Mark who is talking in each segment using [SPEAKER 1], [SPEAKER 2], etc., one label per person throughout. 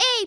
[SPEAKER 1] Oi,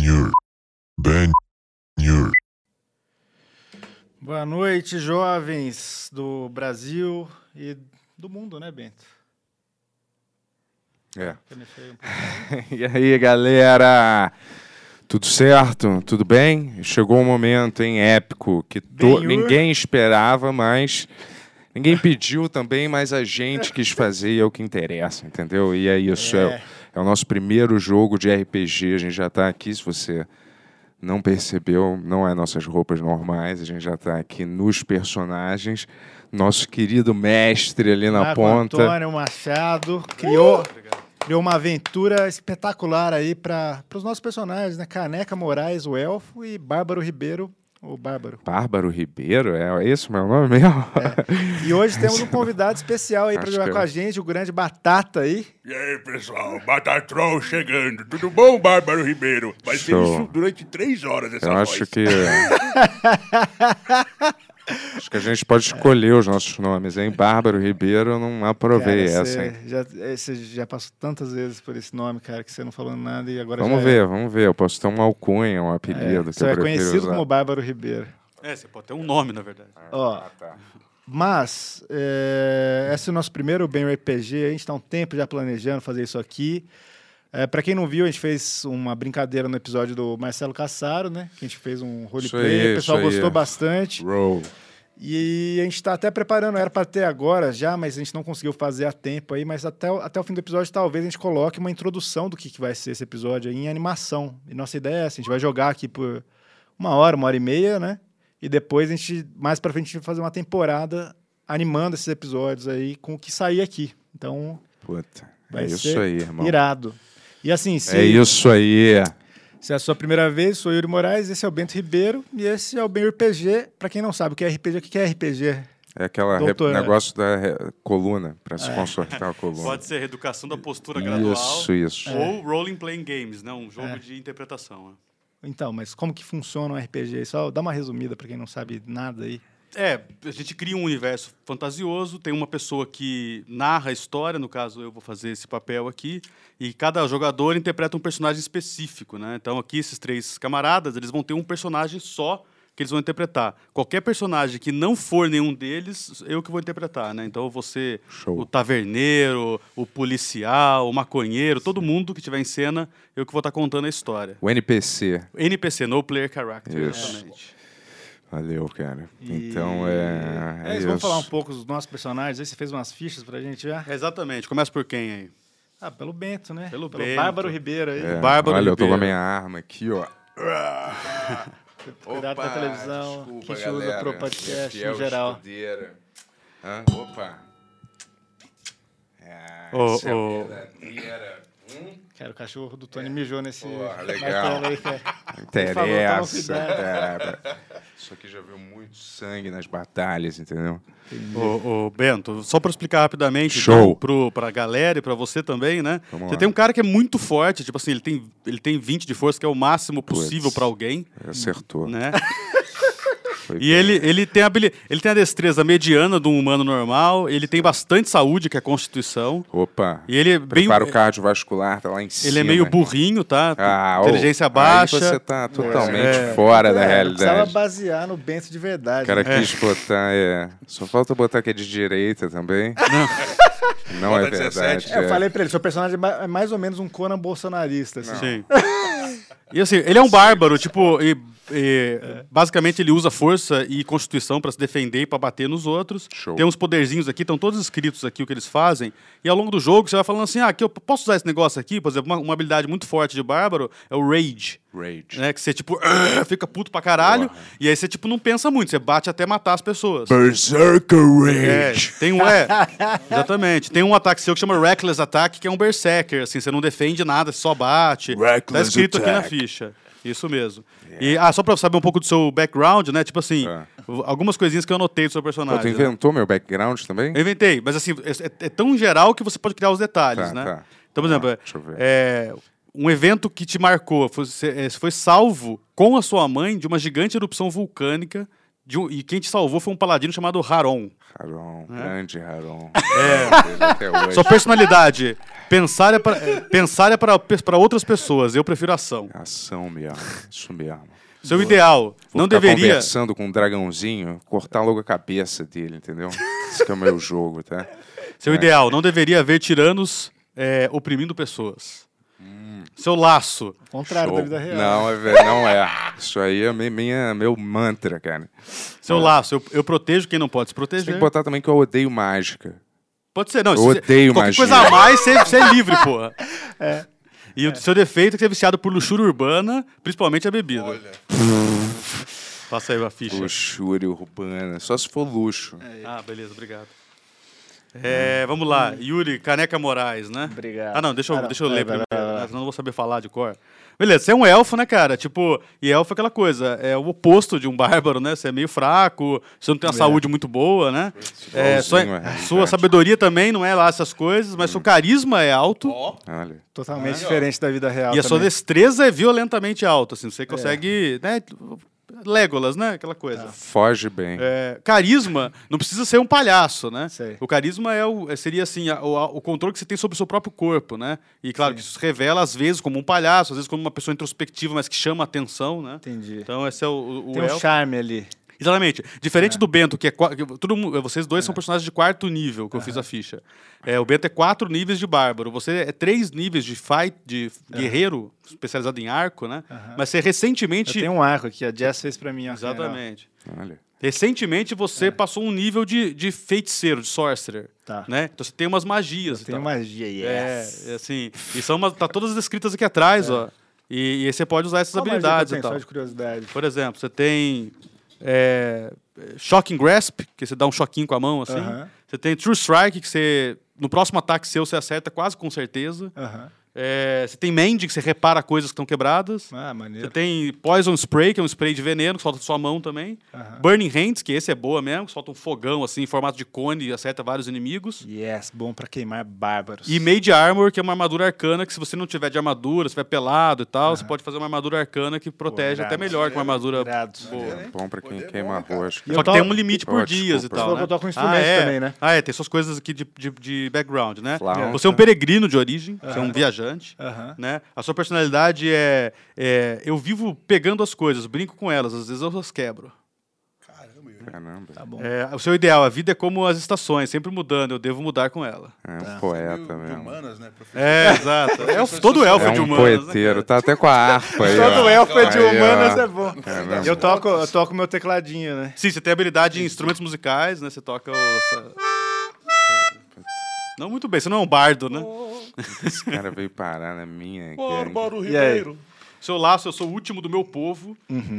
[SPEAKER 2] Yur. Ben Yur.
[SPEAKER 3] Boa noite, jovens do Brasil e do mundo, né, Bento?
[SPEAKER 4] É.
[SPEAKER 3] Eu me fui um pouco.
[SPEAKER 4] E aí, galera? Tudo certo? Tudo bem? Chegou um momento, hein, épico, que to-
[SPEAKER 3] Benhur.
[SPEAKER 4] ninguém esperava, mas ninguém pediu também, mas a gente quis fazer e é o que interessa, entendeu? E é isso, é,
[SPEAKER 3] É.
[SPEAKER 4] é o nosso primeiro jogo de RPG, a gente já tá aqui, se você não percebeu, não é nossas roupas normais, a gente já tá aqui nos personagens, nosso querido mestre ali na
[SPEAKER 3] Marco
[SPEAKER 4] ponta.
[SPEAKER 3] Antônio Machado criou, criou uma aventura espetacular aí para os nossos personagens, né? Caneca Moraes, o elfo, e Bárbaro Ribeiro, o Bárbaro.
[SPEAKER 4] Bárbaro Ribeiro, é esse o meu nome mesmo?
[SPEAKER 3] E hoje temos um convidado especial aí para
[SPEAKER 4] Acho
[SPEAKER 3] jogar
[SPEAKER 4] que
[SPEAKER 3] com
[SPEAKER 4] eu-
[SPEAKER 3] a gente, o grande Batata aí.
[SPEAKER 5] E aí, pessoal, Batatrol chegando. Tudo bom, Bárbaro Ribeiro? Vai ser
[SPEAKER 4] Show.
[SPEAKER 5] isso durante três horas essa
[SPEAKER 4] Eu
[SPEAKER 3] é
[SPEAKER 4] acho
[SPEAKER 5] voz.
[SPEAKER 4] que. acho que a gente pode escolher os nossos nomes, hein? Bárbaro Ribeiro, eu não aprovei
[SPEAKER 3] Cara,
[SPEAKER 4] essa,
[SPEAKER 3] cê
[SPEAKER 4] hein?
[SPEAKER 3] já, é, cê já passou tantas vezes por esse nome, cara, que você não falou nada e agora
[SPEAKER 4] Vamos
[SPEAKER 3] já
[SPEAKER 4] ver, vamos ver. Eu posso ter um alcunha, um
[SPEAKER 3] É,
[SPEAKER 4] apelido. que
[SPEAKER 3] Você
[SPEAKER 4] eu
[SPEAKER 3] é
[SPEAKER 4] prefiro
[SPEAKER 3] conhecido
[SPEAKER 4] usar.
[SPEAKER 3] como Bárbaro Ribeiro.
[SPEAKER 6] É, você pode ter um nome, na verdade.
[SPEAKER 3] Ó,
[SPEAKER 4] tá.
[SPEAKER 3] Mas, é, esse é o nosso primeiro Bem RPG. A gente está um tempo já planejando fazer isso aqui. É, para quem não viu, a gente fez uma brincadeira no episódio do Marcelo Cassaro, né? Que a gente fez um
[SPEAKER 4] Isso aí,
[SPEAKER 3] roleplay, o pessoal
[SPEAKER 4] isso aí.
[SPEAKER 3] gostou bastante.
[SPEAKER 4] Roll.
[SPEAKER 3] E a gente está até preparando, era para ter agora já, mas a gente não conseguiu fazer a tempo aí. Mas até o, até o fim do episódio, talvez a gente coloque uma introdução do que, que vai ser esse episódio aí em animação. E nossa ideia é essa: a gente vai jogar aqui por uma hora, uma hora e meia, né? E depois a gente, mais para frente, a gente vai fazer uma temporada animando esses episódios aí com o que sair aqui. Então,
[SPEAKER 4] Puta.
[SPEAKER 3] Vai
[SPEAKER 4] é isso
[SPEAKER 3] ser
[SPEAKER 4] aí, irmão.
[SPEAKER 3] irado. E assim, se,
[SPEAKER 4] É isso aí.
[SPEAKER 3] se é a sua primeira vez, sou Yuri Moraes, esse é o Bento Ribeiro e esse é o Bem RPG. Para quem não sabe o que é RPG, o que que é RPG?
[SPEAKER 4] É aquele
[SPEAKER 3] Doutor, né? É.
[SPEAKER 4] negócio da re- coluna, pra se consertar a coluna.
[SPEAKER 6] Pode ser reeducação da postura gradual.
[SPEAKER 4] Isso, isso.
[SPEAKER 3] É.
[SPEAKER 6] Ou Rolling Playing Games, né? Um jogo de interpretação. né?
[SPEAKER 3] Então, mas como que funciona um RPG? Só dá uma resumida pra quem não sabe nada aí.
[SPEAKER 6] É, a gente cria um universo fantasioso, tem uma pessoa que narra a história, no caso eu vou fazer esse papel aqui, e cada jogador interpreta um personagem específico, né? Então aqui esses três camaradas, eles vão ter um personagem só que eles vão interpretar. Qualquer personagem que não for nenhum deles, eu que vou interpretar, né? Então eu vou ser
[SPEAKER 4] Show.
[SPEAKER 6] o taverneiro, o policial, o maconheiro, todo mundo que tiver em cena, eu que vou estar contando a história.
[SPEAKER 4] O NPC.
[SPEAKER 6] NPC, No Player Character,
[SPEAKER 4] Isso.
[SPEAKER 6] exatamente.
[SPEAKER 4] Valeu, cara.
[SPEAKER 3] E-
[SPEAKER 4] Então
[SPEAKER 3] É,
[SPEAKER 4] é. é
[SPEAKER 3] mas vamos falar um
[SPEAKER 4] isso.
[SPEAKER 3] pouco dos nossos personagens. Aí você fez umas fichas pra gente já?
[SPEAKER 6] Exatamente. Começa por quem aí?
[SPEAKER 3] Ah, pelo Bento, né?
[SPEAKER 6] Pelo Bento.
[SPEAKER 3] Bárbaro Ribeiro aí.
[SPEAKER 4] É,
[SPEAKER 6] Bárbaro
[SPEAKER 4] Olha, eu tô com a
[SPEAKER 6] Ribeiro.
[SPEAKER 4] minha arma aqui, ó.
[SPEAKER 3] Cuidado com a
[SPEAKER 4] Opa,
[SPEAKER 3] televisão, que a gente usa pro
[SPEAKER 4] Minha
[SPEAKER 3] podcast
[SPEAKER 4] fiel
[SPEAKER 3] em geral.
[SPEAKER 4] escudeira. Hã? Opa. Ah,
[SPEAKER 6] Ô,
[SPEAKER 4] essa é a
[SPEAKER 6] ô.
[SPEAKER 4] verdadeira. Hum,
[SPEAKER 3] Cara, o cachorro do
[SPEAKER 6] É.
[SPEAKER 3] Tony mijou nesse...
[SPEAKER 4] Porra,
[SPEAKER 3] na
[SPEAKER 4] legal.
[SPEAKER 3] tela aí, cara.
[SPEAKER 4] Interessa,
[SPEAKER 3] toma
[SPEAKER 4] cara. Isso aqui já viu muito sangue nas batalhas, entendeu?
[SPEAKER 6] Ô, ô, Bento, só para explicar rapidamente
[SPEAKER 4] Show.
[SPEAKER 6] né, pro, pra galera e pra você também, né?
[SPEAKER 4] Vamos
[SPEAKER 6] você
[SPEAKER 4] lá.
[SPEAKER 6] tem um cara que é muito forte, tipo assim, ele tem, ele tem 20 de força, que é o máximo possível
[SPEAKER 4] Puts.
[SPEAKER 6] pra alguém,
[SPEAKER 4] Acertou.
[SPEAKER 6] né?
[SPEAKER 4] Foi
[SPEAKER 6] E ele, ele, tem a habili- ele tem a destreza mediana de um humano normal, ele tem bastante saúde, que é a constituição,
[SPEAKER 4] Opa.
[SPEAKER 6] e ele é bem...
[SPEAKER 4] Prepara o cardiovascular, tá lá em cima.
[SPEAKER 6] Ele é meio burrinho, tá?
[SPEAKER 4] Ah, ô,
[SPEAKER 6] Inteligência
[SPEAKER 4] aí
[SPEAKER 6] baixa.
[SPEAKER 4] você tá totalmente
[SPEAKER 6] É.
[SPEAKER 4] fora da
[SPEAKER 3] Cara,
[SPEAKER 4] realidade.
[SPEAKER 3] Precisava basear no Bento de verdade.
[SPEAKER 4] O cara
[SPEAKER 3] né?
[SPEAKER 4] quis botar, é. Só falta botar que é de direita também. Não,
[SPEAKER 5] Falta
[SPEAKER 4] é verdade.
[SPEAKER 5] 17.
[SPEAKER 3] É,
[SPEAKER 4] é.
[SPEAKER 3] eu falei pra ele, seu personagem é ma- é mais ou menos um Conan bolsonarista. Assim.
[SPEAKER 6] Sim. E assim, ele é um bárbaro, tipo, e- e, basicamente ele usa força e constituição pra se defender e pra bater nos outros.
[SPEAKER 4] Show.
[SPEAKER 6] Tem uns poderzinhos aqui, estão todos escritos aqui o que eles fazem. E ao longo do jogo você vai falando assim: ah, aqui eu posso usar esse negócio aqui, por exemplo, uma, uma habilidade muito forte de bárbaro é o Rage.
[SPEAKER 4] Rage.
[SPEAKER 6] Né, que você, tipo, "Ah", fica puto pra caralho. E aí você, tipo, não pensa muito, você bate até matar as pessoas.
[SPEAKER 4] Berserker
[SPEAKER 6] É,
[SPEAKER 4] Rage.
[SPEAKER 6] tem um, é, exatamente. Tem um ataque seu que chama Reckless Attack, que é um Berserker, assim, você não defende nada, você só bate. tá
[SPEAKER 5] Reckless
[SPEAKER 6] escrito aqui na
[SPEAKER 5] Attack.
[SPEAKER 6] ficha. Isso mesmo.
[SPEAKER 4] É.
[SPEAKER 6] E, ah, só pra saber um pouco do seu background, né? Tipo assim,
[SPEAKER 4] Tá.
[SPEAKER 6] v- algumas coisinhas que eu anotei do seu personagem.
[SPEAKER 4] Pô, um? tu
[SPEAKER 6] né?
[SPEAKER 4] inventou meu background também?
[SPEAKER 6] Eu inventei, mas assim, é, é tão geral que você pode criar os detalhes,
[SPEAKER 4] Tá,
[SPEAKER 6] né?
[SPEAKER 4] tá.
[SPEAKER 6] Então, por exemplo,
[SPEAKER 4] Ah, deixa eu ver.
[SPEAKER 6] é, um evento que te marcou, você é, você foi salvo com a sua mãe de uma gigante erupção vulcânica, de um- e quem te salvou foi um paladino chamado Haron.
[SPEAKER 4] Haron, grande Haron. É. Até hoje.
[SPEAKER 6] Sua personalidade, pensar é para é, pensar é para pe- para outras pessoas, eu prefiro ação.
[SPEAKER 4] Ação mesmo, isso mesmo.
[SPEAKER 6] Seu ideal,
[SPEAKER 4] É. Vou
[SPEAKER 6] não
[SPEAKER 4] ficar
[SPEAKER 6] deveria...
[SPEAKER 4] conversando com um dragãozinho, cortar logo a cabeça dele, entendeu? Esse que é o meu jogo, tá?
[SPEAKER 6] Seu ideal, não deveria haver tiranos é, oprimindo pessoas.
[SPEAKER 4] Hum.
[SPEAKER 6] Seu laço,
[SPEAKER 3] Ao contrário
[SPEAKER 4] Show.
[SPEAKER 3] da vida real.
[SPEAKER 4] Não, é, ve- não é. Isso aí é mi- minha, meu mantra, cara.
[SPEAKER 6] seu laço, eu, eu protejo quem não pode
[SPEAKER 4] É. Você
[SPEAKER 6] se
[SPEAKER 4] tem
[SPEAKER 6] proteger.
[SPEAKER 4] que botar também que eu odeio mágica.
[SPEAKER 6] Pode ser, não.
[SPEAKER 4] Eu
[SPEAKER 6] se você-
[SPEAKER 4] odeio
[SPEAKER 6] Qualquer
[SPEAKER 4] magia. É.
[SPEAKER 6] coisa a mais, você, você é livre, porra. E o seu defeito é que você é viciado por luxúria urbana, principalmente a bebida. Passa aí a ficha.
[SPEAKER 4] Luxúria urbana, só se for luxo.
[SPEAKER 6] Ah, beleza, obrigado. É, vamos lá, Yuri Caneca Moraes, né?
[SPEAKER 3] Obrigado.
[SPEAKER 6] Ah, não, deixa eu,
[SPEAKER 3] Ah, não,
[SPEAKER 6] Deixa eu
[SPEAKER 3] vai,
[SPEAKER 6] ler
[SPEAKER 3] vai,
[SPEAKER 6] primeiro,
[SPEAKER 3] vai, vai,
[SPEAKER 6] né?
[SPEAKER 3] vai.
[SPEAKER 6] senão eu não vou saber falar de cor. Beleza, você é um elfo, né, cara? Tipo, e elfo é aquela coisa, é o oposto de um bárbaro, né? Você é meio fraco, você não tem uma saúde muito boa, né? É, sua,
[SPEAKER 4] Igualzinho, é,
[SPEAKER 6] sua
[SPEAKER 4] verdade.
[SPEAKER 6] sabedoria também não é lá essas coisas, mas seu carisma é alto.
[SPEAKER 4] Olha.
[SPEAKER 3] Totalmente diferente da vida real.
[SPEAKER 6] E a sua
[SPEAKER 3] também. É.
[SPEAKER 6] destreza é violentamente alta, assim, você consegue, né, Legolas, né, aquela coisa.
[SPEAKER 4] Foge bem.
[SPEAKER 6] É, carisma não precisa ser um palhaço, né?
[SPEAKER 3] Sei.
[SPEAKER 6] O carisma é o, é- seria assim, a- o, a- o controle que você tem sobre o seu próprio corpo, né? E claro que isso se revela às vezes como um palhaço, às vezes como uma pessoa introspectiva, mas que chama a atenção, né?
[SPEAKER 3] Entendi.
[SPEAKER 6] Então esse é o, o, o
[SPEAKER 3] Tem um
[SPEAKER 6] elfo.
[SPEAKER 3] charme ali.
[SPEAKER 6] Exatamente. Diferente do Bento, que é. qua- que Todo, mu- vocês
[SPEAKER 3] É.
[SPEAKER 6] dois são personagens de quarto nível, que eu fiz a ficha. É, o Bento é quatro níveis de bárbaro. Você é três níveis de fight, de
[SPEAKER 3] É.
[SPEAKER 6] guerreiro, especializado em arco, né? Mas você
[SPEAKER 3] Eu
[SPEAKER 6] recentemente.
[SPEAKER 3] tenho um arco aqui, a Jess fez pra mim. ó,
[SPEAKER 6] Tipo, Exatamente.
[SPEAKER 4] Olha.
[SPEAKER 6] Recentemente você passou um nível de, de feiticeiro, de sorcerer.
[SPEAKER 3] É. Tá.
[SPEAKER 6] Né? Então você tem umas magias. e
[SPEAKER 3] Tem
[SPEAKER 6] tal.
[SPEAKER 3] magia, yes.
[SPEAKER 6] então. É, é assim. E são umas, tá todas descritas aqui atrás, ó. E, e aí você pode usar essas
[SPEAKER 3] É. Qual magia que eu
[SPEAKER 6] habilidades e
[SPEAKER 3] tenho?
[SPEAKER 6] tal.
[SPEAKER 3] Só de curiosidade.
[SPEAKER 6] Por exemplo, você tem é, Shocking Grasp, que você dá um choquinho com a mão, assim.
[SPEAKER 3] Aham.
[SPEAKER 6] Você tem True Strike, que você. No próximo ataque seu, você acerta quase com certeza.
[SPEAKER 3] Aham.
[SPEAKER 6] É, você tem Mend, que você repara coisas que estão quebradas.
[SPEAKER 3] Ah,
[SPEAKER 6] Você
[SPEAKER 3] maneiro.
[SPEAKER 6] tem Poison Spray, que é um spray de veneno que solta sua mão também.
[SPEAKER 3] Aham.
[SPEAKER 6] Burning Hands, que esse é boa mesmo, que solta um fogão assim em formato de cone e acerta vários inimigos.
[SPEAKER 3] Yes, bom pra queimar bárbaros.
[SPEAKER 6] E Made Armor, que é uma armadura arcana, que se você não tiver de armadura, se tiver pelado e tal, você pode fazer uma armadura arcana que protege
[SPEAKER 3] irado.
[SPEAKER 6] até melhor que uma armadura.
[SPEAKER 3] Irado.
[SPEAKER 6] Boa.
[SPEAKER 4] é Bom pra quem queima arroz.
[SPEAKER 3] E eu
[SPEAKER 6] Só que
[SPEAKER 3] tava-
[SPEAKER 6] tem um limite por
[SPEAKER 4] Oh,
[SPEAKER 6] dias
[SPEAKER 4] desculpa.
[SPEAKER 3] Você
[SPEAKER 6] e tal.
[SPEAKER 3] falou
[SPEAKER 6] Né?
[SPEAKER 3] que eu toco um instrumento
[SPEAKER 6] ah, é.
[SPEAKER 3] também, né?
[SPEAKER 6] Ah, é, tem suas coisas aqui de, de, de background, né?
[SPEAKER 4] Flauta.
[SPEAKER 6] Você é um peregrino de origem, você é um viajante.
[SPEAKER 3] Aham.
[SPEAKER 6] Né? A sua personalidade é, é. Eu vivo pegando as coisas, brinco com elas, às vezes eu as quebro.
[SPEAKER 5] É. Caramba, Yuri.
[SPEAKER 4] Caramba.
[SPEAKER 6] É, o seu ideal, a vida é como as estações, sempre mudando, eu devo mudar com ela.
[SPEAKER 4] É um
[SPEAKER 5] Meio
[SPEAKER 4] poeta
[SPEAKER 5] Tá. de
[SPEAKER 4] mesmo.
[SPEAKER 5] humanas, né, professor?
[SPEAKER 6] É, exato. É o- todo
[SPEAKER 4] É
[SPEAKER 6] elfo de
[SPEAKER 4] um
[SPEAKER 6] humanas. né,
[SPEAKER 4] poeteiro. Tá até com a harpa aí. ó.
[SPEAKER 3] Todo elfo é de
[SPEAKER 4] Aí, ó.
[SPEAKER 3] humanas é bom.
[SPEAKER 4] Caramba.
[SPEAKER 3] Eu toco, eu toco meu tecladinho, né?
[SPEAKER 6] cara? Sim, você tem habilidade em instrumentos musicais, né? Você toca o. essa- Não muito bem, você não é um bardo, né?
[SPEAKER 4] Esse cara veio parar na minha. gangue.
[SPEAKER 5] Bárbaro
[SPEAKER 3] E aí?
[SPEAKER 5] Ribeiro.
[SPEAKER 6] Seu laço, eu sou o último do meu povo,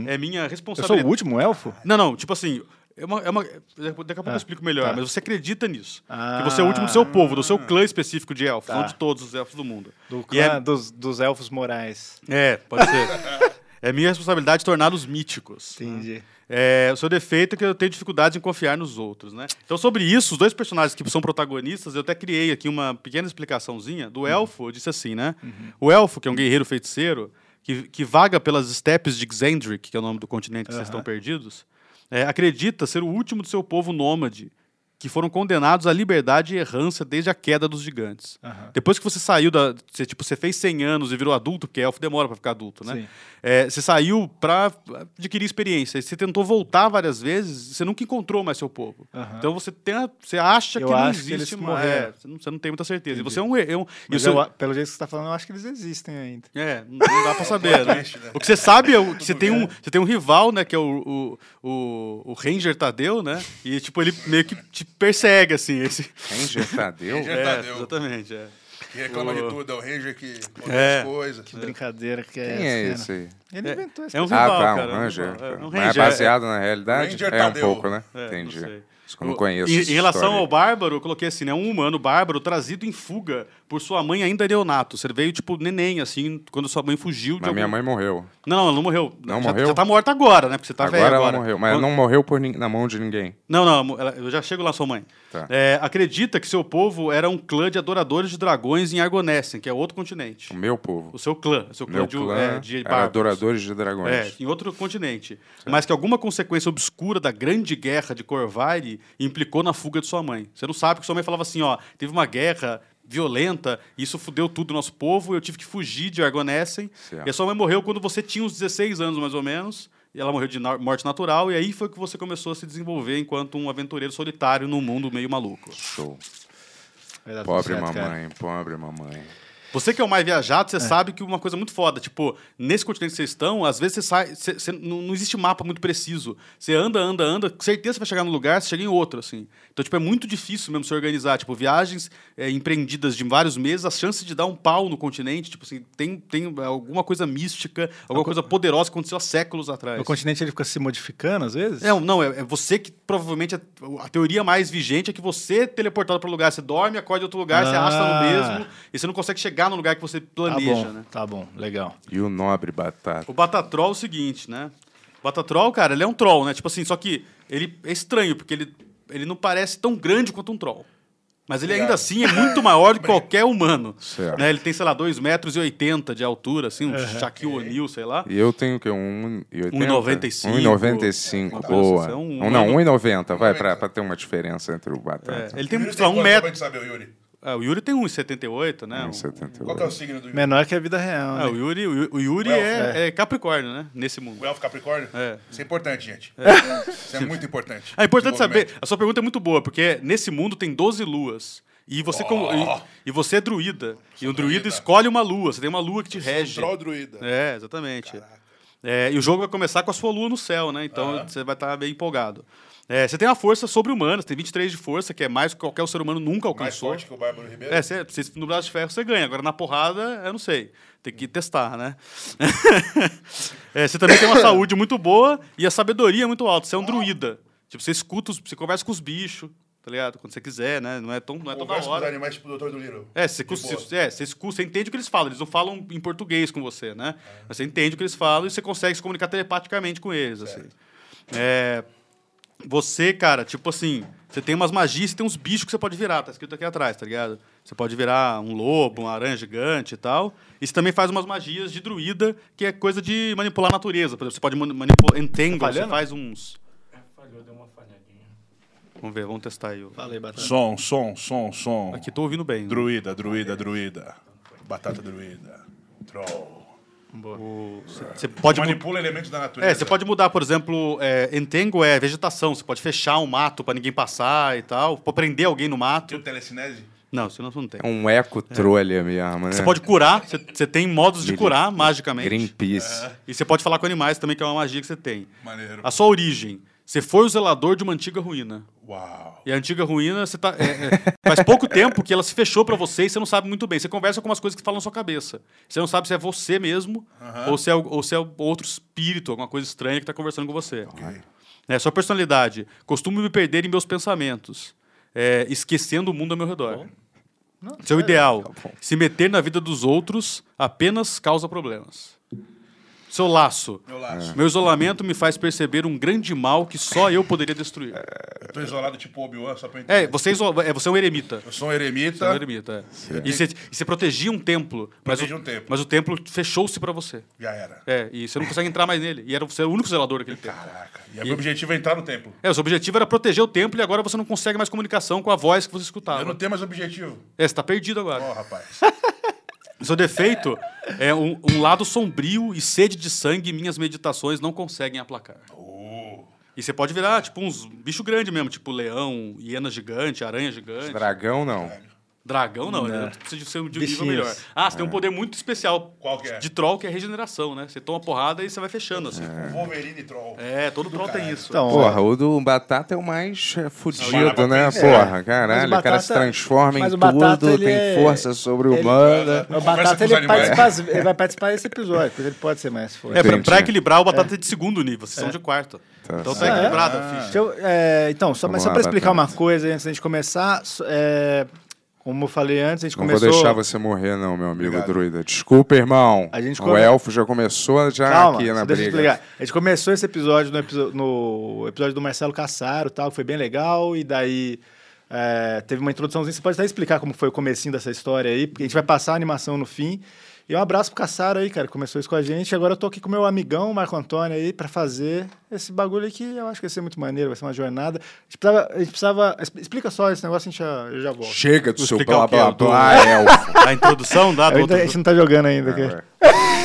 [SPEAKER 6] é minha
[SPEAKER 3] Uhum. Eu sou
[SPEAKER 6] responsabilidade.
[SPEAKER 3] o último elfo?
[SPEAKER 6] Não, não, tipo assim. É uma, é uma- daqui a pouco eu explico melhor,
[SPEAKER 3] tá.
[SPEAKER 6] mas você acredita nisso.
[SPEAKER 3] Ah.
[SPEAKER 6] que você é o último do seu povo, do seu clã específico de elfos,
[SPEAKER 3] Tá.
[SPEAKER 6] não de todos os elfos do mundo.
[SPEAKER 3] Do
[SPEAKER 6] E
[SPEAKER 3] clã
[SPEAKER 6] é-
[SPEAKER 3] dos, dos elfos morais.
[SPEAKER 6] É, pode ser. é minha responsabilidade torná-los míticos.
[SPEAKER 3] Entendi.
[SPEAKER 6] É, o seu defeito é que eu tenho dificuldade em confiar nos outros, né? Então, sobre isso, os dois personagens que são protagonistas, eu até criei aqui uma pequena explicaçãozinha do elfo. Eu disse assim, né? O elfo, que é um guerreiro feiticeiro, que, que vaga pelas estepes de Xandric, que é o nome do continente que vocês estão perdidos, é, acredita ser o último do seu povo nômade, que foram condenados à liberdade e errância desde a queda dos gigantes.
[SPEAKER 3] Aham.
[SPEAKER 6] Depois que você saiu da. Você, tipo, você fez 100 anos e virou adulto, porque elfo demora pra ficar adulto,
[SPEAKER 3] Sim.
[SPEAKER 6] né? É, você saiu pra adquirir experiência. Você tentou voltar várias vezes, você nunca encontrou mais seu povo.
[SPEAKER 3] Aham.
[SPEAKER 6] Então você, tem a- você acha
[SPEAKER 3] Eu
[SPEAKER 6] que não
[SPEAKER 3] acho que
[SPEAKER 6] existe
[SPEAKER 3] eles
[SPEAKER 6] mais.
[SPEAKER 3] morreram.
[SPEAKER 6] É, você, não, você não tem muita certeza. E você é um. É um e o
[SPEAKER 3] Mas
[SPEAKER 6] seu-
[SPEAKER 3] eu a- pelo jeito que você tá falando, eu acho que eles existem ainda.
[SPEAKER 6] é, não não dá pra
[SPEAKER 3] um
[SPEAKER 6] saber, né?
[SPEAKER 5] Triste, né?
[SPEAKER 6] O que você sabe é o- que você tem um, você tem um rival, né? Que é o, o, o, o Ranger Tadeu, né? E, tipo, ele meio que te persegue, assim. Esse...
[SPEAKER 4] Ranger Tadeu?
[SPEAKER 5] Ranger
[SPEAKER 6] É,
[SPEAKER 5] Tadeu.
[SPEAKER 6] exatamente, é.
[SPEAKER 5] Que reclama
[SPEAKER 6] O-
[SPEAKER 5] de tudo, é o Ranger que conta
[SPEAKER 6] É.
[SPEAKER 5] as coisas.
[SPEAKER 3] Brincadeira que é
[SPEAKER 4] Quem
[SPEAKER 3] essa,
[SPEAKER 4] é
[SPEAKER 3] né?
[SPEAKER 4] esse aí?
[SPEAKER 3] Ele inventou esse
[SPEAKER 6] É um
[SPEAKER 3] personagem.
[SPEAKER 4] Ah,
[SPEAKER 6] rival,
[SPEAKER 4] tá,
[SPEAKER 6] cara,
[SPEAKER 4] um
[SPEAKER 6] é um
[SPEAKER 4] Ranger.
[SPEAKER 6] rival, é um
[SPEAKER 4] Mas
[SPEAKER 6] Ranger,
[SPEAKER 4] é baseado na realidade?
[SPEAKER 5] Ranger tá
[SPEAKER 4] é um
[SPEAKER 5] Tadeu.
[SPEAKER 4] pouco, né?
[SPEAKER 6] É, não
[SPEAKER 4] Entendi.
[SPEAKER 6] sei.
[SPEAKER 4] Isso que eu não conheço.
[SPEAKER 6] Em,
[SPEAKER 4] essa
[SPEAKER 6] em relação
[SPEAKER 4] história.
[SPEAKER 6] ao Bárbaro, eu coloquei assim, né? Um humano bárbaro trazido em fuga por sua mãe ainda é neonato. Você veio, tipo, neném, assim, quando sua mãe fugiu de
[SPEAKER 4] Mas
[SPEAKER 6] algum-
[SPEAKER 4] minha mãe morreu.
[SPEAKER 6] Não, ela não morreu.
[SPEAKER 4] Não
[SPEAKER 6] já,
[SPEAKER 4] morreu?
[SPEAKER 6] Já tá morta agora, né? Porque você tá
[SPEAKER 4] agora
[SPEAKER 6] velho
[SPEAKER 4] ela
[SPEAKER 6] agora.
[SPEAKER 4] morreu. Mas
[SPEAKER 6] Quando-
[SPEAKER 4] não morreu por nin- na mão de ninguém.
[SPEAKER 6] Não, não, ela- eu já chego lá, sua mãe.
[SPEAKER 4] Tá.
[SPEAKER 6] É, acredita que seu povo era um clã de adoradores de dragões em Argonessen, que é outro continente.
[SPEAKER 4] O meu povo.
[SPEAKER 6] O seu clã, o seu
[SPEAKER 4] O
[SPEAKER 6] clã,
[SPEAKER 4] meu
[SPEAKER 6] de,
[SPEAKER 4] clã
[SPEAKER 6] é, de
[SPEAKER 4] era
[SPEAKER 6] bárbaros.
[SPEAKER 4] adoradores de
[SPEAKER 6] É,
[SPEAKER 4] dragões.
[SPEAKER 6] em outro continente. Mas que alguma consequência obscura da grande guerra de Corvaire implicou na fuga de sua mãe. Você não sabe que sua mãe falava assim, ó, teve uma guerra violenta, isso fudeu tudo o nosso povo, eu tive que fugir de Argonessen.
[SPEAKER 4] Certo.
[SPEAKER 6] E a sua mãe morreu quando você tinha uns 16 anos, mais ou menos. E ela morreu de na- morte natural, e aí foi que você começou a se desenvolver enquanto um aventureiro solitário num mundo meio maluco.
[SPEAKER 4] Show.
[SPEAKER 3] Vai dar Tá tudo
[SPEAKER 4] Pobre
[SPEAKER 3] certo, cara.
[SPEAKER 4] mamãe, pobre mamãe.
[SPEAKER 6] Você que é o mais viajado, você sabe que uma coisa muito foda, tipo, nesse continente que vocês estão, às vezes você sai, você- você- não, não existe mapa muito preciso. Você anda, anda, anda, com certeza você vai chegar num lugar, você chega em outro, assim. Então, tipo, é muito difícil mesmo se organizar. Tipo, viagens eh, empreendidas de vários meses, a chance de dar um pau no continente, tipo assim, tem, tem alguma coisa mística, alguma coisa poderosa que aconteceu há séculos atrás.
[SPEAKER 3] O continente ele fica se modificando às vezes?
[SPEAKER 6] Não, não, é, é você que provavelmente a, a teoria mais vigente é que você é teleportado para lugar, você dorme, acorda em outro lugar, você
[SPEAKER 3] Ah.
[SPEAKER 6] arrasta no mesmo e você não consegue chegar no lugar que você
[SPEAKER 3] tá
[SPEAKER 6] planeja,
[SPEAKER 3] bom,
[SPEAKER 6] né?
[SPEAKER 3] tá bom, legal.
[SPEAKER 4] E o nobre batata.
[SPEAKER 6] O Batatrol é o seguinte, né? O Batatrol, cara, ele é um troll, né? Tipo assim, só que ele é estranho, porque ele, ele não parece tão grande quanto um troll. Mas ele ainda assim é muito maior do que qualquer humano.
[SPEAKER 4] Certo.
[SPEAKER 6] Né? Ele tem, sei lá, 2,80 metros e oitenta de altura, assim, um Shaquille O'Neal, sei lá.
[SPEAKER 4] E eu tenho o quê? 1,80?
[SPEAKER 6] 1,95.
[SPEAKER 4] 1,95,
[SPEAKER 6] Uma coisa
[SPEAKER 4] boa.
[SPEAKER 6] assim, é um-
[SPEAKER 4] Ou não, 1,90, vai, pra, pra ter uma diferença entre o
[SPEAKER 6] É,
[SPEAKER 4] batata
[SPEAKER 6] ele tem,
[SPEAKER 5] Yuri
[SPEAKER 6] sei lá, um
[SPEAKER 5] quanto
[SPEAKER 6] metro.
[SPEAKER 5] tamanho de saber, Yuri?
[SPEAKER 6] Ah, o Yuri tem 1,78, né?
[SPEAKER 4] e
[SPEAKER 6] Um-
[SPEAKER 4] 78.
[SPEAKER 5] Qual que é o signo do Yuri?
[SPEAKER 3] Menor que a vida real,
[SPEAKER 6] Ah,
[SPEAKER 3] né?
[SPEAKER 6] o Yuri, o Yu- o Yuri
[SPEAKER 5] O elfo,
[SPEAKER 6] é, é Capricórnio, né? Nesse
[SPEAKER 5] O
[SPEAKER 6] mundo.
[SPEAKER 5] um elfo Capricórnio?
[SPEAKER 6] É.
[SPEAKER 5] Isso é importante, gente. Isso é muito importante.
[SPEAKER 6] É importante
[SPEAKER 5] Desenvolvimento.
[SPEAKER 6] saber, a sua pergunta é muito boa, porque nesse mundo tem 12 luas. E você, como- e, e você é druida. E o druida,
[SPEAKER 5] druida.
[SPEAKER 6] escolhe uma lua. Você tem uma lua que te rege.
[SPEAKER 5] Um
[SPEAKER 7] um
[SPEAKER 5] Troll druida.
[SPEAKER 6] É, exatamente. É, e o jogo vai começar com a sua lua no céu, né? Então você vai estar bem empolgado. É, você tem uma força sobre-humana, você tem 23 de força, que é mais que qualquer ser humano nunca alcançou.
[SPEAKER 5] Mais forte que o Bárbaro Ribeiro?
[SPEAKER 6] É, cê, cê- no braço de ferro você ganha. Agora na porrada, eu não sei. Tem que testar, né? É, você também tem uma saúde muito boa e a sabedoria é muito alta. Você é um druida. Tipo, você escuta, os, você conversa com os bichos, tá ligado? Quando você quiser, né? Não é, tão, não é toda
[SPEAKER 5] Conversa com os
[SPEAKER 6] hora.
[SPEAKER 5] animais tipo o Doutor do Liro.
[SPEAKER 6] É, você,
[SPEAKER 5] De
[SPEAKER 6] cus-
[SPEAKER 5] boa.
[SPEAKER 6] cê- é, você escuta, você entende o que eles falam. Eles não falam em português com você, né? Mas você entende o que eles falam e você consegue se comunicar telepaticamente com eles, assim. É, você, cara, tipo assim, você tem umas magias, você tem uns bichos que você pode virar, tá escrito aqui atrás, tá ligado? Você pode virar um lobo, uma aranha gigante e tal. E você também faz umas magias de druida, que é coisa de manipular a natureza. Por exemplo, você pode manipular. Entangle, você
[SPEAKER 3] falhando?
[SPEAKER 6] faz uns. Vamos ver, vamos testar aí. o-
[SPEAKER 3] Falei, Batata.
[SPEAKER 5] Som, som, som, som.
[SPEAKER 6] Aqui, tô ouvindo bem.
[SPEAKER 5] Druida, druida, druida. Batata druida. Troll.
[SPEAKER 6] O- né? Você você pode mu-
[SPEAKER 5] Manipula elementos da natureza.
[SPEAKER 6] Tipo, É, você pode mudar, por exemplo, é, entengo é vegetação, você pode fechar um mato pra ninguém passar e tal, pode prender alguém no mato.
[SPEAKER 5] Tipo telecinese?
[SPEAKER 6] Não, senão você não tem.
[SPEAKER 4] É um eco-trolha mesmo, né?
[SPEAKER 6] Você pode curar, você- você tem modos de
[SPEAKER 4] Ele-
[SPEAKER 6] curar magicamente.
[SPEAKER 4] Greenpeace.
[SPEAKER 6] E você pode falar com animais também, que é uma magia que você tem.
[SPEAKER 5] Maneiro.
[SPEAKER 6] A sua origem. Você foi o zelador de uma antiga ruína.
[SPEAKER 5] Uau.
[SPEAKER 6] E a antiga ruína, você tá. é, é, faz pouco tempo que ela se fechou pra você e você não sabe muito bem. Você conversa com umas coisas que falam na sua cabeça. Você não sabe se é você mesmo ou, se é, o- ou se é outro espírito, alguma coisa estranha que tá conversando com você. É, sua personalidade. Costumo me perder em meus pensamentos, é, esquecendo o mundo ao meu redor. Seu ideal.
[SPEAKER 5] tá
[SPEAKER 6] se meter na vida dos outros apenas causa problemas. Seu laço.
[SPEAKER 5] Meu laço.
[SPEAKER 6] Meu isolamento me faz perceber um grande mal que só eu poderia destruir.
[SPEAKER 5] É. Eu tô isolado tipo Obi-Wan, só pra eu
[SPEAKER 6] É,
[SPEAKER 5] entender.
[SPEAKER 6] você, é iso- é, você é um eremita.
[SPEAKER 5] Eu sou um
[SPEAKER 6] Você é um
[SPEAKER 5] eremita.
[SPEAKER 6] eremita, é. E você, e você protegia um templo. Mas
[SPEAKER 5] Protegia
[SPEAKER 6] o,
[SPEAKER 5] um templo.
[SPEAKER 6] Mas o templo fechou-se pra você.
[SPEAKER 5] Já era.
[SPEAKER 6] É, e você não consegue entrar mais nele. E era, você era o único zelador daquele templo.
[SPEAKER 5] Caraca. E, o meu objetivo é entrar no templo.
[SPEAKER 6] É, o seu objetivo era proteger o templo e agora você não consegue mais comunicação com a voz que você escutava.
[SPEAKER 5] Eu não tenho mais objetivo.
[SPEAKER 6] É, você tá perdido agora.
[SPEAKER 5] Ó, rapaz.
[SPEAKER 6] Seu defeito é um, um lado sombrio e sede de sangue minhas meditações não conseguem aplacar.
[SPEAKER 5] Oh.
[SPEAKER 6] E você pode virar, tipo, uns bicho grande mesmo, tipo leão, hiena gigante, aranha gigante.
[SPEAKER 4] Dragão, não.
[SPEAKER 6] Dragão não,
[SPEAKER 3] Não.
[SPEAKER 6] né? Tu precisa de ser um de um nível
[SPEAKER 3] Bichinhos.
[SPEAKER 6] melhor. Ah, você tem um poder muito especial
[SPEAKER 5] Qual que é?
[SPEAKER 6] de troll, que é regeneração, né? Você toma porrada e você vai fechando, assim.
[SPEAKER 5] Wolverine Troll.
[SPEAKER 6] É, todo troll tem isso.
[SPEAKER 3] Então,
[SPEAKER 4] Porra, o do Batata é o mais eh, fudido,
[SPEAKER 5] Não,
[SPEAKER 4] né?
[SPEAKER 5] mas-
[SPEAKER 4] Porra,
[SPEAKER 3] Mas
[SPEAKER 4] caralho.
[SPEAKER 3] o
[SPEAKER 4] O cara
[SPEAKER 3] Batata-
[SPEAKER 4] se transforma em
[SPEAKER 3] mas o Batata,
[SPEAKER 4] tudo,
[SPEAKER 3] ele
[SPEAKER 4] tem
[SPEAKER 3] é-
[SPEAKER 4] força sobre-humana.
[SPEAKER 5] Conversa
[SPEAKER 3] O
[SPEAKER 5] com
[SPEAKER 3] Batata
[SPEAKER 5] os
[SPEAKER 3] ele,
[SPEAKER 5] animais.
[SPEAKER 3] participa às- ele vai participar desse episódio, porque ele pode ser mais forte.
[SPEAKER 6] É, pra,
[SPEAKER 4] Entendi.
[SPEAKER 6] pra equilibrar, o batata é, de segundo nível, vocês são de quarto.
[SPEAKER 4] Tá
[SPEAKER 6] Então tá
[SPEAKER 4] certo.
[SPEAKER 6] equilibrado
[SPEAKER 5] Ah.
[SPEAKER 6] a
[SPEAKER 3] Deixa
[SPEAKER 6] ficha.
[SPEAKER 3] eu, é, então, só,
[SPEAKER 4] Vamos
[SPEAKER 3] mas só
[SPEAKER 4] lá,
[SPEAKER 3] pra explicar
[SPEAKER 4] Batata.
[SPEAKER 3] uma coisa antes da gente começar, so- é, como eu falei antes, a gente
[SPEAKER 4] Não
[SPEAKER 3] começou.
[SPEAKER 4] vou deixar você morrer, não, meu amigo
[SPEAKER 5] Obrigado.
[SPEAKER 4] druida. Desculpa, irmão.
[SPEAKER 3] A gente
[SPEAKER 4] o
[SPEAKER 3] come-
[SPEAKER 4] elfo já começou já
[SPEAKER 3] Calma,
[SPEAKER 4] tá aqui na
[SPEAKER 3] só deixa eu
[SPEAKER 4] briga.
[SPEAKER 3] explicar. A gente começou esse episódio no, episo- no episódio do Marcelo Cassaro, e tal, que foi bem legal, e daí é, teve uma introduçãozinha. Você pode até explicar como foi o comecinho dessa história aí, porque a gente vai passar a animação no fim. E um abraço pro Cassaro aí, cara, que começou isso com a gente. Agora eu tô aqui com o meu amigão, Marco Antônio, aí, pra fazer esse bagulho aí que eu acho que vai ser muito maneiro, vai ser uma jornada. A gente precisava. a gente precisava- es- explica só esse negócio, a gente já, eu já volto.
[SPEAKER 4] Chega do
[SPEAKER 6] Vou
[SPEAKER 4] seu
[SPEAKER 6] explicar
[SPEAKER 4] blá
[SPEAKER 6] o que é
[SPEAKER 4] blá
[SPEAKER 6] o do-
[SPEAKER 4] blá, elfo.
[SPEAKER 6] A introdução da do
[SPEAKER 3] Ainda-
[SPEAKER 6] outro...
[SPEAKER 3] a gente não tá jogando ainda.
[SPEAKER 4] é.
[SPEAKER 3] aqui.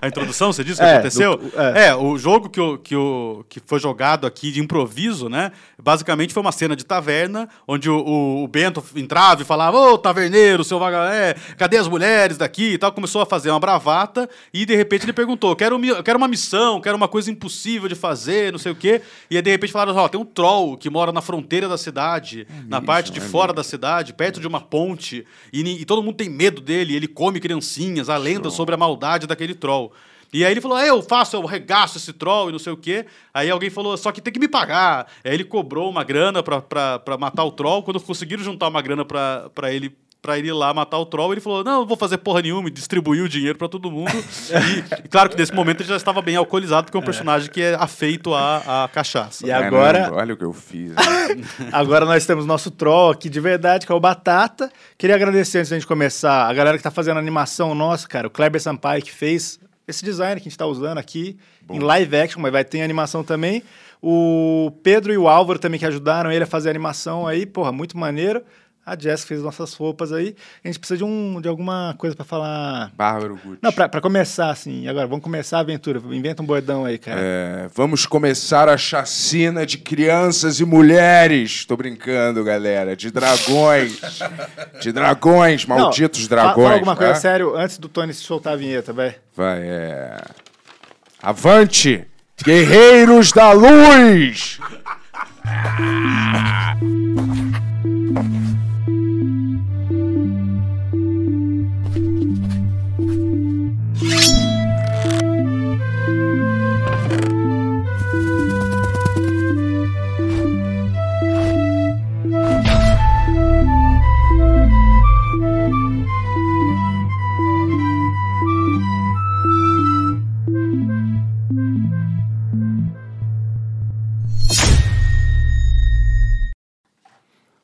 [SPEAKER 6] A introdução, você disse que
[SPEAKER 3] É,
[SPEAKER 6] aconteceu?
[SPEAKER 3] do-
[SPEAKER 6] é.
[SPEAKER 3] é.
[SPEAKER 6] o jogo que, o, que, o, que foi jogado aqui de improviso, né? Basicamente foi uma cena de taverna, onde o, o- o Bento entrava e falava, ô, taverneiro, seu vaga... É, cadê as mulheres daqui e tal? Começou a fazer uma bravata e, de repente, ele perguntou, quero, mi- quero uma missão, quero uma coisa impossível de fazer, não sei o quê. E aí, de repente, falaram, ó, tem um troll que mora na fronteira da cidade, na parte de fora da cidade, perto de uma ponte, e, ni- e todo mundo tem medo dele, ele come criancinhas, a lenda sobre a maldade daquele troll. E aí ele falou, "Ah, eu faço, eu regaço esse troll e não sei o quê. Aí alguém falou, só que tem que me pagar. Aí ele cobrou uma grana pra, pra, pra matar o troll. Quando conseguiram juntar uma grana pra, pra ele pra ele ir lá matar o troll, ele falou, não, não vou fazer porra nenhuma. E distribuiu o dinheiro pra todo mundo. e, e claro que nesse momento ele já estava bem alcoolizado, porque é um personagem que é afeito à, à cachaça.
[SPEAKER 3] E agora-
[SPEAKER 4] Caramba, É, olha o que eu fiz.
[SPEAKER 3] Agora nós temos nosso troll aqui de verdade, que é o Batata. Queria agradecer antes da gente começar a galera que tá fazendo a animação nossa, cara. O Kleber Sampaio que fez esse design que a gente tá usando aqui em live action, mas vai ter animação também. O Pedro e o Álvaro também que ajudaram ele a fazer a animação aí, porra, muito maneiro. A Jess fez nossas roupas aí. A gente precisa de, um, de alguma coisa pra falar.
[SPEAKER 4] Bárbaro Gucci.
[SPEAKER 3] Não, pra, pra começar, assim. Agora, vamos começar a aventura. Inventa um bordão aí, cara.
[SPEAKER 4] É, vamos começar a chacina de crianças e mulheres. Tô brincando, galera. De dragões. De dragões,
[SPEAKER 3] Não,
[SPEAKER 4] malditos
[SPEAKER 3] fa-
[SPEAKER 4] dragões.
[SPEAKER 3] Fala alguma coisa
[SPEAKER 4] tá?
[SPEAKER 3] sério antes do Tony soltar a vinheta, vai.
[SPEAKER 4] Vai, é. Avante! Guerreiros da luz!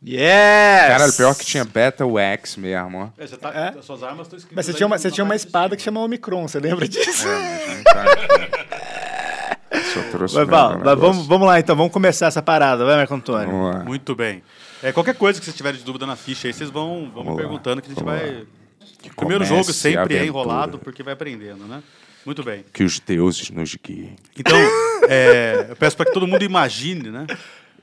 [SPEAKER 3] Yes!
[SPEAKER 4] Caralho, pior que tinha Beta Wax mesmo, ó.
[SPEAKER 6] É, já tá-
[SPEAKER 3] É?
[SPEAKER 6] As suas armas estão escritas.
[SPEAKER 3] Mas você
[SPEAKER 6] aí
[SPEAKER 3] tinha uma,
[SPEAKER 6] na
[SPEAKER 3] você tinha uma
[SPEAKER 6] parte de
[SPEAKER 3] espada
[SPEAKER 6] cima.
[SPEAKER 3] que chamava Omicron, você lembra disso?
[SPEAKER 4] É, Só trouxe
[SPEAKER 3] Mas,
[SPEAKER 4] mesmo
[SPEAKER 3] Val,
[SPEAKER 4] o
[SPEAKER 3] mas vamos,
[SPEAKER 4] negócio.
[SPEAKER 3] vamos lá então, vamos começar essa parada, vai, Marco Antônio?
[SPEAKER 4] Vamos lá.
[SPEAKER 6] Muito bem. É, qualquer coisa que vocês tiverem de dúvida na ficha aí, vocês vão, vão me
[SPEAKER 4] Vamos lá,
[SPEAKER 6] perguntando que a gente
[SPEAKER 4] vamos
[SPEAKER 6] vai.
[SPEAKER 4] Que
[SPEAKER 6] O primeiro
[SPEAKER 4] comece
[SPEAKER 6] jogo
[SPEAKER 4] a
[SPEAKER 6] sempre é
[SPEAKER 4] aventura.
[SPEAKER 6] enrolado porque vai aprendendo, né? Muito bem.
[SPEAKER 4] Que os deuses nos guiem.
[SPEAKER 6] Então, é, eu peço para que todo mundo imagine, né?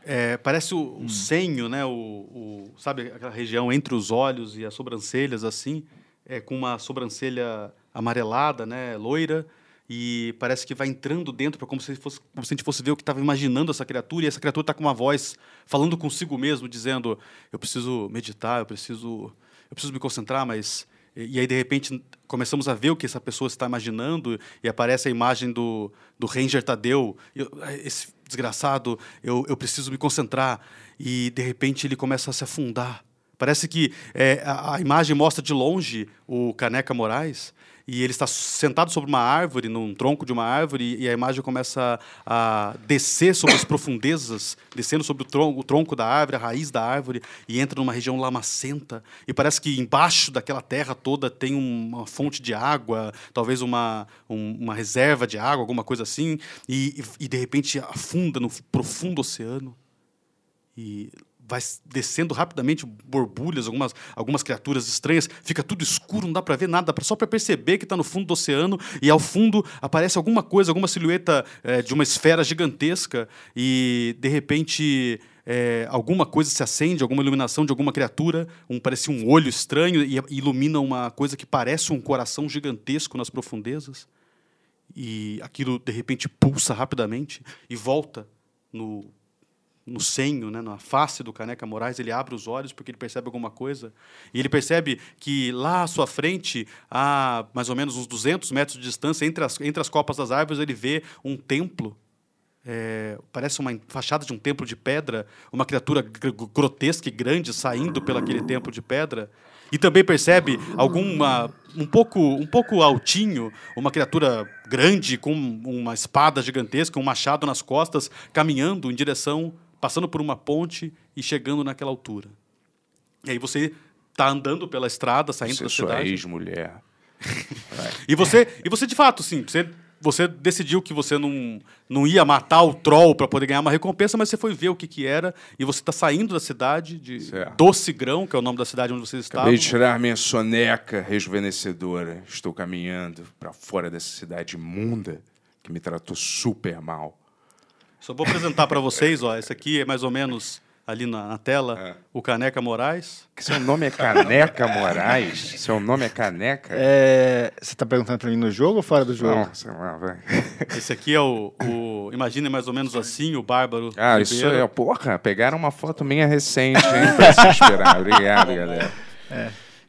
[SPEAKER 6] É, parece o, o senho, né? O, o- sabe aquela região entre os olhos e as sobrancelhas, assim, é, com uma sobrancelha amarelada, né? Loira. E parece que vai entrando dentro, pra como, se fosse, como se a gente fosse ver o que estava imaginando essa criatura. E essa criatura está com uma voz falando consigo mesmo, dizendo: Eu preciso meditar, eu preciso, eu preciso me concentrar, mas e e aí, de repente, começamos a ver o que essa pessoa está imaginando e aparece a imagem do, do Ranger Tadeu. Eu- esse desgraçado, eu, eu preciso me concentrar. E, de repente, ele começa a se afundar. Parece que é, a, a imagem mostra de longe o Caneca Moraes e ele está sentado sobre uma árvore, num tronco de uma árvore, e a imagem começa a descer sobre as profundezas, descendo sobre o tronco, o tronco da árvore, a raiz da árvore, e entra numa região lamacenta. E parece que embaixo daquela terra toda tem uma fonte de água, talvez uma, um- uma reserva de água, alguma coisa assim, e, e de repente afunda no profundo oceano e vai s- descendo rapidamente borbulhas, algumas, algumas criaturas estranhas, fica tudo escuro, não dá pra ver nada, dá pra- só pra perceber que tá no fundo do oceano e ao fundo aparece alguma coisa, alguma silhueta eh, de uma esfera gigantesca e de repente eh, é, alguma coisa se acende, alguma iluminação de alguma criatura, um, parece um olho estranho e e ilumina uma coisa que parece um coração gigantesco nas profundezas. E aquilo, de repente, pulsa rapidamente e volta no, no senho, né, na face do Caneca Moraes. Ele abre os olhos porque ele percebe alguma coisa. E ele percebe que lá à sua frente, a mais ou menos uns 200 metros de distância, entre as, entre as copas das árvores, ele vê um templo é, parece uma en- fachada de um templo de pedra, uma criatura gr- gr- grotesca e grande saindo pelo aquele templo de pedra. E também percebe alguma um pouco um pouco altinho, uma criatura grande com uma espada gigantesca, um machado nas costas, caminhando em direção, passando por uma ponte e chegando naquela altura. E aí você tá andando pela estrada, saindo
[SPEAKER 4] Você é
[SPEAKER 6] da
[SPEAKER 4] sua
[SPEAKER 6] Tá cidade.
[SPEAKER 4] ex-mulher.
[SPEAKER 6] E você, e você de fato, sim, você, você decidiu que você não, não ia matar o troll para poder ganhar uma recompensa, mas você foi ver o que, que era e você está saindo da cidade de
[SPEAKER 4] Certo.
[SPEAKER 6] Doce Grão, que é o nome da cidade onde vocês estavam.
[SPEAKER 4] Acabei de tirar minha soneca rejuvenescedora. Estou caminhando para fora dessa cidade imunda que me tratou super mal.
[SPEAKER 6] Só vou apresentar para vocês, ó, esse aqui é mais ou menos ali na, na tela,
[SPEAKER 4] É.
[SPEAKER 6] o Caneca Moraes.
[SPEAKER 4] Que Seu nome é Caneca Moraes? Seu nome é Caneca?
[SPEAKER 3] É, você tá perguntando pra mim no jogo ou fora do jogo?
[SPEAKER 4] Não, sei lá, vai.
[SPEAKER 6] Esse aqui é o, o imagina mais ou menos assim, o Bárbaro
[SPEAKER 4] Ah,
[SPEAKER 6] Ribeiro.
[SPEAKER 4] isso é. Porra, pegaram uma foto minha recente, hein? Pra se esperar. Obrigado, galera.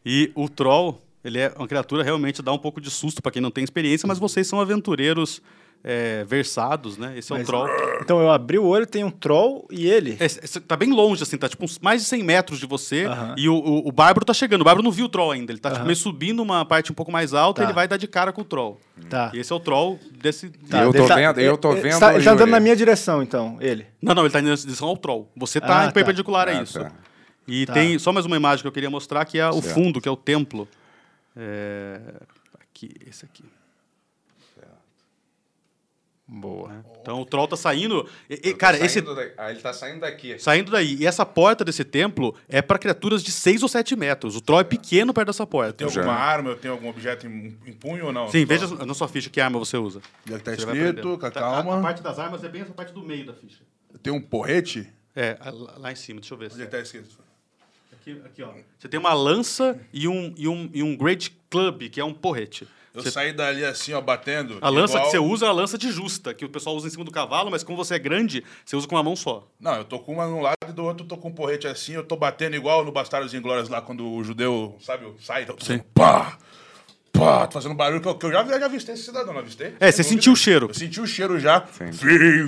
[SPEAKER 6] E o Troll, ele é uma criatura realmente dá um pouco de susto para quem não tem experiência, mas vocês são aventureiros é, versados, né? Esse é o
[SPEAKER 3] Mas-
[SPEAKER 6] Troll.
[SPEAKER 3] Então eu abri o olho, tem um troll e ele.
[SPEAKER 6] É, cê- cê tá bem longe, assim, tá tipo uns mais de 100 metros de você.
[SPEAKER 3] Aham.
[SPEAKER 6] E o, o, o Bárbaro tá chegando. O Bárbaro não viu o Troll ainda. Ele tá tipo,
[SPEAKER 3] Aham.
[SPEAKER 6] meio subindo uma parte um pouco mais
[SPEAKER 3] Tá.
[SPEAKER 6] alta e ele vai dar de cara com o Troll.
[SPEAKER 3] Tá.
[SPEAKER 6] E esse é o Troll desse.
[SPEAKER 3] Tá,
[SPEAKER 4] eu
[SPEAKER 3] ele
[SPEAKER 4] tô
[SPEAKER 3] tá-
[SPEAKER 4] vendo, eu tô
[SPEAKER 3] ele- ele
[SPEAKER 4] vendo,
[SPEAKER 3] Tá, ele tá andando
[SPEAKER 4] Yuri.
[SPEAKER 3] na minha direção, então, ele.
[SPEAKER 6] Não, não, ele tá indo em direção ao Troll. Você tá
[SPEAKER 3] Ah,
[SPEAKER 6] em
[SPEAKER 3] tá.
[SPEAKER 6] perpendicular a
[SPEAKER 4] Ah,
[SPEAKER 6] isso.
[SPEAKER 4] tá.
[SPEAKER 6] E
[SPEAKER 3] Tá.
[SPEAKER 6] tem só mais uma imagem que eu queria mostrar, que é o
[SPEAKER 4] Certo.
[SPEAKER 6] fundo, que é o templo. É... Aqui, esse aqui.
[SPEAKER 3] Boa.
[SPEAKER 6] né? Então o Troll tá saindo. E- e, cara, esse.
[SPEAKER 4] Ah, ele tá saindo daqui.
[SPEAKER 6] Saindo daí, e essa porta desse templo é para criaturas de 6 ou 7 metros. O Troll é pequeno perto dessa porta.
[SPEAKER 5] Tem
[SPEAKER 4] Já.
[SPEAKER 5] alguma arma, eu tenho algum objeto em, em punho ou não?
[SPEAKER 6] Sim, veja na sua ficha que arma você usa.
[SPEAKER 7] Já que tá
[SPEAKER 6] Você vai
[SPEAKER 7] escrito,
[SPEAKER 6] aprendendo.
[SPEAKER 7] com a
[SPEAKER 6] Tá,
[SPEAKER 7] calma.
[SPEAKER 6] A, a parte das armas é bem essa parte do meio da ficha.
[SPEAKER 7] Tem um porrete?
[SPEAKER 6] É, a- lá lá em cima, deixa eu ver.
[SPEAKER 7] Já
[SPEAKER 6] se-
[SPEAKER 7] tá escrito.
[SPEAKER 6] Aqui, aqui, ó. Você tem uma lança e um, e um, e um Great Club, que é um porrete.
[SPEAKER 7] Eu
[SPEAKER 6] Você-
[SPEAKER 7] saí dali assim, ó, batendo.
[SPEAKER 6] a lança
[SPEAKER 7] igual-
[SPEAKER 6] que você usa é a lança de justa, que o pessoal usa em cima do cavalo, mas como você é grande, você usa com uma mão só.
[SPEAKER 7] Não, eu tô com uma num lado e do outro eu tô com um porrete assim, eu tô batendo igual no Bastardos Inglórias lá, quando o judeu, sabe, sai, tô assim, pá, pá, tô fazendo barulho, que eu, que eu já, já avistei esse cidadão, não avistei?
[SPEAKER 6] É, você sentiu o cheiro.
[SPEAKER 7] Eu senti o cheiro já.
[SPEAKER 5] Fim,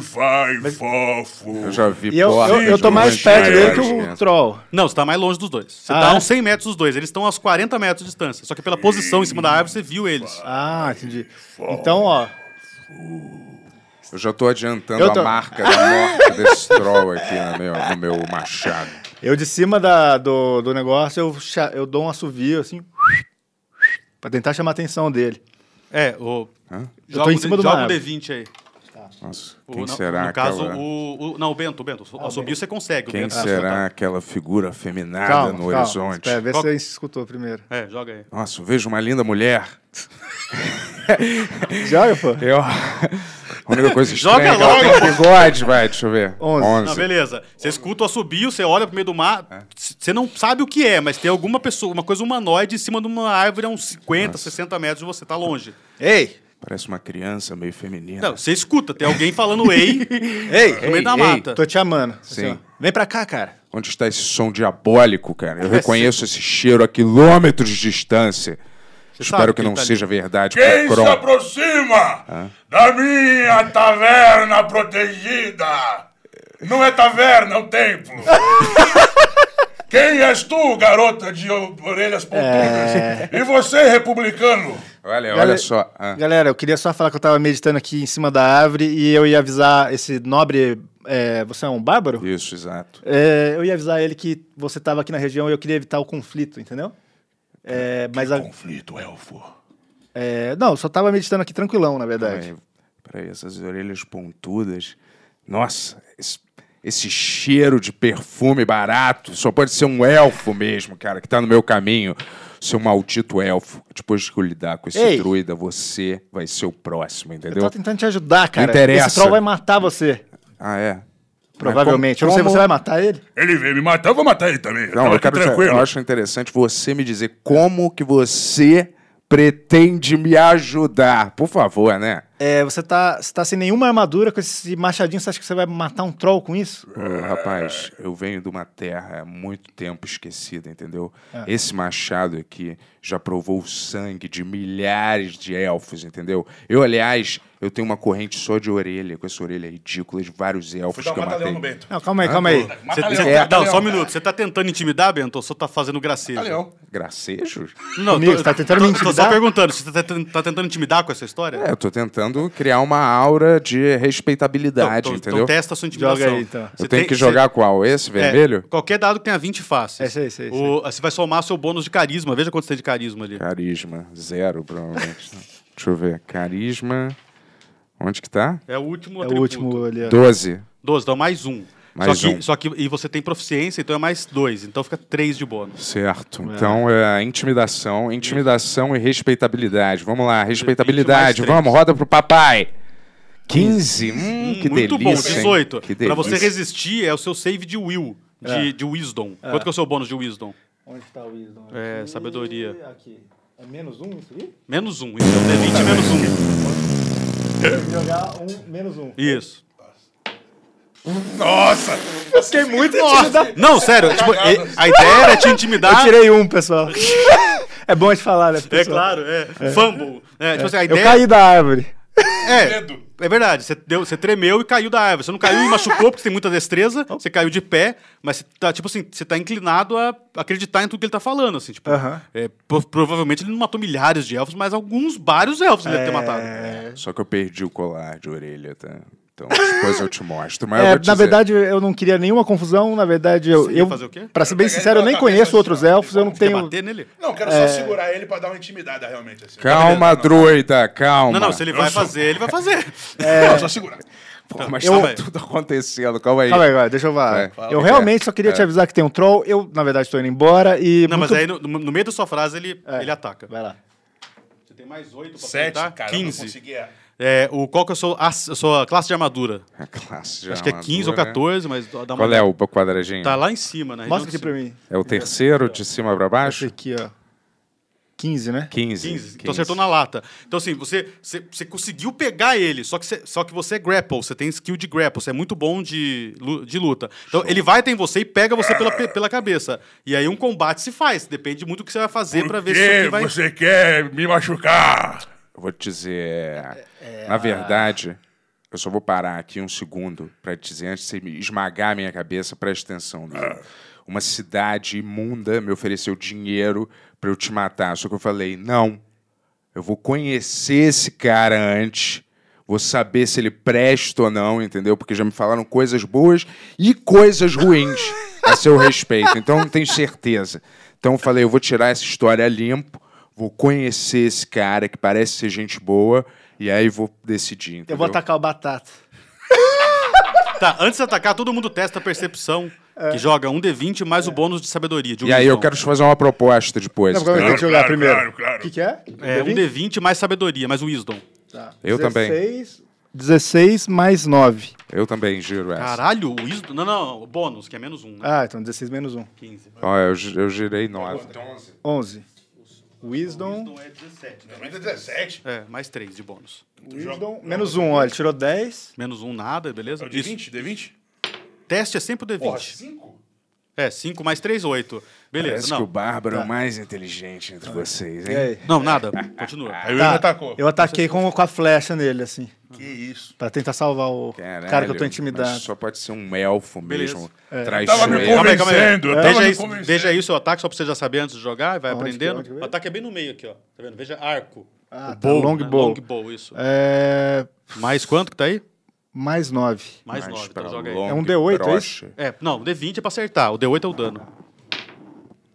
[SPEAKER 5] vai, fofo.
[SPEAKER 4] Eu já vi
[SPEAKER 3] E eu, eu, eu tô mais perto dele que o troll.
[SPEAKER 6] Não, você tá mais longe dos dois. Você
[SPEAKER 3] Ah,
[SPEAKER 6] tá a
[SPEAKER 3] é?
[SPEAKER 6] uns 100 metros dos dois. Eles estão a uns 40 metros de distância. Só que pela posição em cima da árvore, você viu eles.
[SPEAKER 3] Ah, entendi. Então, ó.
[SPEAKER 4] Eu já tô adiantando
[SPEAKER 3] Eu tô-
[SPEAKER 4] a marca da morte desse troll aqui no meu, no meu machado.
[SPEAKER 3] Eu de cima da- do, do negócio, eu, cha- eu dou um assovio, assim. Pra tentar chamar a atenção dele.
[SPEAKER 6] É, o.
[SPEAKER 4] Hã?
[SPEAKER 3] Eu tô em cima
[SPEAKER 6] um
[SPEAKER 3] do
[SPEAKER 6] D- joga um
[SPEAKER 3] mapa.
[SPEAKER 6] D20 aí.
[SPEAKER 4] Nossa,
[SPEAKER 6] O-
[SPEAKER 4] quem
[SPEAKER 6] na-
[SPEAKER 4] será
[SPEAKER 6] No caso,
[SPEAKER 4] aquela...
[SPEAKER 6] o, tá- o- Não, o Bento, o Bento.
[SPEAKER 3] Ah,
[SPEAKER 6] O assobio você consegue. o
[SPEAKER 4] Quem
[SPEAKER 6] Bento-
[SPEAKER 4] será aquela figura feminada
[SPEAKER 3] Calma,
[SPEAKER 4] no
[SPEAKER 3] calma.
[SPEAKER 4] horizonte?
[SPEAKER 3] Espera, vê
[SPEAKER 6] Qual-
[SPEAKER 3] se você escutou primeiro.
[SPEAKER 6] É, joga aí.
[SPEAKER 4] Nossa, eu vejo uma linda mulher.
[SPEAKER 3] Joga, pô.
[SPEAKER 4] Eu... A única coisa
[SPEAKER 6] Joga
[SPEAKER 4] estranha é que ela
[SPEAKER 6] logo!
[SPEAKER 4] tem bigode, vai, deixa eu ver.
[SPEAKER 3] Onze.
[SPEAKER 6] Não,
[SPEAKER 4] Onze.
[SPEAKER 6] beleza. Você escuta o assobio, você olha pro meio do mar.
[SPEAKER 4] É.
[SPEAKER 6] c- Você não sabe o que é, mas tem alguma pessoa, uma coisa humanoide em cima de uma árvore a uns 50, 60 metros de você, tá longe.
[SPEAKER 3] Ei!
[SPEAKER 4] Parece uma criança meio feminina.
[SPEAKER 6] Não, você escuta, tem alguém falando ei
[SPEAKER 3] Ei!
[SPEAKER 6] no meio da
[SPEAKER 4] É. ei.
[SPEAKER 6] mata.
[SPEAKER 3] Tô te amando.
[SPEAKER 4] Sim.
[SPEAKER 3] Assim, ó. Vem pra cá, cara.
[SPEAKER 4] Onde está esse som diabólico, cara? Eu reconheço esse cheiro a quilômetros de distância.
[SPEAKER 6] sabe
[SPEAKER 4] Espero
[SPEAKER 6] que
[SPEAKER 4] que não
[SPEAKER 6] tá ali.
[SPEAKER 4] seja verdade.
[SPEAKER 5] Quem
[SPEAKER 4] porque
[SPEAKER 5] se
[SPEAKER 4] Kron-
[SPEAKER 5] aproxima da minha taverna protegida? Não é taverna, é um templo. Quem és tu, garota de o- orelhas pontudas?
[SPEAKER 6] É.
[SPEAKER 5] E você, republicano?
[SPEAKER 4] Olha,
[SPEAKER 3] Galera-
[SPEAKER 4] olha só. Ah,
[SPEAKER 3] Galera, eu queria só falar que eu tava meditando aqui em cima da árvore e eu ia avisar esse nobre. é, você é um bárbaro?
[SPEAKER 4] Isso, exato.
[SPEAKER 3] É, eu ia avisar ele que você estava aqui na região e eu queria evitar o conflito, entendeu? É, mas a-
[SPEAKER 7] Conflito, elfo.
[SPEAKER 3] é, não, eu só tava meditando aqui tranquilão, na verdade.
[SPEAKER 4] Peraí, peraí, essas orelhas pontudas. Nossa, esse, esse cheiro de perfume barato só pode ser um elfo mesmo, cara, que tá no meu caminho. Seu maldito elfo. Depois de eu lidar com esse
[SPEAKER 3] Ei.
[SPEAKER 4] druida, você vai ser o próximo,
[SPEAKER 3] eu tô
[SPEAKER 4] entendeu?
[SPEAKER 3] tentando te ajudar, cara.
[SPEAKER 4] Não interessa.
[SPEAKER 3] Esse troll vai matar você.
[SPEAKER 4] Ah, é?
[SPEAKER 3] Provavelmente.
[SPEAKER 4] Mas
[SPEAKER 3] Eu não sei,
[SPEAKER 4] como-
[SPEAKER 3] você vai matar ele?
[SPEAKER 5] Ele veio me matar, eu vou matar ele também.
[SPEAKER 4] Não,
[SPEAKER 5] Tava
[SPEAKER 4] eu
[SPEAKER 5] aqui
[SPEAKER 4] quero dizer, eu acho interessante você me dizer como que você pretende me ajudar. Por favor, né?
[SPEAKER 3] É, você tá, você tá sem nenhuma armadura com esse machadinho, você acha que você vai matar um troll com isso?
[SPEAKER 4] Ô, É, rapaz, eu venho de uma terra há muito tempo esquecida, entendeu? Esse machado aqui já provou o sangue de milhares de elfos, entendeu? Eu, aliás, eu tenho uma corrente só de orelha, com essa orelha ridícula de vários
[SPEAKER 7] Fui
[SPEAKER 4] elfos
[SPEAKER 7] dar
[SPEAKER 4] que eu
[SPEAKER 7] um mata-leão
[SPEAKER 4] matei.
[SPEAKER 7] no Bento.
[SPEAKER 3] Não, calma aí, calma aí.
[SPEAKER 6] Cê-
[SPEAKER 7] Mata-leão,
[SPEAKER 6] cê-
[SPEAKER 7] mata-leão.
[SPEAKER 6] não, só um minuto. Você tá tentando intimidar, Bento? Ou só tá fazendo gracejo?
[SPEAKER 7] Mata-leão.
[SPEAKER 4] Gracejos?
[SPEAKER 6] Não,
[SPEAKER 3] Comigo, você tá tentando me
[SPEAKER 6] Tô só
[SPEAKER 3] intimidar?
[SPEAKER 6] perguntando, você tá, ten- tá tentando intimidar com essa história?
[SPEAKER 4] É, eu tô tentando criar uma aura de respeitabilidade,
[SPEAKER 6] então,
[SPEAKER 4] entendeu?
[SPEAKER 6] então testa a sua intimidação.
[SPEAKER 3] Joga aí, então.
[SPEAKER 4] eu tenho que jogar qual? Esse
[SPEAKER 6] É,
[SPEAKER 4] vermelho?
[SPEAKER 6] qualquer dado que tenha 20 faces.
[SPEAKER 3] É isso aí, isso aí, isso
[SPEAKER 6] O- Você vai somar seu bônus de carisma. Veja quanto você tem de
[SPEAKER 3] É.
[SPEAKER 6] carisma ali.
[SPEAKER 4] Carisma, zero, provavelmente. Deixa eu ver. Carisma. Onde que tá?
[SPEAKER 6] É o último
[SPEAKER 3] É o
[SPEAKER 6] atributo.
[SPEAKER 3] último ali, ó.
[SPEAKER 4] 12.
[SPEAKER 6] 12, então mais um.
[SPEAKER 4] Mais
[SPEAKER 6] só que,
[SPEAKER 4] um.
[SPEAKER 6] Só que, e você tem proficiência, então é mais dois. Então fica três de bônus.
[SPEAKER 4] Certo. Então é intimidação, intimidação e respeitabilidade. Vamos lá, respeitabilidade.
[SPEAKER 6] mais três.
[SPEAKER 4] Vamos, roda pro papai. 15. Hum, que delícia.
[SPEAKER 6] Muito bom,
[SPEAKER 4] hein?
[SPEAKER 6] 18.
[SPEAKER 4] Que
[SPEAKER 6] Pra você
[SPEAKER 4] delícia.
[SPEAKER 6] resistir, é o seu save de will, de, de wisdom. Quanto que é o seu bônus de wisdom?
[SPEAKER 3] Onde tá o Wisdom?
[SPEAKER 6] É, Aqui, sabedoria.
[SPEAKER 3] Aqui. É menos um isso aqui?
[SPEAKER 6] Menos um. Então é 20 menos um.
[SPEAKER 3] Jogar um, menos um.
[SPEAKER 6] Isso.
[SPEAKER 7] Nossa!
[SPEAKER 3] Fiquei muito intimidado.
[SPEAKER 6] Não, sério. tipo,
[SPEAKER 7] Cagada.
[SPEAKER 6] e- a ideia era te intimidar.
[SPEAKER 3] Eu tirei um, pessoal. é bom de falar, né, pessoal?
[SPEAKER 6] É claro, é. Fumble. É, tipo assim,
[SPEAKER 3] Eu
[SPEAKER 6] a ideia.
[SPEAKER 3] caí da árvore.
[SPEAKER 6] É, é verdade. Você, deu, você tremeu e caiu da árvore. Você não caiu e machucou porque você tem muita destreza. Você caiu de pé, mas você tá, tipo assim, você tá inclinado a acreditar em tudo que ele tá falando, assim. Tipo,
[SPEAKER 3] Aham.
[SPEAKER 6] é, pro- provavelmente ele não matou milhares de elfos, mas alguns, vários elfos
[SPEAKER 3] É.
[SPEAKER 6] ele deve ter matado.
[SPEAKER 4] Só que eu perdi o colar de orelha, tá? Então depois eu te mostro. Mas Ah, eu
[SPEAKER 3] É,
[SPEAKER 4] vou te
[SPEAKER 3] na
[SPEAKER 4] dizer.
[SPEAKER 3] verdade, eu não queria nenhuma confusão. Na verdade, eu.
[SPEAKER 6] Você ia
[SPEAKER 3] eu
[SPEAKER 6] fazer o quê?
[SPEAKER 3] Pra ser bem
[SPEAKER 7] Pegar ele
[SPEAKER 3] sincero, eu
[SPEAKER 7] pela
[SPEAKER 3] nem
[SPEAKER 7] cabeça,
[SPEAKER 3] conheço outros
[SPEAKER 7] tirar.
[SPEAKER 3] elfos, eu um- não
[SPEAKER 6] Quer
[SPEAKER 3] tenho.
[SPEAKER 6] bater nele?
[SPEAKER 7] Não, quero só segurar ele pra dar uma intimidada, realmente. Assim.
[SPEAKER 4] É. Calma, druida, calma.
[SPEAKER 6] Não, não, se ele vai fazer, ele vai fazer.
[SPEAKER 3] É
[SPEAKER 4] É.
[SPEAKER 7] Não, só segurar.
[SPEAKER 4] Pô, mas
[SPEAKER 6] Eu-
[SPEAKER 4] tava tudo acontecendo, calma aí.
[SPEAKER 3] Calma aí, agora, deixa eu falar.
[SPEAKER 4] Vai, fala
[SPEAKER 3] eu
[SPEAKER 4] o que
[SPEAKER 3] realmente
[SPEAKER 4] é.
[SPEAKER 3] só queria te avisar que tem um troll. Eu, na verdade, tô indo embora e.
[SPEAKER 6] Não, mas
[SPEAKER 3] muito- É.
[SPEAKER 6] aí no, no meio da sua frase ele, ele ataca.
[SPEAKER 3] Vai lá.
[SPEAKER 6] Você tem mais 8 pra
[SPEAKER 7] Sete,
[SPEAKER 6] acertar?
[SPEAKER 7] cara, eu não
[SPEAKER 6] 15.
[SPEAKER 7] consegui. é.
[SPEAKER 6] É, o, qual que é a sua, a sua classe de armadura?
[SPEAKER 4] A classe de
[SPEAKER 6] Acho que é 15 ou
[SPEAKER 4] armadura, né?
[SPEAKER 6] 14, mas dá uma
[SPEAKER 4] Qual é o quadradinho?
[SPEAKER 6] Tá lá em cima, né?
[SPEAKER 3] Mostra aqui
[SPEAKER 6] Então,
[SPEAKER 3] pra mim.
[SPEAKER 4] É o terceiro, de cima pra
[SPEAKER 3] Esse
[SPEAKER 4] baixo?
[SPEAKER 3] aqui, ó. 15, né?
[SPEAKER 4] 15.
[SPEAKER 6] 15. Então acertou na lata. Então, assim, você, você, você conseguiu pegar ele, só que, você, só que você é grapple, você tem skill de grapple, você é muito bom de, lu- de luta. Então, ele vai até em você e pega você pela, pe- pela cabeça. E aí um combate se faz. Depende muito do que você vai fazer pra
[SPEAKER 7] Por
[SPEAKER 6] ver se isso
[SPEAKER 7] que
[SPEAKER 6] aqui vai.
[SPEAKER 7] você quer me machucar?
[SPEAKER 4] Eu vou te dizer. na verdade, eu só vou parar aqui um segundo pra te dizer, antes de você me esmagar a minha cabeça, presta atenção. Dudu. Uma cidade imunda me ofereceu dinheiro pra eu te matar. Só que eu falei, não. Eu vou conhecer esse cara antes. Vou saber se ele presta ou não, entendeu? Porque já me falaram coisas boas e coisas ruins a seu respeito. Então não tenho certeza. Então eu falei, eu vou tirar essa história a limpo, vou conhecer esse cara que parece ser gente boa e aí vou decidir.
[SPEAKER 3] Eu vou
[SPEAKER 4] entendeu?
[SPEAKER 3] atacar o batata.
[SPEAKER 6] Tá, antes de atacar, todo mundo testa a percepção, que joga um D20 mais o bônus de sabedoria. de um
[SPEAKER 4] E aí eu
[SPEAKER 6] wisdom.
[SPEAKER 4] quero te fazer uma proposta depois. tá?
[SPEAKER 3] Não, calma aí,
[SPEAKER 4] entendeu?
[SPEAKER 3] tem que jogar
[SPEAKER 7] claro,
[SPEAKER 3] primeiro.
[SPEAKER 7] claro, claro.
[SPEAKER 3] O que, que é?
[SPEAKER 6] É, um D20 mais sabedoria, mais o wisdom.
[SPEAKER 3] Tá.
[SPEAKER 4] Eu também.
[SPEAKER 3] 16, 16 mais 9.
[SPEAKER 4] Eu também giro essa.
[SPEAKER 6] Caralho, o wisdom. Não, não, o bônus, que é menos um, né?
[SPEAKER 3] Ah, então 16 menos 1.
[SPEAKER 6] 15.
[SPEAKER 4] Ó, eu, gi- eu girei nove.
[SPEAKER 3] 11. Wisdom.
[SPEAKER 6] Então é 17. né?
[SPEAKER 7] Pelo menos é 17.
[SPEAKER 6] É, mais 3 de bônus.
[SPEAKER 3] Wisdom. Menos 1, olha. Tirou 10.
[SPEAKER 6] Menos um, nada, beleza?
[SPEAKER 7] É o de 20? De 20?
[SPEAKER 6] Teste é sempre o D20.
[SPEAKER 7] Porra, 5?
[SPEAKER 6] É, 5 mais 3, 8. Beleza,
[SPEAKER 4] Parece que o
[SPEAKER 6] não.
[SPEAKER 4] Bárbaro
[SPEAKER 3] Tá.
[SPEAKER 4] é o mais inteligente entre vocês,
[SPEAKER 3] E
[SPEAKER 4] hein?
[SPEAKER 3] aí?
[SPEAKER 6] Não, nada. Continua.
[SPEAKER 7] Aí o
[SPEAKER 4] Tá.
[SPEAKER 7] Igor atacou.
[SPEAKER 3] Tá. Eu ataquei com, com a flecha nele, assim.
[SPEAKER 7] Que isso.
[SPEAKER 3] Pra tentar salvar o
[SPEAKER 4] Caralho,
[SPEAKER 3] cara que eu tô
[SPEAKER 4] mas
[SPEAKER 3] intimidado.
[SPEAKER 4] Só pode ser um elfo
[SPEAKER 6] Beleza.
[SPEAKER 4] mesmo.
[SPEAKER 7] Tava me
[SPEAKER 4] Traiçoeiro.
[SPEAKER 6] Calma aí, calma aí.
[SPEAKER 7] convencendo. eu tava
[SPEAKER 6] Veja
[SPEAKER 7] me
[SPEAKER 6] isso-
[SPEAKER 7] convencendo.
[SPEAKER 6] Veja aí o seu ataque, só pra você já saber antes de jogar, vai
[SPEAKER 3] Onde que-
[SPEAKER 6] aprendendo.
[SPEAKER 3] onde que eu
[SPEAKER 6] o
[SPEAKER 3] vejo?
[SPEAKER 6] ataque é bem no meio aqui, ó. Tá vendo? Veja arco.
[SPEAKER 3] Ah,
[SPEAKER 6] O
[SPEAKER 3] tá, longbow.
[SPEAKER 6] Né? Longbow, isso.
[SPEAKER 3] É.
[SPEAKER 6] Mais quanto que tá aí?
[SPEAKER 3] Mais 9.
[SPEAKER 6] Mais 9, então joga aí.
[SPEAKER 3] É um D8, é
[SPEAKER 6] É, não, o D20 é pra acertar, o D8 é o dano.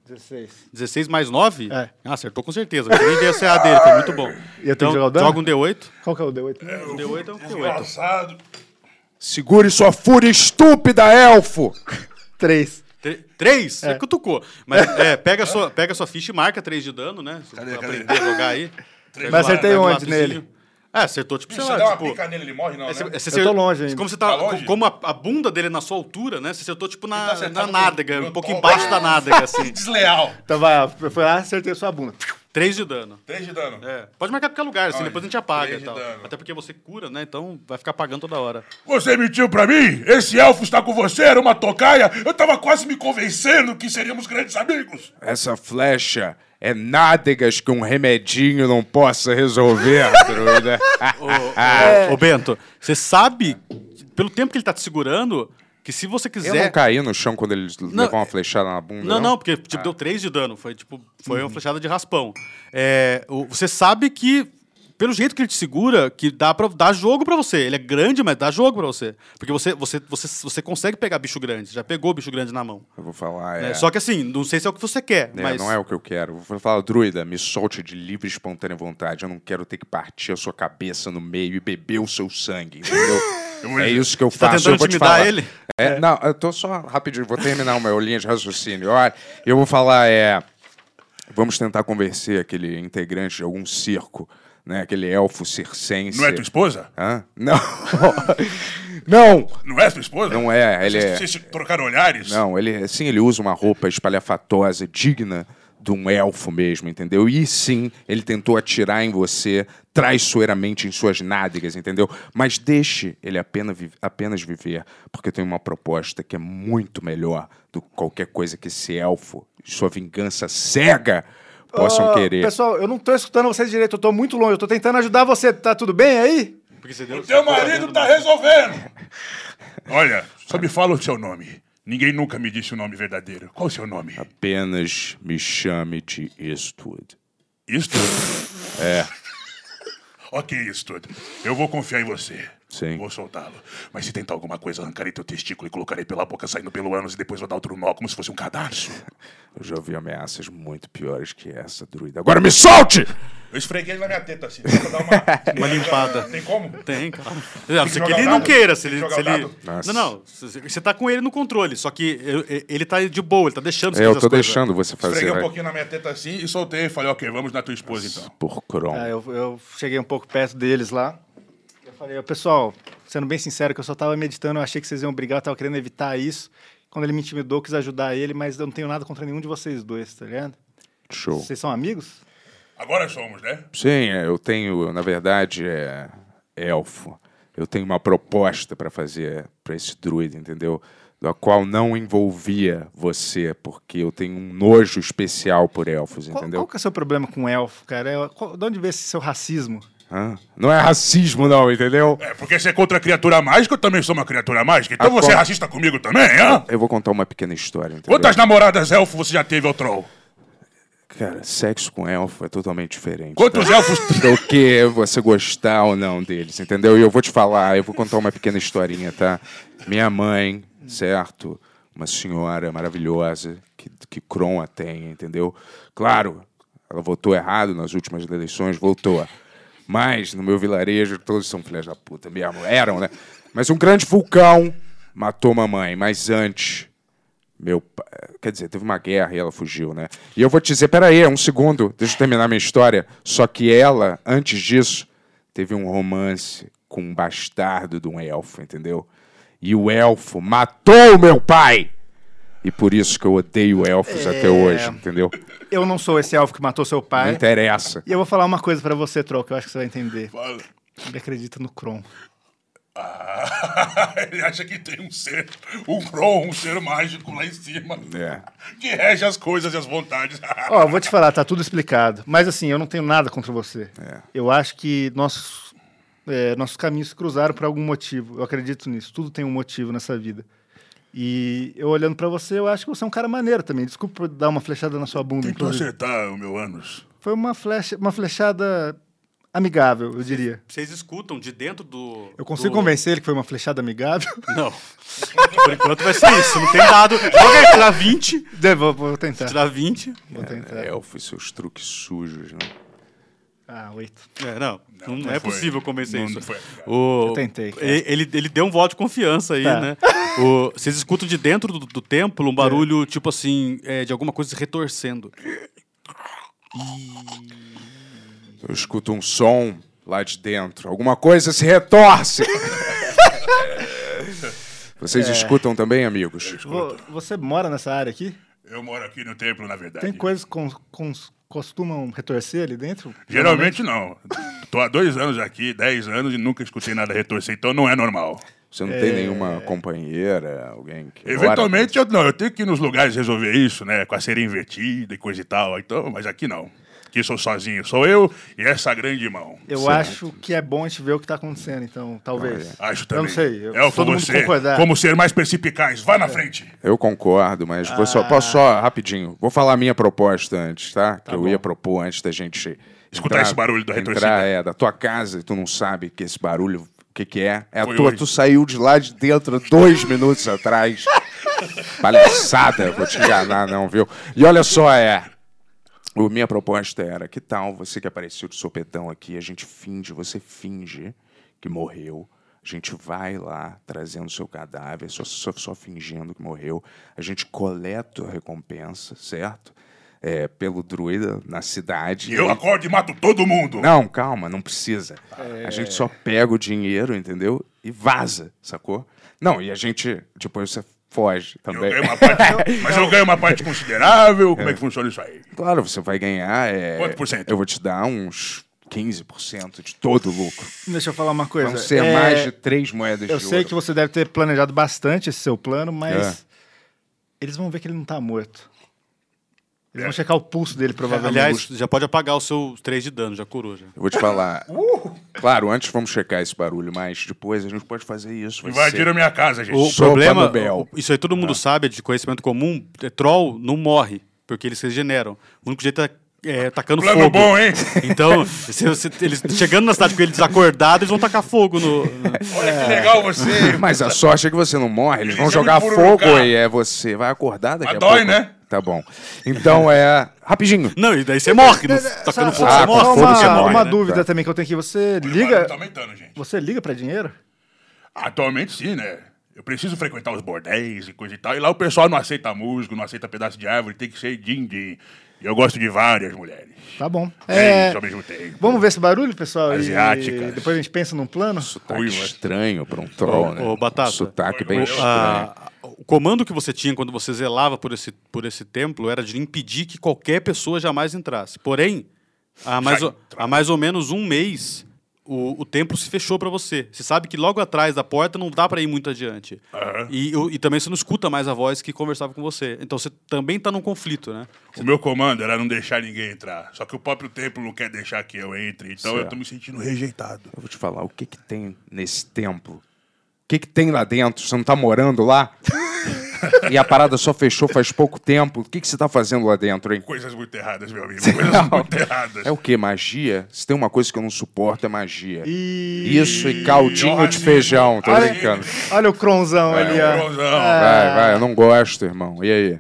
[SPEAKER 3] 16.
[SPEAKER 6] 16 mais 9?
[SPEAKER 3] É.
[SPEAKER 6] Ah, acertou com certeza. Eu nem vi a CA dele, foi muito bom.
[SPEAKER 3] E eu tenho que jogar o dano?
[SPEAKER 6] Joga um D8.
[SPEAKER 3] Qual que é o D8?
[SPEAKER 6] O D8 é um D8.
[SPEAKER 7] Desgraçado.
[SPEAKER 4] Segure sua fúria estúpida, elfo!
[SPEAKER 3] 3.
[SPEAKER 6] Tre- Três? Você cutucou. Mas é, pega, a sua, pega a sua ficha e marca três de dano, né? Pra
[SPEAKER 7] cadê?
[SPEAKER 6] aprender a jogar aí.
[SPEAKER 3] Mas acertei
[SPEAKER 6] Pega um
[SPEAKER 3] onde
[SPEAKER 6] lapisinho.
[SPEAKER 3] nele?
[SPEAKER 6] É, acertou, tipo,
[SPEAKER 7] Se
[SPEAKER 6] sei
[SPEAKER 7] você
[SPEAKER 6] lá,
[SPEAKER 7] der uma
[SPEAKER 6] tipo...
[SPEAKER 7] pica nele, ele morre, não,
[SPEAKER 6] é, cê-
[SPEAKER 7] né?
[SPEAKER 6] é, cê-
[SPEAKER 3] Eu
[SPEAKER 6] cê-
[SPEAKER 3] tô longe ainda.
[SPEAKER 6] Como, você tá,
[SPEAKER 7] Tá longe?
[SPEAKER 6] como a, a bunda dele é na sua altura, né? Você acertou, tipo,
[SPEAKER 7] Ele
[SPEAKER 6] na,
[SPEAKER 7] tá acertado
[SPEAKER 6] na
[SPEAKER 7] no-
[SPEAKER 6] nádega,
[SPEAKER 7] no
[SPEAKER 6] um pouco
[SPEAKER 7] topo.
[SPEAKER 6] embaixo da nádega, assim.
[SPEAKER 7] Desleal.
[SPEAKER 3] Então vai, foi lá, acertei sua bunda.
[SPEAKER 6] Três de dano.
[SPEAKER 7] Três de dano.
[SPEAKER 6] É. Pode marcar qualquer lugar, assim,
[SPEAKER 7] Olha,
[SPEAKER 6] depois a gente apaga
[SPEAKER 7] três
[SPEAKER 6] e
[SPEAKER 7] de
[SPEAKER 6] tal.
[SPEAKER 7] dano.
[SPEAKER 6] Até porque você cura, né? Então vai ficar pagando toda hora.
[SPEAKER 5] Você mentiu pra mim? Esse elfo está com você, era uma tocaia. Eu tava quase me convencendo que seríamos grandes amigos.
[SPEAKER 4] Essa flecha é nádegas que um remedinho não possa resolver, druida.
[SPEAKER 7] Ah,
[SPEAKER 3] ah.
[SPEAKER 6] Ô, Bento, você sabe, pelo tempo que ele tá te segurando, que se você
[SPEAKER 4] Eu
[SPEAKER 6] quiser...
[SPEAKER 4] não caí no chão quando ele levou uma flechada na bunda,
[SPEAKER 6] Não, não, porque tipo,
[SPEAKER 4] Ah.
[SPEAKER 6] deu 3 de dano. Foi tipo, foi
[SPEAKER 4] Uhum.
[SPEAKER 6] uma flechada de raspão. É, o- você sabe que, pelo jeito que ele te segura, que dá para dá jogo pra você. Ele é grande, mas dá jogo pra você. Porque você, você, você, você consegue pegar bicho grande. Já pegou bicho grande na mão.
[SPEAKER 4] Eu vou falar,
[SPEAKER 6] né?
[SPEAKER 4] é...
[SPEAKER 6] Só que assim, não sei se é o que você quer,
[SPEAKER 4] É,
[SPEAKER 6] mas.
[SPEAKER 4] Não é o que eu quero. Eu Vou falar, druida, me solte de livre e espontânea vontade. Eu não quero ter que partir a sua cabeça no meio e beber o seu sangue, entendeu? É isso que eu
[SPEAKER 6] tá
[SPEAKER 4] faço.
[SPEAKER 6] tentando
[SPEAKER 4] eu vou te
[SPEAKER 6] intimidar
[SPEAKER 4] falar.
[SPEAKER 6] ele?
[SPEAKER 4] É, Não, eu tô só rapidinho, vou terminar o meu linha de raciocínio. Olha, eu vou falar, é. Vamos tentar convencer aquele integrante de algum circo, né? Aquele elfo circense.
[SPEAKER 5] Não é tua esposa?
[SPEAKER 4] Hã? Não! não!
[SPEAKER 5] Não é tua esposa?
[SPEAKER 4] Não é, ele é.
[SPEAKER 5] Vocês, vocês trocaram olhares?
[SPEAKER 4] Não, ele sim, ele usa uma roupa espalhafatosa, digna de um elfo mesmo, entendeu? E sim, ele tentou atirar em você traiçoeiramente em suas nádegas, entendeu? Mas deixe ele apenas, vi- apenas viver, porque eu tenho uma proposta que é muito melhor do que qualquer coisa que esse elfo e sua vingança cega possam
[SPEAKER 3] Ô,
[SPEAKER 4] querer.
[SPEAKER 3] Pessoal, eu não tô escutando vocês direito, eu tô muito longe, eu tô tentando ajudar você, tá tudo bem aí?
[SPEAKER 6] Porque você deu...
[SPEAKER 5] Teu marido tá resolvendo. Olha, só me fala o seu nome. Ninguém nunca me disse o nome verdadeiro. Qual o seu nome?
[SPEAKER 4] Apenas me chame de Eastwood.
[SPEAKER 5] Isto? É. Ok, Eastwood. Eu vou confiar em você.
[SPEAKER 4] Sim.
[SPEAKER 5] Vou soltá-lo. Mas se tentar alguma coisa, arrancarei teu testículo e colocarei pela boca saindo pelo ânus e depois vou dar outro nó como se fosse um cadarço.
[SPEAKER 4] Eu já ouvi ameaças muito piores que essa, druida. Agora me solte!
[SPEAKER 7] Eu esfreguei ele na minha teta, assim, pra dar uma...
[SPEAKER 6] Uma limpada.
[SPEAKER 7] Tem como?
[SPEAKER 6] Tem, cara. Não, se
[SPEAKER 7] jogar
[SPEAKER 6] que ele
[SPEAKER 7] o
[SPEAKER 6] não
[SPEAKER 7] dado.
[SPEAKER 6] queira, se
[SPEAKER 7] Tem
[SPEAKER 6] ele.
[SPEAKER 7] que
[SPEAKER 6] Se
[SPEAKER 7] jogar o
[SPEAKER 6] ele...
[SPEAKER 4] dado.
[SPEAKER 6] Não, não. se- Você tá com ele no controle, só que eu- eu- ele tá de boa, ele tá deixando você
[SPEAKER 4] É, eu
[SPEAKER 6] fazer
[SPEAKER 4] tô
[SPEAKER 6] as coisas.
[SPEAKER 4] deixando você fazer.
[SPEAKER 7] Esfreguei um
[SPEAKER 4] né?
[SPEAKER 7] pouquinho na minha teta, assim, e soltei. Falei, ok, vamos na tua esposa, então.
[SPEAKER 4] Por Cron.
[SPEAKER 3] Ah, eu, eu cheguei um pouco perto deles lá. Eu falei, "Ô, pessoal, sendo bem sincero, que eu só tava meditando, eu achei que vocês iam brigar, eu tava querendo evitar isso. Quando ele me intimidou, eu quis ajudar ele, mas eu não tenho nada contra nenhum de vocês dois, tá ligado?
[SPEAKER 4] Show.
[SPEAKER 3] Vocês são amigos?
[SPEAKER 5] Agora somos, né?
[SPEAKER 4] Sim, é, eu tenho, na verdade, é elfo. Eu tenho uma proposta para fazer para esse druida, entendeu? Da qual não envolvia você, porque eu tenho um nojo especial por elfos,
[SPEAKER 3] Qual,
[SPEAKER 4] entendeu?
[SPEAKER 3] qual que é o seu problema com o elfo, cara? É, qual- de onde vem esse seu racismo?
[SPEAKER 4] Hã? Não é racismo, não, entendeu?
[SPEAKER 5] É, porque você é contra a criatura mágica, eu também sou uma criatura mágica. Então
[SPEAKER 4] Ah,
[SPEAKER 5] você é
[SPEAKER 4] como?
[SPEAKER 5] racista comigo também, hã?
[SPEAKER 3] É.
[SPEAKER 4] Eu vou contar uma pequena história, entendeu?
[SPEAKER 5] Quantas namoradas elfo você já teve, ô troll?
[SPEAKER 4] Cara, sexo com elfo é totalmente diferente.
[SPEAKER 5] Quantos
[SPEAKER 4] tá?
[SPEAKER 5] elfos...
[SPEAKER 4] do que você gostar ou não deles, entendeu? E eu vou te falar, eu vou contar uma pequena historinha, tá? Minha mãe, certo? Uma senhora maravilhosa que, que Kron a tem, entendeu? Claro, ela votou errado nas últimas eleições, votou. Mas no meu vilarejo todos são filhas da puta mesmo, eram, né? Mas um grande vulcão matou mamãe, mas antes meu pa- Quer dizer, teve uma guerra e ela fugiu, né? E eu vou te dizer, peraí, um segundo, deixa eu terminar minha história. Só que ela, antes disso, teve um romance com um bastardo de um elfo, entendeu? E o elfo matou o meu pai! E por isso que eu odeio elfos até hoje, entendeu?
[SPEAKER 3] Eu não sou esse elfo que matou seu
[SPEAKER 4] Não
[SPEAKER 3] pai.
[SPEAKER 4] interessa.
[SPEAKER 3] E eu vou falar uma coisa pra você, Troll, que eu acho que você vai entender.
[SPEAKER 5] Fala.
[SPEAKER 3] Ele acredita no Kron.
[SPEAKER 5] Ah, ele acha que tem um ser, um Kron, um ser mágico lá em cima.
[SPEAKER 4] É.
[SPEAKER 5] Que rege as coisas e as vontades.
[SPEAKER 3] Ó, vou te falar, tá tudo explicado. Mas assim, eu não tenho nada contra você. Eu acho que nossos, é, nossos caminhos se cruzaram por algum motivo. Eu acredito nisso. Tudo tem um motivo nessa vida. E eu olhando pra você, eu acho que você é um cara maneiro também. Desculpa por dar uma flechada na sua bunda,
[SPEAKER 5] Tentou
[SPEAKER 3] inclusive.
[SPEAKER 5] acertar o tá, meu ânus.
[SPEAKER 3] Foi uma, flecha, uma flechada amigável, eu diria.
[SPEAKER 6] Vocês escutam de dentro do.
[SPEAKER 3] Eu consigo
[SPEAKER 6] do-
[SPEAKER 3] convencer ele que foi uma flechada amigável?
[SPEAKER 6] Não. Por enquanto vai ser isso. Não tem dado. Joga aí, tirar 20.
[SPEAKER 3] Deve- vou, vou tentar.
[SPEAKER 6] Tirar 20.
[SPEAKER 3] Vou tentar.
[SPEAKER 4] Elfo e seus truques sujos, né?
[SPEAKER 3] Ah, oito.
[SPEAKER 6] É, não, não,
[SPEAKER 5] não
[SPEAKER 6] é
[SPEAKER 5] foi.
[SPEAKER 6] possível convencer
[SPEAKER 5] Não,
[SPEAKER 6] isso.
[SPEAKER 5] não foi.
[SPEAKER 6] O-
[SPEAKER 3] Eu tentei, cara.
[SPEAKER 6] e- Ele, ele deu um voto de confiança aí,
[SPEAKER 3] Tá. É.
[SPEAKER 6] né? O- vocês escutam de dentro do, do templo um barulho, tipo assim, é, de alguma coisa se retorcendo.
[SPEAKER 4] Eu escuto um som lá de dentro. Alguma coisa se retorce. Vocês escutam também, amigos?
[SPEAKER 3] Vo- Você mora nessa área aqui?
[SPEAKER 7] Eu moro aqui no templo, na verdade.
[SPEAKER 3] Tem coisas que cons- cons- costumam retorcer ali dentro?
[SPEAKER 7] Geralmente não. Tô há dois anos aqui, dez anos, e nunca escutei nada retorcer, então não é normal.
[SPEAKER 4] Você não tem nenhuma companheira, alguém
[SPEAKER 3] tá.
[SPEAKER 4] que. ora?
[SPEAKER 7] É. Eventualmente, eu, não, eu tenho que ir nos lugares resolver isso, né? Com a cera invertida e coisa e tal, então, mas aqui não. Aqui sou sozinho, sou eu e essa grande mão.
[SPEAKER 3] Eu acho que é bom a gente ver o que tá acontecendo, então, talvez.
[SPEAKER 7] Acho
[SPEAKER 3] Eu
[SPEAKER 7] também.
[SPEAKER 3] não sei. Eu,
[SPEAKER 7] Ah, é o
[SPEAKER 3] todo
[SPEAKER 7] como
[SPEAKER 3] mundo É.
[SPEAKER 7] ser,
[SPEAKER 3] concordar.
[SPEAKER 7] como ser mais perspicaz. Vá na frente.
[SPEAKER 4] Eu concordo, mas vou só, posso
[SPEAKER 7] Ah.
[SPEAKER 4] só rapidinho. Vou falar a minha proposta antes, tá? que eu ia propor antes da gente.
[SPEAKER 7] Escutar esse barulho da retorcida.
[SPEAKER 4] Entrar, é, da tua casa e tu não sabe que esse barulho, o que, que é. É a
[SPEAKER 7] Foi
[SPEAKER 4] tua,
[SPEAKER 7] hoje.
[SPEAKER 4] tu saiu de lá de dentro dois minutos atrás. Palhaçada, vou te enganar, não, viu? E olha só, é. O, minha proposta era: que tal você que apareceu de sopetão aqui, a gente finge, você finge que morreu. A gente vai lá trazendo seu cadáver, só, só, só fingindo que morreu. A gente coleta a recompensa, certo? É, pelo druida na cidade.
[SPEAKER 7] E eu acordo e mato todo mundo.
[SPEAKER 4] Não, calma, não precisa.
[SPEAKER 7] É.
[SPEAKER 4] A gente só pega o dinheiro, entendeu? E vaza, sacou? Não, e a gente. Depois você foge
[SPEAKER 7] Eu
[SPEAKER 4] também.
[SPEAKER 7] ganho uma parte, mas eu ganho uma parte considerável. Como é que funciona isso aí?
[SPEAKER 4] Claro, você vai ganhar. é,
[SPEAKER 7] Quanto por cento?
[SPEAKER 4] Eu vou te dar uns 15% de todo o lucro.
[SPEAKER 3] Deixa eu falar uma coisa.
[SPEAKER 4] Vão ser
[SPEAKER 3] É,
[SPEAKER 4] mais de três moedas
[SPEAKER 3] Eu
[SPEAKER 4] de
[SPEAKER 3] sei
[SPEAKER 4] ouro.
[SPEAKER 3] que você deve ter planejado bastante esse seu plano,
[SPEAKER 4] É.
[SPEAKER 3] mas eles vão ver que ele não tá morto. Eles
[SPEAKER 7] É.
[SPEAKER 3] vão checar o pulso dele, provavelmente.
[SPEAKER 6] Aliás, já pode apagar o seu 3 de dano, já curou já.
[SPEAKER 4] Eu vou te falar.
[SPEAKER 7] Uh!
[SPEAKER 4] Claro, antes vamos checar esse barulho, mas depois a gente pode fazer isso. vai ser-
[SPEAKER 7] Invadiram a minha casa, gente.
[SPEAKER 6] O
[SPEAKER 4] Sopa
[SPEAKER 6] problema,
[SPEAKER 4] no Bel.
[SPEAKER 6] o- isso aí todo mundo sabe, é de conhecimento comum, é, troll não morre, porque eles se regeneram. O único jeito é, é tacando
[SPEAKER 7] Plano
[SPEAKER 6] fogo.
[SPEAKER 7] bom, hein?
[SPEAKER 6] Então, se você- eles chegando na cidade com ele desacordado, eles vão tacar fogo no. no-
[SPEAKER 7] Olha que legal você.
[SPEAKER 4] Mas a sorte é que você não morre, eles
[SPEAKER 7] Eles
[SPEAKER 4] vão
[SPEAKER 7] vão
[SPEAKER 4] jogar
[SPEAKER 7] me
[SPEAKER 4] fogo
[SPEAKER 7] pururucar.
[SPEAKER 4] e é você. Vai acordar daqui
[SPEAKER 7] Mas
[SPEAKER 4] a
[SPEAKER 7] dói,
[SPEAKER 4] pouco.
[SPEAKER 7] né?
[SPEAKER 4] Tá bom. Então é. Rapidinho.
[SPEAKER 6] Não, e daí você morre, no,
[SPEAKER 7] tá
[SPEAKER 6] tacando fogo,
[SPEAKER 4] só-
[SPEAKER 6] você morre.
[SPEAKER 3] Só
[SPEAKER 4] Ah, fogo, você
[SPEAKER 3] uma,
[SPEAKER 4] morre,
[SPEAKER 3] uma
[SPEAKER 4] né?
[SPEAKER 3] dúvida
[SPEAKER 4] Tá.
[SPEAKER 3] também que eu tenho aqui. Você
[SPEAKER 7] O barulho
[SPEAKER 3] liga,
[SPEAKER 7] Tá aumentando, gente.
[SPEAKER 3] você liga pra dinheiro?
[SPEAKER 7] Atualmente sim, né? Eu preciso frequentar os bordéis e coisa e tal. E lá o pessoal não aceita músico, não aceita pedaço de árvore, tem que ser din-din. E eu gosto de várias mulheres.
[SPEAKER 3] Tá bom.
[SPEAKER 7] É...
[SPEAKER 3] É,
[SPEAKER 7] ao mesmo tempo.
[SPEAKER 3] vamos ver esse barulho, pessoal? E
[SPEAKER 7] Asiáticas.
[SPEAKER 3] depois a gente pensa num plano?
[SPEAKER 4] Sotaque
[SPEAKER 7] Ruiva.
[SPEAKER 4] Tá estranho pra um troll, né?
[SPEAKER 6] ô, Batata. ah,
[SPEAKER 4] Sotaque
[SPEAKER 7] Ô,
[SPEAKER 4] bem
[SPEAKER 7] ô,
[SPEAKER 4] estranho.
[SPEAKER 6] A- o comando que você tinha quando você zelava por esse, por esse templo era de impedir que qualquer pessoa jamais entrasse. Porém, há mais, o- há mais ou menos um mês, o, o templo se fechou para você. Você sabe que logo atrás da porta não dá para ir muito adiante. E, o- e também você não escuta mais a voz que conversava com você. Então você também tá num conflito, né?
[SPEAKER 7] O meu comando era não deixar ninguém entrar. Só que o próprio templo não quer deixar que eu entre. Então eu
[SPEAKER 4] Certo.
[SPEAKER 7] tô me sentindo rejeitado.
[SPEAKER 4] Eu vou te falar, o que que tem nesse templo? O que que tem lá dentro? Você não tá morando lá? e a parada só fechou faz pouco tempo. O que que você tá fazendo lá dentro, hein?
[SPEAKER 7] Coisas muito erradas, meu amigo. Coisas muito erradas.
[SPEAKER 4] É o que? Magia? Se tem uma coisa que eu não suporto, é magia.
[SPEAKER 3] E...
[SPEAKER 4] Isso e caldinho de feijão, tô
[SPEAKER 3] Olha-
[SPEAKER 4] brincando.
[SPEAKER 3] Olha o Cronzão
[SPEAKER 7] É,
[SPEAKER 3] ali, ó.
[SPEAKER 7] Bronzão.
[SPEAKER 4] Vai, vai, eu não gosto, irmão. E aí?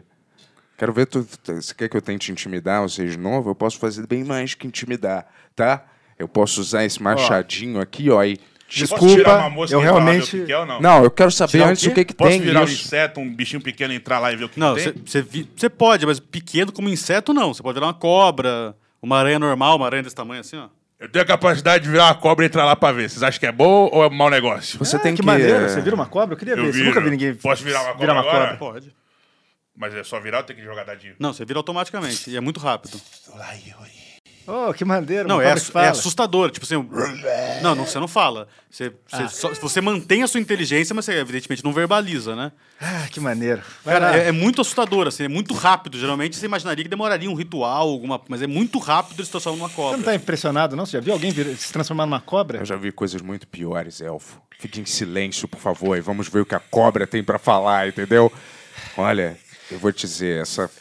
[SPEAKER 4] Quero ver tu. tu- Você quer que eu tente intimidar vocês de novo? Eu posso fazer bem mais que intimidar, tá? Eu posso usar esse machadinho aqui, ó. E...
[SPEAKER 7] Posso
[SPEAKER 3] Desculpa,
[SPEAKER 7] tirar uma mosca
[SPEAKER 3] eu
[SPEAKER 7] e ver lá ver o
[SPEAKER 3] realmente-
[SPEAKER 7] que que é ou não?
[SPEAKER 4] Não, eu quero saber
[SPEAKER 6] Tirar o
[SPEAKER 4] antes o
[SPEAKER 6] quê?
[SPEAKER 4] que, que
[SPEAKER 7] Posso
[SPEAKER 4] tem
[SPEAKER 7] virar um
[SPEAKER 4] isso.
[SPEAKER 7] inseto, um bichinho pequeno, entrar lá e ver o que
[SPEAKER 6] Não,
[SPEAKER 7] tem?
[SPEAKER 6] você pode, mas pequeno como inseto, não. Você pode virar uma cobra, uma aranha normal, uma aranha desse tamanho assim, ó.
[SPEAKER 7] Eu tenho a capacidade de virar uma cobra e entrar lá pra ver. Vocês acham que é bom ou é mau negócio?
[SPEAKER 4] Você tem
[SPEAKER 3] que,
[SPEAKER 4] que.
[SPEAKER 3] maneiro, você vira uma cobra? Eu queria
[SPEAKER 7] Eu
[SPEAKER 3] ver isso.
[SPEAKER 7] viro.
[SPEAKER 3] Nunca vi ninguém
[SPEAKER 7] Posso virar uma
[SPEAKER 3] virar
[SPEAKER 7] cobra
[SPEAKER 3] cobra.
[SPEAKER 7] agora?
[SPEAKER 6] Pode.
[SPEAKER 7] Mas é só virar ou tem que jogar dadinho?
[SPEAKER 6] Não, você vira automaticamente e é muito rápido.
[SPEAKER 3] Oh, que maneiro.
[SPEAKER 6] Não,
[SPEAKER 3] uma
[SPEAKER 6] é,
[SPEAKER 3] cobra
[SPEAKER 6] assu-
[SPEAKER 3] que fala.
[SPEAKER 6] é assustador. Tipo assim. um- Não, não, você não fala. Você, você,
[SPEAKER 3] Ah.
[SPEAKER 6] só- você mantém a sua inteligência, mas você, evidentemente, não verbaliza, né?
[SPEAKER 3] Ah, que maneiro. Vai
[SPEAKER 6] Cara,
[SPEAKER 3] lá.
[SPEAKER 6] é, é muito assustador, assim, é muito rápido. Geralmente você imaginaria que demoraria um ritual, alguma. Mas é muito rápido eles transformam numa
[SPEAKER 3] Você
[SPEAKER 6] cobra.
[SPEAKER 3] não tá impressionado, não? Você já viu alguém vir- se transformar numa cobra?
[SPEAKER 6] um
[SPEAKER 4] Eu já vi coisas muito piores, elfo. Fique em silêncio, por favor, e vamos ver o que a cobra tem pra falar, entendeu? Olha, eu vou te dizer, essa.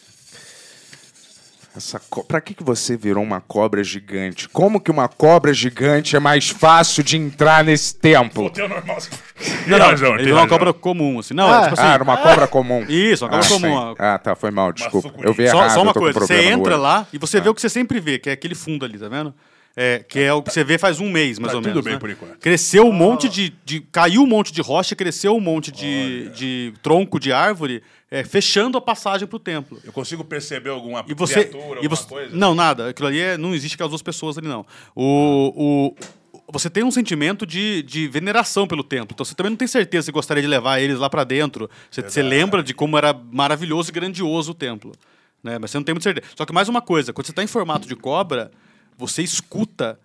[SPEAKER 4] Essa co... Pra que, que você virou uma cobra gigante? Como que uma cobra gigante é mais fácil de entrar nesse templo?
[SPEAKER 7] Voltei ao normal. Tem
[SPEAKER 3] tá
[SPEAKER 6] Não, não,
[SPEAKER 7] razão,
[SPEAKER 6] ele
[SPEAKER 7] tem
[SPEAKER 6] é uma
[SPEAKER 7] razão.
[SPEAKER 6] cobra comum, assim. Não, é tipo assim.
[SPEAKER 4] Ah, era uma cobra comum.
[SPEAKER 6] Isso, uma cobra
[SPEAKER 4] ah,
[SPEAKER 6] comum,
[SPEAKER 4] sim.
[SPEAKER 6] ó.
[SPEAKER 4] Ah, tá, foi mal, desculpa.
[SPEAKER 7] sucuri.
[SPEAKER 4] Eu vi
[SPEAKER 6] Só,
[SPEAKER 4] errado,
[SPEAKER 6] só uma
[SPEAKER 4] eu tô com
[SPEAKER 6] coisa, você
[SPEAKER 4] problema no
[SPEAKER 6] entra
[SPEAKER 4] olho.
[SPEAKER 6] lá e você vê o que você sempre vê, que é aquele fundo ali, tá vendo? É, que é o que você vê faz um mês, mais
[SPEAKER 7] Tá
[SPEAKER 6] ou
[SPEAKER 7] tudo
[SPEAKER 6] menos.
[SPEAKER 7] bem
[SPEAKER 6] né?
[SPEAKER 7] por enquanto.
[SPEAKER 6] Cresceu um monte de, de- Caiu um monte de rocha, cresceu um monte de, de tronco de árvore, é, fechando a passagem pro templo.
[SPEAKER 7] Eu consigo perceber alguma
[SPEAKER 6] E você.
[SPEAKER 7] criatura,
[SPEAKER 6] e
[SPEAKER 7] alguma
[SPEAKER 6] você
[SPEAKER 7] coisa?
[SPEAKER 6] Não, nada. Aquilo ali é- não existe aquelas duas pessoas ali, não. O, o, Você tem um sentimento de, de veneração pelo templo. Então você também não tem certeza se gostaria de levar eles lá pra dentro. Você, você lembra de como era maravilhoso e grandioso o templo. Né? Mas você não tem muita certeza. Só que mais uma coisa, quando você tá em formato de cobra, você escuta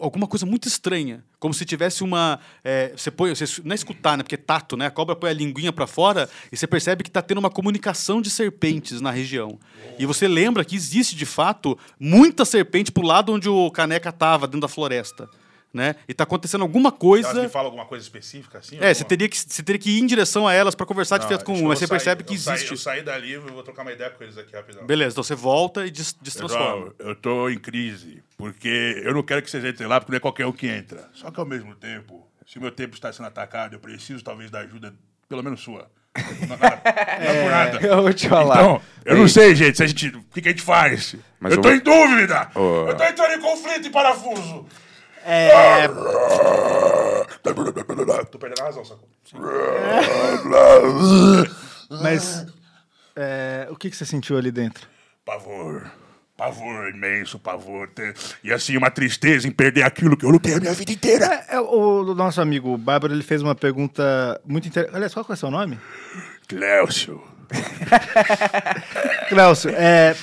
[SPEAKER 6] alguma coisa muito estranha. Como se tivesse uma. é, você põe. Você, não é escutar, né? Porque é tato, né? A cobra põe a linguinha pra fora e você percebe que tá tendo uma comunicação de serpentes na região. E você lembra que existe, de fato, muita serpente pro lado onde o caneca tava, dentro da floresta. Né? E tá acontecendo alguma
[SPEAKER 7] Elas me
[SPEAKER 6] coisa.
[SPEAKER 7] falam alguma coisa específica assim?
[SPEAKER 6] É,
[SPEAKER 7] alguma-
[SPEAKER 6] você teria, que, você teria que ir em direção a elas pra conversar de
[SPEAKER 7] Não,
[SPEAKER 6] fato com
[SPEAKER 7] acho
[SPEAKER 6] uma,
[SPEAKER 7] eu
[SPEAKER 6] mas você
[SPEAKER 7] saí-
[SPEAKER 6] percebi que
[SPEAKER 7] eu saí-
[SPEAKER 6] existe.
[SPEAKER 7] Eu saí dali, eu vou trocar uma ideia com eles aqui rapidão.
[SPEAKER 6] Beleza, então você volta e des- destransforma.
[SPEAKER 7] Pessoal, eu tô em crise, porque eu não quero que vocês entrem lá, porque não é qualquer um que entra. Só que ao mesmo tempo, se o meu tempo está sendo atacado, eu preciso talvez da ajuda, pelo menos sua. Não, não, não é por nada.
[SPEAKER 4] Eu vou te falar.
[SPEAKER 7] Então, eu não
[SPEAKER 4] Ei,
[SPEAKER 7] sei, gente, se a gente, o que, que a gente faz?
[SPEAKER 4] Mas
[SPEAKER 7] eu
[SPEAKER 4] eu
[SPEAKER 7] tô
[SPEAKER 4] vou-
[SPEAKER 7] em dúvida!
[SPEAKER 4] Ô.
[SPEAKER 7] Eu tô entrando em conflito e parafuso!
[SPEAKER 6] É,
[SPEAKER 7] Tô perdendo a razão, sacou?
[SPEAKER 3] Ah. Mas é, o que, que você sentiu ali dentro?
[SPEAKER 7] Pavor. Pavor, imenso pavor. Te- E assim, uma tristeza em perder aquilo que eu lutei a minha vida inteira.
[SPEAKER 3] É, é, o, o nosso amigo Bárbaro, ele fez uma pergunta muito interessante. Aliás, qual que é o seu nome?
[SPEAKER 7] Clécio.
[SPEAKER 3] Clécio, é,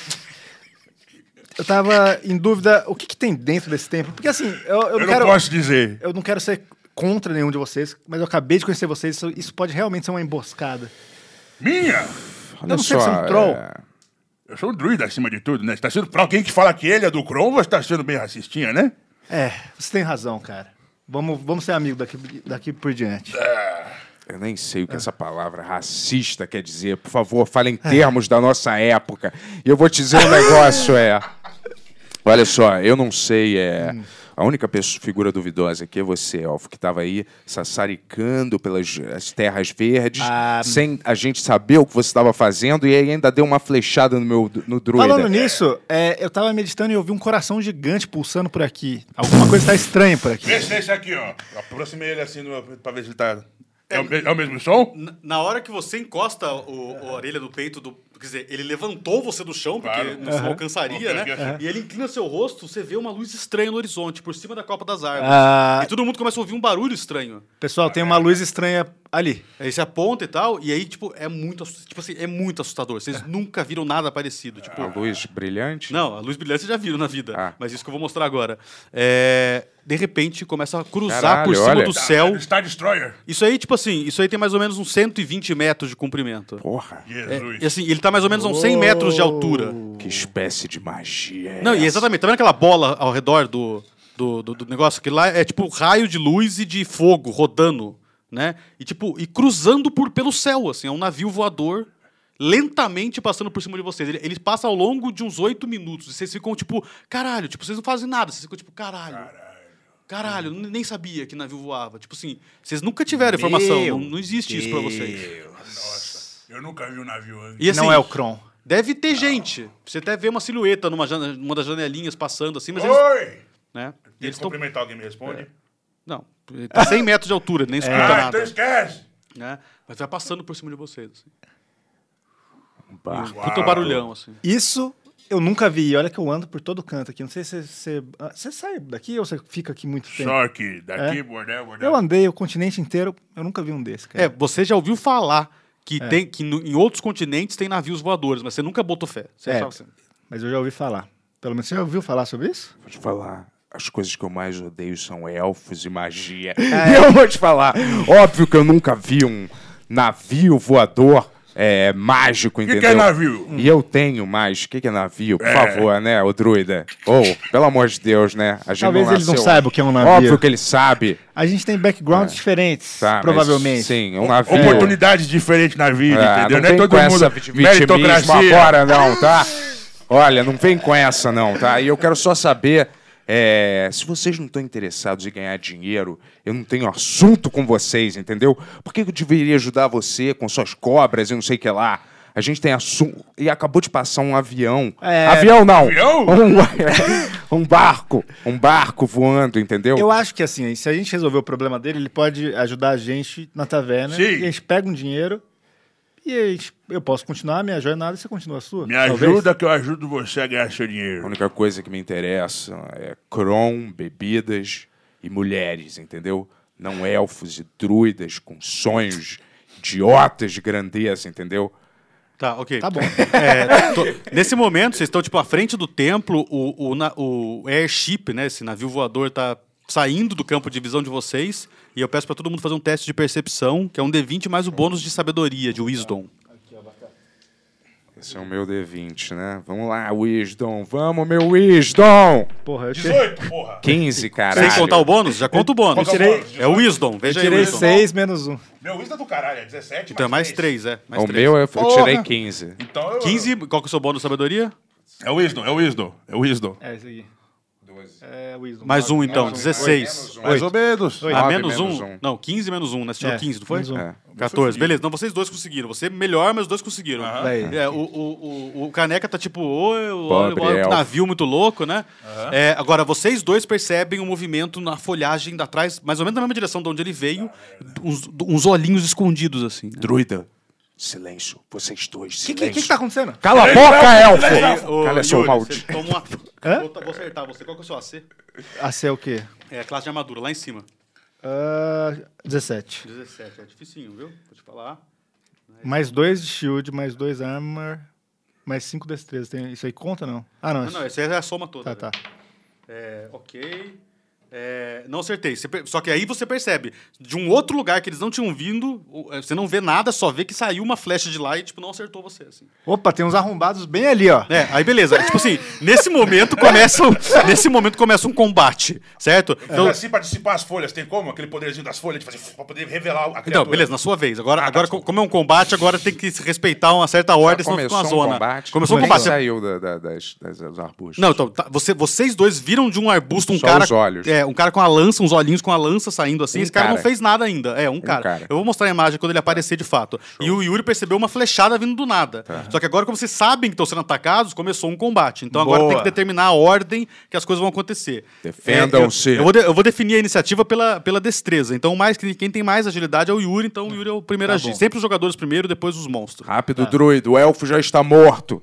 [SPEAKER 3] eu tava em dúvida o que, que tem dentro desse templo. Porque assim, eu, eu
[SPEAKER 7] Eu
[SPEAKER 3] não
[SPEAKER 7] não
[SPEAKER 3] quero.
[SPEAKER 7] posso dizer.
[SPEAKER 3] Eu não quero ser contra nenhum de vocês, mas eu acabei de conhecer vocês, isso, isso pode realmente ser uma emboscada.
[SPEAKER 7] Minha!
[SPEAKER 4] Olha
[SPEAKER 3] não sei se é um
[SPEAKER 4] é,
[SPEAKER 3] troll.
[SPEAKER 7] Eu sou um druida acima de tudo, né? Você tá sendo pra alguém que fala que ele é do Kron, você tá sendo bem racistinha, né?
[SPEAKER 3] É, você tem razão, cara. Vamos, vamos ser amigos daqui, daqui por diante.
[SPEAKER 6] É,
[SPEAKER 4] Eu nem sei o que essa palavra racista quer dizer. Por favor, fale em termos da nossa época. E eu vou te dizer um negócio, é. Olha só, eu não sei, é. A única pessoa, figura duvidosa aqui é você, Elfo, que estava aí sassaricando pelas as terras verdes, sem a gente saber o que você estava fazendo, e aí ainda deu uma flechada no meu no druida.
[SPEAKER 3] Falando nisso, é, eu tava meditando e eu vi um coração gigante pulsando por aqui. Alguma coisa tá estranha por aqui.
[SPEAKER 7] Esse, esse aqui, ó. Eu aproximei ele assim do meu, pra ver se ele tá. É o, me- é o mesmo som?
[SPEAKER 6] Na- Na hora que você encosta o, a orelha do peito do. Quer dizer, ele levantou você do chão, porque
[SPEAKER 7] Claro.
[SPEAKER 6] não se alcançaria, né?
[SPEAKER 7] Aham.
[SPEAKER 6] E ele inclina seu rosto, você vê uma luz estranha no horizonte, por cima da copa das árvores.
[SPEAKER 3] Ah.
[SPEAKER 6] E todo mundo começa a ouvir um barulho estranho.
[SPEAKER 3] Pessoal, tem uma luz estranha ali.
[SPEAKER 6] Aí você aponta e tal, e aí, tipo, é muito assustador. Tipo assim, é muito assustador. Vocês nunca viram nada parecido. Tipo,
[SPEAKER 4] A luz brilhante?
[SPEAKER 6] não, a luz brilhante vocês já viram na vida.
[SPEAKER 4] Ah.
[SPEAKER 6] Mas isso que eu vou mostrar agora. É, De repente, começa a cruzar por
[SPEAKER 4] Caralho,
[SPEAKER 6] cima
[SPEAKER 4] olha.
[SPEAKER 6] do céu.
[SPEAKER 7] Star Destroyer.
[SPEAKER 6] Isso aí, tipo assim, isso aí tem mais ou menos uns 120 metros de comprimento.
[SPEAKER 4] Porra,
[SPEAKER 7] Jesus.
[SPEAKER 6] E assim, ele tá mais ou menos a uns 100 metros de altura.
[SPEAKER 4] que espécie de magia é
[SPEAKER 6] Não, e
[SPEAKER 4] essa?
[SPEAKER 6] exatamente, tá vendo aquela bola ao redor do, do, do- do negócio? Que lá é tipo raio de luz e de fogo rodando, né? E tipo, e cruzando por, pelo céu, assim, é um navio voador lentamente passando por cima de vocês. Ele, ele passa ao longo de uns oito minutos. E vocês ficam tipo, caralho, tipo, vocês não fazem nada, vocês ficam tipo, caralho. Caralho. n- nem sabia que navio voava. Tipo assim, vocês nunca tiveram informação.
[SPEAKER 3] Meu
[SPEAKER 6] Não, não existe isso pra vocês.
[SPEAKER 7] Nossa. Eu nunca vi um navio antes.
[SPEAKER 6] E assim,
[SPEAKER 3] não é o Kron.
[SPEAKER 6] Deve ter gente. Você até vê uma silhueta numa, jan- numa das janelinhas passando assim, mas eles.
[SPEAKER 7] Oi!
[SPEAKER 6] Né? E
[SPEAKER 7] Eles
[SPEAKER 6] eles tão-
[SPEAKER 7] cumprimentar alguém me responde.
[SPEAKER 6] Não, ele tá 100 metros de altura, ele nem escuta
[SPEAKER 7] Ah, então
[SPEAKER 6] nada.
[SPEAKER 7] esquece!
[SPEAKER 6] Né? Mas vai passando por cima de vocês. Assim.
[SPEAKER 4] Bah.
[SPEAKER 6] Puta barulhão, assim.
[SPEAKER 3] Isso eu nunca vi. E olha que eu ando por todo canto aqui. Não sei se você. ah, Você sai daqui ou você fica aqui muito tempo?
[SPEAKER 7] Só que daqui,
[SPEAKER 3] É?
[SPEAKER 7] bordel, bordel.
[SPEAKER 3] Eu andei o continente inteiro, eu nunca vi um desse, cara.
[SPEAKER 6] É, você já ouviu falar que, tem, que no- em outros continentes tem navios voadores, mas você nunca botou fé. Você
[SPEAKER 3] É.
[SPEAKER 6] achava assim.
[SPEAKER 3] Mas eu já ouvi falar. Pelo menos você já ouviu falar sobre isso?
[SPEAKER 4] Vou te falar. As coisas que eu mais odeio são elfos e magia.
[SPEAKER 7] É.
[SPEAKER 4] E eu vou te falar. Óbvio que eu nunca vi um navio voador é, mágico,
[SPEAKER 7] que é
[SPEAKER 4] entendeu?
[SPEAKER 7] navio?
[SPEAKER 4] E eu tenho mais. O que, que é navio? Por favor, né, ô druida? Ou, pelo amor de Deus, né? A gente
[SPEAKER 3] Talvez eles não
[SPEAKER 4] nasceu-
[SPEAKER 3] saibam o que é um navio.
[SPEAKER 4] Óbvio que ele sabe.
[SPEAKER 3] A gente tem backgrounds diferentes,
[SPEAKER 4] Tá, mas
[SPEAKER 3] provavelmente.
[SPEAKER 4] sim, é um navio.
[SPEAKER 7] Oportunidades diferentes na vida,
[SPEAKER 4] Ah,
[SPEAKER 7] entendeu? é
[SPEAKER 4] Não vem com essa vit- vitimismo agora, não, tá? Olha, não vem com essa, não, tá? E eu quero só saber. é, se vocês não estão interessados em ganhar dinheiro, eu não tenho assunto com vocês, entendeu? Por que que eu deveria ajudar você com suas cobras e não sei o que lá? A gente tem assunto. E acabou de passar um avião.
[SPEAKER 3] É.
[SPEAKER 4] Avião não!
[SPEAKER 7] Avião?
[SPEAKER 4] Um, um barco. Um barco voando, entendeu?
[SPEAKER 3] Eu acho que assim, se a gente resolver o problema dele, ele pode ajudar a gente na taverna.
[SPEAKER 7] Sim.
[SPEAKER 3] E a gente pega um dinheiro e E eu posso continuar a minha jornada e você continua a sua.
[SPEAKER 7] Me
[SPEAKER 3] talvez.
[SPEAKER 7] ajuda que eu ajudo você a ganhar seu
[SPEAKER 4] A
[SPEAKER 7] dinheiro.
[SPEAKER 4] única coisa que me interessa é Kron, bebidas e mulheres, entendeu? Não elfos e druidas com sonhos idiotas de grandeza, entendeu?
[SPEAKER 6] Tá, ok.
[SPEAKER 3] Tá bom.
[SPEAKER 6] É, tô- nesse momento, vocês estão, tipo, à frente do templo, o, o, na- o airship, né? Esse navio voador tá saindo do campo de visão de vocês. E eu peço pra todo mundo fazer um teste de percepção, que é um D20 mais o bônus de sabedoria, de wisdom.
[SPEAKER 4] Esse é o meu D20, né? Vamos lá, Wisdom. Vamos, meu Wisdom!
[SPEAKER 3] Porra, eu tirei,
[SPEAKER 7] 18, porra!
[SPEAKER 4] 15, caralho.
[SPEAKER 6] Sem contar o bônus? Já conta o bônus.
[SPEAKER 7] Eu tirei-
[SPEAKER 6] É o wisdom, veja
[SPEAKER 3] eu
[SPEAKER 6] aí o
[SPEAKER 3] tirei
[SPEAKER 6] wisdom.
[SPEAKER 3] 6 menos 1. Um.
[SPEAKER 7] Meu Wiz é do caralho, é 17.
[SPEAKER 6] Então é mais
[SPEAKER 7] três.
[SPEAKER 6] 3, é. Mais
[SPEAKER 4] O
[SPEAKER 6] três.
[SPEAKER 4] meu, eu, eu tirei
[SPEAKER 3] Porra!
[SPEAKER 4] 15.
[SPEAKER 7] Então eu...
[SPEAKER 6] 15, qual que é o seu bônus de sabedoria?
[SPEAKER 7] É o Wisdom, é o Wisdom, é o Wisdom.
[SPEAKER 3] É, isso aqui.
[SPEAKER 4] 12.
[SPEAKER 3] É, Wisdom.
[SPEAKER 6] Mais um, então,
[SPEAKER 4] menos
[SPEAKER 6] 16.
[SPEAKER 4] um.
[SPEAKER 7] Mais ou menos.
[SPEAKER 6] Ah,
[SPEAKER 4] Nove
[SPEAKER 6] menos
[SPEAKER 4] menos
[SPEAKER 6] um?
[SPEAKER 4] um.
[SPEAKER 6] Não, 15 menos 1, né? Você tirou
[SPEAKER 3] É,
[SPEAKER 6] 15, não foi?
[SPEAKER 3] menos um.
[SPEAKER 4] É.
[SPEAKER 6] 14, beleza. Não, vocês dois conseguiram. Você melhor, mas os dois conseguiram.
[SPEAKER 3] Daí.
[SPEAKER 6] É, o, o, o, o Caneca tá tipo, ô, eu olho,
[SPEAKER 4] Pobre
[SPEAKER 6] olho que
[SPEAKER 4] elfo.
[SPEAKER 6] navio muito louco, né? É, agora, vocês dois percebem um movimento na folhagem da trás, mais ou menos na mesma direção de onde ele veio, uns, uns olhinhos escondidos, assim. né?
[SPEAKER 4] Druida. Silêncio. Vocês dois,
[SPEAKER 3] O que, que, que tá acontecendo?
[SPEAKER 4] Cala a boca, elfo! Cala seu
[SPEAKER 6] Yuri,
[SPEAKER 4] maldito.
[SPEAKER 6] você toma uma-
[SPEAKER 3] Hã?
[SPEAKER 6] Vou, vou acertar você. Qual que é o seu AC?
[SPEAKER 3] A C é o quê?
[SPEAKER 6] É, classe de armadura, lá em cima.
[SPEAKER 3] Ah, 17.
[SPEAKER 6] 17, é dificinho, viu? Vou te falar.
[SPEAKER 3] Mais 2 de shield, mais 2 armor, mais 5 destreza. Tem... Isso aí conta não? Ah, não.
[SPEAKER 6] Não, não, essa é a soma toda.
[SPEAKER 3] Tá,
[SPEAKER 6] né?
[SPEAKER 3] tá.
[SPEAKER 6] É, ok. É, não acertei. Você per- só que aí você percebe, de um outro lugar que eles não tinham vindo, o- é, você não vê nada, só vê que saiu uma flecha de lá e, tipo, não acertou você, assim.
[SPEAKER 3] Opa, tem uns arrombados bem ali, ó.
[SPEAKER 6] É, aí beleza. tipo assim, nesse momento começa, um- nesse momento começa um combate, certo?
[SPEAKER 7] Então,
[SPEAKER 6] Então,
[SPEAKER 7] assim, pra dissipar as folhas, tem como? Aquele poderzinho das folhas de fazer... Pra poder revelar a criatura.
[SPEAKER 6] então, beleza, na sua vez. Agora, agora co- como é um combate, agora tem que se respeitar uma certa ordem, senão fica uma zona.
[SPEAKER 4] combate.
[SPEAKER 6] Começou um
[SPEAKER 4] Quem
[SPEAKER 6] combate.
[SPEAKER 4] saiu da, da, das, das, dos arbustos.
[SPEAKER 6] Não, então, tá, você- vocês dois viram de um arbusto um
[SPEAKER 4] Só
[SPEAKER 6] cara.
[SPEAKER 4] os olhos.
[SPEAKER 6] É, um cara com a lança, uns olhinhos com a lança saindo assim.
[SPEAKER 4] Um
[SPEAKER 6] Esse cara, não
[SPEAKER 4] cara.
[SPEAKER 6] fez nada ainda. É, um, cara.
[SPEAKER 4] cara. Tá.
[SPEAKER 6] Eu vou mostrar a imagem quando ele aparecer de fato. E o Yuri percebeu uma flechada vindo do nada.
[SPEAKER 4] Tá.
[SPEAKER 6] Só que agora, como vocês sabem que estão sendo atacados, começou um combate. Então agora
[SPEAKER 7] Boa.
[SPEAKER 6] tem que determinar a ordem que as coisas vão acontecer.
[SPEAKER 4] Defendam-se.
[SPEAKER 6] É, eu- eu, vou de- eu vou definir a iniciativa pela, pela destreza. Então, mais que- quem tem mais agilidade é o Yuri, então o Yuri é o
[SPEAKER 4] Tá
[SPEAKER 6] primeiro a agir. Sempre os jogadores primeiro, depois os monstros.
[SPEAKER 3] Ah.
[SPEAKER 4] Rápido, druido. O elfo já está morto.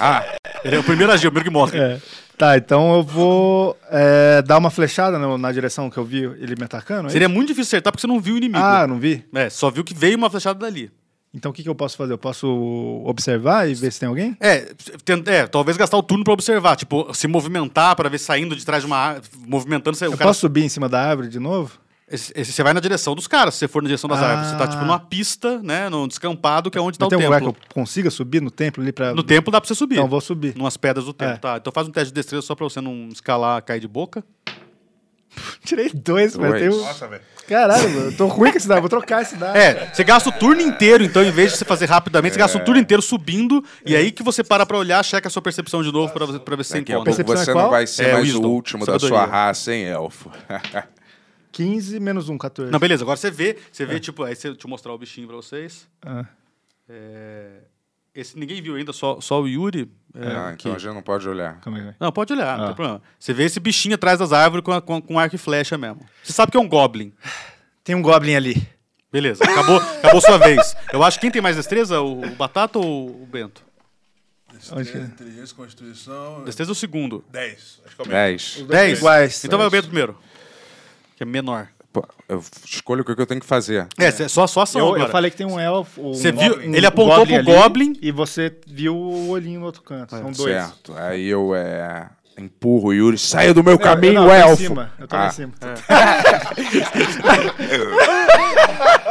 [SPEAKER 4] ah,
[SPEAKER 6] Ele é o primeiro a agir, o primeiro que morre.
[SPEAKER 3] É. Tá, então eu vou é, dar uma flechada no- na direção que eu vi ele me atacando. é
[SPEAKER 6] Seria muito difícil acertar porque você não viu o
[SPEAKER 3] isso?
[SPEAKER 6] inimigo.
[SPEAKER 3] Ah, não vi?
[SPEAKER 6] É, só viu que veio uma flechada dali.
[SPEAKER 3] Então o que, que eu posso fazer? Eu posso observar e ver se tem alguém?
[SPEAKER 6] É, ten- é, talvez gastar o turno pra observar, tipo, se movimentar pra ver saindo de trás de uma árvore, movimentando, você, o
[SPEAKER 3] Eu
[SPEAKER 6] cara,
[SPEAKER 3] posso subir em cima da árvore de novo?
[SPEAKER 6] esse- esse- você vai na direção dos caras, se você for na direção das
[SPEAKER 3] Ah.
[SPEAKER 6] árvores, você tá tipo numa pista, né, num descampado que é onde tá
[SPEAKER 3] Não
[SPEAKER 6] o
[SPEAKER 3] tem um lugar que
[SPEAKER 6] templo.
[SPEAKER 3] eu consiga subir no templo ali pra.
[SPEAKER 6] No templo dá pra você subir.
[SPEAKER 3] Então eu vou subir.
[SPEAKER 6] Numas pedras do templo,
[SPEAKER 3] É.
[SPEAKER 6] tá? Então faz um teste de destreza só pra você não escalar, cair de boca.
[SPEAKER 3] Tirei dois, mas
[SPEAKER 4] Dois.
[SPEAKER 3] tem um.
[SPEAKER 7] Nossa, velho.
[SPEAKER 3] Caralho, mano, eu tô ruim com esse dado, vou trocar esse dado.
[SPEAKER 6] É, você gasta o turno inteiro, então, em vez de você fazer rapidamente, você gasta o turno inteiro subindo, e aí que você para pra olhar, checa a sua percepção de novo pra, você- pra ver se você
[SPEAKER 4] daqui a
[SPEAKER 6] encontra.
[SPEAKER 4] pouco
[SPEAKER 3] Percepção é
[SPEAKER 4] você
[SPEAKER 3] qual?
[SPEAKER 4] não vai ser
[SPEAKER 6] É,
[SPEAKER 4] mais
[SPEAKER 6] wisdom.
[SPEAKER 4] o último da
[SPEAKER 6] Sabedoria.
[SPEAKER 4] sua raça, hein, elfo?
[SPEAKER 3] É, 15 menos um, 14.
[SPEAKER 6] Não, beleza, agora você vê, você vê, tipo, aí você, deixa eu mostrar o bichinho pra vocês.
[SPEAKER 3] Ah.
[SPEAKER 6] É, Esse ninguém viu ainda, só, só o Yuri. é,
[SPEAKER 4] ah,
[SPEAKER 6] aqui.
[SPEAKER 4] então a gente não pode olhar.
[SPEAKER 3] Calma aí, vai.
[SPEAKER 6] Não, pode olhar, não
[SPEAKER 3] Ah.
[SPEAKER 6] tem problema. Você vê esse bichinho atrás das árvores com, a- com, com arco e flecha mesmo. Você sabe que é um goblin.
[SPEAKER 3] Tem um Goblin ali.
[SPEAKER 6] Beleza, acabou, acabou sua vez. Eu acho que quem tem mais destreza, o, o Batata ou o Bento?
[SPEAKER 3] Onde que é?
[SPEAKER 7] Inteligência, Constituição...
[SPEAKER 6] Destreza é o segundo.
[SPEAKER 7] 10. Acho que é o mesmo.
[SPEAKER 4] 10.
[SPEAKER 6] Dez?
[SPEAKER 3] iguais.
[SPEAKER 6] Então vai o Bento primeiro. Que é menor.
[SPEAKER 4] Pô, eu escolho o que eu tenho que fazer.
[SPEAKER 6] É, cê- só, só ação
[SPEAKER 3] Eu,
[SPEAKER 6] agora.
[SPEAKER 3] eu falei que tem um elfo. um
[SPEAKER 6] Você viu?
[SPEAKER 3] goblin-
[SPEAKER 6] Ele
[SPEAKER 3] um
[SPEAKER 6] apontou pro
[SPEAKER 3] ali,
[SPEAKER 6] goblin. É,
[SPEAKER 3] E você viu o olhinho no outro canto. São Um, dois.
[SPEAKER 4] Certo. Aí eu é, empurro o Yuri. Saia do meu
[SPEAKER 3] Não, eu-
[SPEAKER 4] caminho,
[SPEAKER 3] não, eu tô em
[SPEAKER 4] elfo.
[SPEAKER 3] cima, Eu tô lá
[SPEAKER 4] Ah,
[SPEAKER 3] em cima.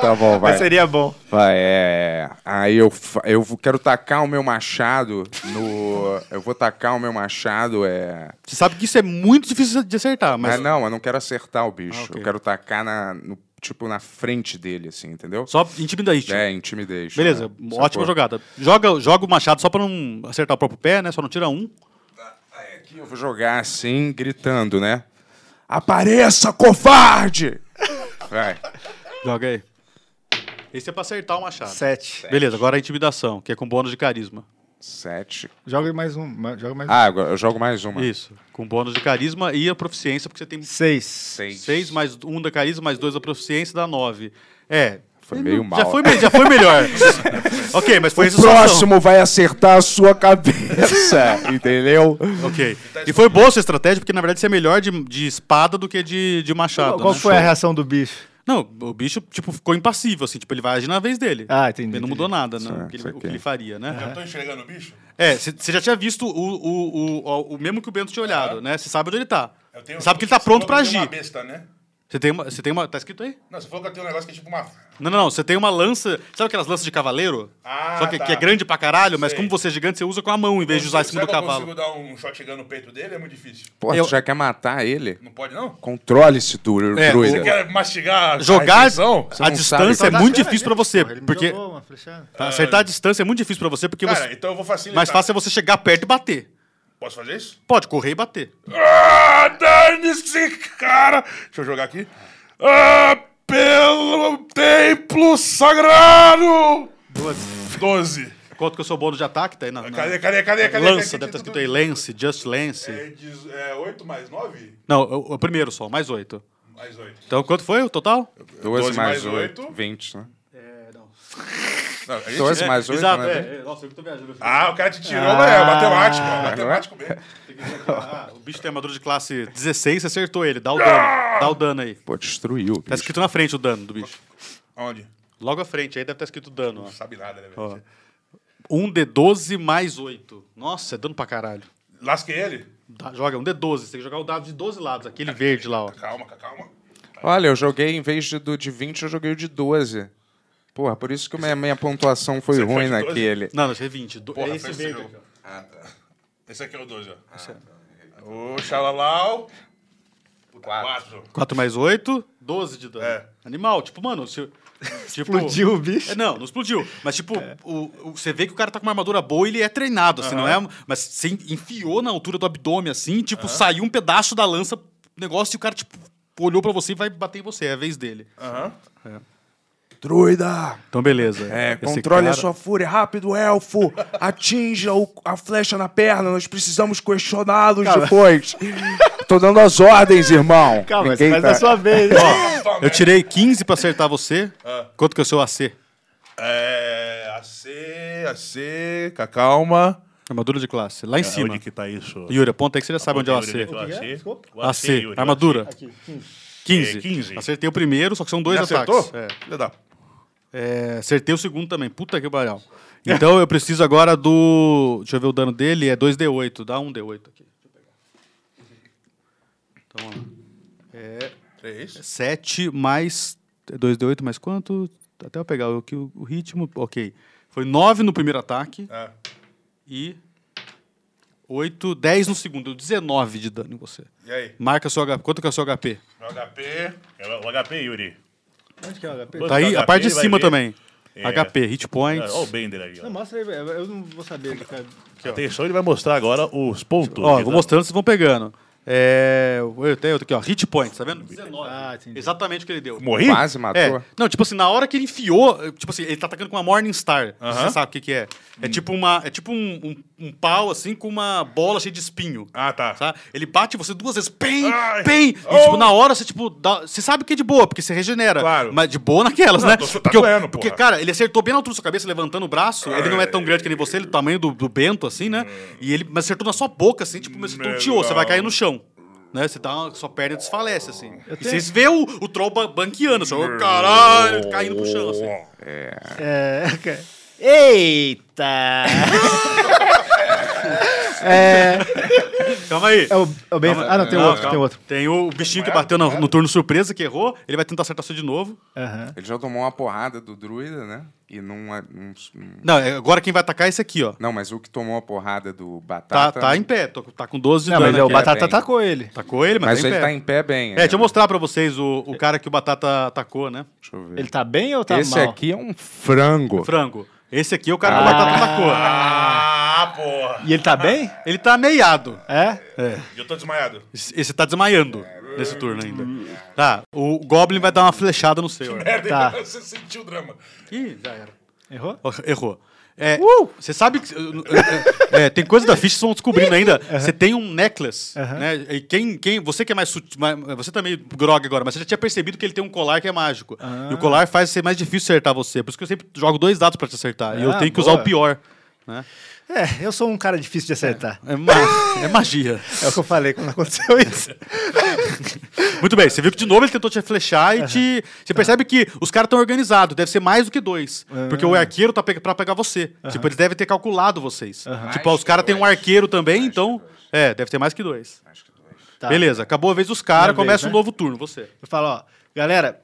[SPEAKER 4] Tá bom, vai.
[SPEAKER 3] Mas seria bom.
[SPEAKER 4] Vai, é. Aí eu, fa- eu vou- quero tacar o meu machado no. Eu vou tacar o meu machado, é.
[SPEAKER 6] Você sabe que isso é muito difícil de acertar, mas
[SPEAKER 4] Mas... Ah, não, eu não quero acertar o bicho.
[SPEAKER 6] Ah, ok.
[SPEAKER 4] Eu quero tacar na. no- tipo, na frente dele, assim, entendeu?
[SPEAKER 6] só intimidante.
[SPEAKER 4] É, intimidation.
[SPEAKER 6] Beleza,
[SPEAKER 4] né?
[SPEAKER 6] ótima
[SPEAKER 4] Sacou?
[SPEAKER 6] jogada. Joga, joga o machado só pra não acertar o próprio pé, né? Só não tira um.
[SPEAKER 4] É, Aqui eu vou jogar assim, gritando, né? Apareça, covarde! Vai.
[SPEAKER 6] Joga aí. Esse é pra acertar o machado.
[SPEAKER 3] Sete.
[SPEAKER 6] Beleza, agora a intimidação, que é com bônus de carisma.
[SPEAKER 4] Sete.
[SPEAKER 3] Joga mais um. ma- Joga mais um.
[SPEAKER 4] Ah, agora eu jogo mais uma.
[SPEAKER 6] Isso, com bônus de carisma e a proficiência, porque você tem
[SPEAKER 3] um. Seis.
[SPEAKER 4] Seis.
[SPEAKER 6] seis mais um da carisma, mais dois da proficiência, dá nove. É,
[SPEAKER 4] Foi meio mal.
[SPEAKER 6] Já foi, me- já foi melhor. ok, mas foi
[SPEAKER 4] o
[SPEAKER 6] essa a solução.
[SPEAKER 4] próximo vai acertar a sua cabeça, entendeu?
[SPEAKER 6] Ok. E foi boa essa estratégia, porque na verdade você é melhor de, de espada do que de, de machado.
[SPEAKER 3] Qual
[SPEAKER 6] né?
[SPEAKER 3] foi a reação do bicho?
[SPEAKER 6] Não, o bicho, tipo, ficou impassível, assim, tipo, ele vai agir na vez dele.
[SPEAKER 3] Ah, entendi,
[SPEAKER 6] Ele não
[SPEAKER 3] entendi.
[SPEAKER 6] mudou nada, né? o, que
[SPEAKER 4] isso
[SPEAKER 6] ele, o
[SPEAKER 4] aqui.
[SPEAKER 6] que ele faria, né?
[SPEAKER 7] Eu tô enxergando o bicho?
[SPEAKER 6] É, você já tinha visto o, o, o, o- o mesmo que o Bento tinha olhado, né? Você sabe onde ele tá.
[SPEAKER 7] É. Eu tenho-
[SPEAKER 6] sabe que ele tá
[SPEAKER 7] você
[SPEAKER 6] pronto
[SPEAKER 7] falou
[SPEAKER 6] pra
[SPEAKER 7] que eu tenho
[SPEAKER 6] agir.
[SPEAKER 7] uma besta, né?
[SPEAKER 6] Você tem uma. Você tem uma. Tá escrito aí?
[SPEAKER 7] Não, você falou que eu tenho um negócio que é tipo uma...
[SPEAKER 6] Não, não, não. Você tem uma lança. Sabe aquelas lanças de cavaleiro?
[SPEAKER 7] Ah,
[SPEAKER 6] Só que,
[SPEAKER 7] tá.
[SPEAKER 6] que é grande pra caralho, mas
[SPEAKER 7] Sei.
[SPEAKER 6] como você é gigante, você usa com a mão em vez de usar em
[SPEAKER 7] Será
[SPEAKER 6] cima do
[SPEAKER 7] que eu
[SPEAKER 6] cavalo.
[SPEAKER 7] consigo dar um shotgun no peito dele? É muito difícil.
[SPEAKER 4] Pô,
[SPEAKER 6] Eu-
[SPEAKER 4] tu já quer matar ele?
[SPEAKER 7] Não pode, não?
[SPEAKER 4] Controle-se, dru-
[SPEAKER 6] É,
[SPEAKER 4] druida.
[SPEAKER 7] Você quer mastigar a
[SPEAKER 6] Jogar
[SPEAKER 7] refeição?
[SPEAKER 6] a
[SPEAKER 4] não
[SPEAKER 6] distância é
[SPEAKER 4] sabe.
[SPEAKER 3] tá
[SPEAKER 6] muito difícil pra você. Porque
[SPEAKER 7] Ah,
[SPEAKER 6] acertar a distância é muito difícil pra você, porque
[SPEAKER 7] Cara,
[SPEAKER 6] você.
[SPEAKER 7] então eu vou facilitar.
[SPEAKER 6] Mais fácil é você chegar perto e bater.
[SPEAKER 7] Posso fazer isso?
[SPEAKER 6] Pode correr e bater.
[SPEAKER 7] Ah, dane-se, cara! Deixa eu jogar aqui. Ah, pelo templo sagrado! Doze. Doze.
[SPEAKER 6] Quanto que eu sou bônus de ataque, tá aí na, na-
[SPEAKER 7] Cadê, cadê, cadê, cadê?
[SPEAKER 6] Lança, deve estar escrito aí, lance, just lance.
[SPEAKER 7] É, diz- é 8 mais 9?
[SPEAKER 6] Não, o, o primeiro só, mais oito.
[SPEAKER 7] Mais 8.
[SPEAKER 6] Então, quanto foi o total?
[SPEAKER 4] 12,
[SPEAKER 7] doze mais
[SPEAKER 4] mais
[SPEAKER 7] oito.
[SPEAKER 4] 8, 20, né?
[SPEAKER 7] Não, a gente-
[SPEAKER 4] 12 mais 8,
[SPEAKER 6] Exato,
[SPEAKER 4] né?
[SPEAKER 6] é, é. Nossa, eu que tô viajando.
[SPEAKER 7] Ah, o cara te tirou, mas é matemático. ó, Matemático mesmo.
[SPEAKER 6] Ah, o bicho tem armadura de classe 16, você acertou ele. Dá o dano, dá o dano aí.
[SPEAKER 4] Pô, destruiu.
[SPEAKER 6] Tá escrito na frente o dano do bicho.
[SPEAKER 7] Onde?
[SPEAKER 6] Logo à frente, aí deve estar escrito dano, ó.
[SPEAKER 7] Sabe nada, né, velho?
[SPEAKER 6] Um D12 mais 8. Nossa, é dano pra caralho.
[SPEAKER 7] Lasquei ele.
[SPEAKER 6] Dá- joga um D12, você tem que jogar o dado de 12 lados, aquele verde lá, ó.
[SPEAKER 7] Calma, calma.
[SPEAKER 4] Olha, eu joguei, em vez de- do de 20, eu joguei o de 12. Porra, por isso que minha, minha pontuação foi
[SPEAKER 7] Você
[SPEAKER 4] ruim
[SPEAKER 7] fez 12?
[SPEAKER 4] naquele.
[SPEAKER 6] Não, não, isso é 20. do-
[SPEAKER 7] Porra,
[SPEAKER 6] é esse
[SPEAKER 7] foi
[SPEAKER 6] verde
[SPEAKER 7] seu.
[SPEAKER 6] aqui, ó.
[SPEAKER 7] Esse aqui é o 12, ó. Ô, xalalau. 4.
[SPEAKER 6] 4 mais 8, 12 de dano.
[SPEAKER 7] É.
[SPEAKER 6] Animal, tipo, mano, se, tipo,
[SPEAKER 3] Explodiu o bicho.
[SPEAKER 6] É, não, não explodiu. Mas, tipo, o, o- você vê que o cara tá com uma armadura boa e ele é treinado, assim, não é? Mas você enfiou na altura do abdômen, assim, tipo, saiu um pedaço da lança, negócio, e o cara, tipo, olhou pra você e vai bater em você. É a vez dele.
[SPEAKER 4] Druida!
[SPEAKER 6] Então, beleza.
[SPEAKER 4] É, controle a sua fúria, rápido, elfo! Atinja o- a flecha na perna, nós precisamos questioná-los depois! Tô dando as ordens, irmão!
[SPEAKER 3] Calma, mas
[SPEAKER 4] Ninguém
[SPEAKER 3] faz
[SPEAKER 4] tá-
[SPEAKER 3] da sua vez.
[SPEAKER 6] Eu tirei 15 pra acertar você. Quanto que é o seu AC?
[SPEAKER 7] É. AC, AC, com calma.
[SPEAKER 6] Armadura de classe.
[SPEAKER 4] É,
[SPEAKER 6] Lá em cima.
[SPEAKER 5] que tá isso?
[SPEAKER 6] Yuri, aponta aí que você já sabe onde é o AC. AC, armadura. 15.
[SPEAKER 5] É, 15.
[SPEAKER 6] Acertei o primeiro, só que são dois
[SPEAKER 7] Já
[SPEAKER 6] ataques.
[SPEAKER 7] acertou?
[SPEAKER 6] É.
[SPEAKER 7] Filha da-
[SPEAKER 6] É, acertei o segundo também. Puta que pariu. Então eu preciso agora do. Deixa eu ver o dano dele. É 2D8. Dá 1D8 aqui. Deixa eu pegar. Então, vamos lá.
[SPEAKER 5] É
[SPEAKER 7] Três.
[SPEAKER 6] 7 mais. é 2D8 mais quanto? Até eu pegar o, que o o ritmo. Ok. Foi 9 no primeiro ataque
[SPEAKER 7] É.
[SPEAKER 6] e. 8, 10 no segundo. Deu 19 de dano em você.
[SPEAKER 7] E aí?
[SPEAKER 6] Marca seu HP. Quanto que é o seu HP?
[SPEAKER 5] O HP. O HP, Yuri.
[SPEAKER 3] Onde que é o HP?
[SPEAKER 5] Quanto
[SPEAKER 6] Tá aí,
[SPEAKER 5] que é
[SPEAKER 6] a
[SPEAKER 5] o
[SPEAKER 6] parte de
[SPEAKER 5] HP? Vai
[SPEAKER 6] cima
[SPEAKER 5] ver.
[SPEAKER 6] também.
[SPEAKER 5] É. oh,
[SPEAKER 6] HP, hit points.
[SPEAKER 5] Olha o Bender aí.
[SPEAKER 3] Não, mostra aí, velho. eu não vou saber. cara.
[SPEAKER 5] Ó. Atenção, ele vai mostrar agora os pontos.
[SPEAKER 6] Ó,
[SPEAKER 5] de
[SPEAKER 6] vou
[SPEAKER 5] dano.
[SPEAKER 6] mostrando, vocês vão pegando. É. Eu tenho outro aqui, ó. Hit points, tá vendo? 19.
[SPEAKER 3] Ah, entendi.
[SPEAKER 6] Exatamente o que ele deu.
[SPEAKER 5] Morri?
[SPEAKER 4] Quase matou.
[SPEAKER 6] É. Não, tipo assim, na hora que ele enfiou, eh, tipo assim, ele tá atacando com uma Morning Star. Você sabe o que, que é?
[SPEAKER 7] Hum.
[SPEAKER 6] É tipo uma. É tipo um, um, um pau, assim, com uma bola cheia de espinho.
[SPEAKER 7] Ah, tá.
[SPEAKER 6] Sabe? Ele bate você duas vezes, pem,
[SPEAKER 7] Ai.
[SPEAKER 6] pem. E,
[SPEAKER 7] Oh.
[SPEAKER 6] tipo, na hora você, tipo, dá- você sabe que é de boa, porque você regenera.
[SPEAKER 7] Claro.
[SPEAKER 6] Mas de boa naquelas, né?
[SPEAKER 7] tô- tá
[SPEAKER 6] porque, eu-
[SPEAKER 7] doendo,
[SPEAKER 6] porque,
[SPEAKER 7] porra.
[SPEAKER 6] cara, ele acertou bem na altura da sua cabeça, levantando o braço. Ele não é tão grande que nem você, ele é do tamanho do, do Bento, assim, né? E ele mas acertou na sua boca, assim, tipo, mas
[SPEAKER 7] Meu
[SPEAKER 6] tonteou, você vai
[SPEAKER 7] Deus.
[SPEAKER 6] cair no chão. Né? Você dá uma, sua perna desfalece, assim. E
[SPEAKER 3] tenho-
[SPEAKER 6] vocês vê o, o troll ba- banqueando, assim, "Ô, caralho, caindo pro chão, assim.
[SPEAKER 3] É, cara. Eita! é,
[SPEAKER 6] Calma aí.
[SPEAKER 3] é o, é o Ben.
[SPEAKER 6] Calma,
[SPEAKER 3] Ah, não, tem
[SPEAKER 6] calma,
[SPEAKER 3] outro,
[SPEAKER 6] calma.
[SPEAKER 3] tem outro.
[SPEAKER 6] Tem o bichinho que bateu no, no turno surpresa, que errou. Ele vai tentar acertar você de novo.
[SPEAKER 3] Aham.
[SPEAKER 4] Ele já tomou uma porrada do druida, né? E não. é- não- não-
[SPEAKER 6] Não, é- agora quem vai atacar é esse aqui, ó.
[SPEAKER 3] Tá,
[SPEAKER 4] Não, mas o que tomou a porrada do
[SPEAKER 6] Tá,
[SPEAKER 4] Batata.
[SPEAKER 6] tá em pé, tô- tá com 12 de
[SPEAKER 3] Não,
[SPEAKER 6] dano.
[SPEAKER 3] mas é, o
[SPEAKER 6] aqui.
[SPEAKER 4] Bat-
[SPEAKER 3] Batata
[SPEAKER 4] bem.
[SPEAKER 3] atacou ele.
[SPEAKER 6] Atacou ele, mas,
[SPEAKER 4] Mas
[SPEAKER 6] tá em
[SPEAKER 4] ele
[SPEAKER 6] pé.
[SPEAKER 4] tá em pé bem.
[SPEAKER 6] É, deixa eu mostrar pra vocês o, o cara que o Batata atacou, né?
[SPEAKER 4] Deixa eu ver.
[SPEAKER 3] Ele tá bem ou tá
[SPEAKER 4] Esse
[SPEAKER 3] mal?
[SPEAKER 4] aqui é um frango.
[SPEAKER 6] Frango. Esse aqui é o cara que o Batata atacou.
[SPEAKER 7] Ah, porra.
[SPEAKER 3] Ah. E ele tá bem?
[SPEAKER 6] Ele tá meiado.
[SPEAKER 3] É?
[SPEAKER 7] E Eu tô desmaiado.
[SPEAKER 6] Esse esse tá desmaiando nesse turno ainda. Tá, o Goblin vai dar uma flechada no seu.
[SPEAKER 7] Merda,
[SPEAKER 3] Tá.
[SPEAKER 7] Você sentiu o drama.
[SPEAKER 6] Ih, já era.
[SPEAKER 3] Errou?
[SPEAKER 6] Ó, Errou. É,
[SPEAKER 3] Uh!
[SPEAKER 6] Você sabe que. é, tem coisas da ficha que vocês vão descobrindo ainda. Você tem um necklace, né? E quem, quem, você que é mais, sut- mais- Você tá meio grog agora, mas você já tinha percebido que ele tem um colar que é mágico.
[SPEAKER 3] Ah.
[SPEAKER 6] E o colar faz ser mais difícil acertar você. Por isso que eu sempre jogo dois dados pra te acertar. e eu
[SPEAKER 3] Ah,
[SPEAKER 6] tenho que
[SPEAKER 3] boa.
[SPEAKER 6] usar o pior. Né?
[SPEAKER 3] É, eu sou um cara difícil de acertar.
[SPEAKER 6] É, ma- é magia.
[SPEAKER 3] É o que eu falei quando aconteceu isso.
[SPEAKER 6] Muito bem, você viu que de novo ele tentou te flechar e te. Você percebe que os caras estão organizados, deve ser mais do que dois.
[SPEAKER 3] É.
[SPEAKER 6] Porque o arqueiro tá pe pra pegar você. Tipo, eles devem ter calculado vocês. Tipo, ó, os caras têm um arqueiro também, então. É, deve ter mais que dois.
[SPEAKER 3] Tá.
[SPEAKER 6] Beleza, acabou a vez dos caras,
[SPEAKER 3] Minha
[SPEAKER 6] começa
[SPEAKER 3] vez,
[SPEAKER 6] um
[SPEAKER 3] né?
[SPEAKER 6] novo turno, você.
[SPEAKER 3] Eu falo, ó, galera,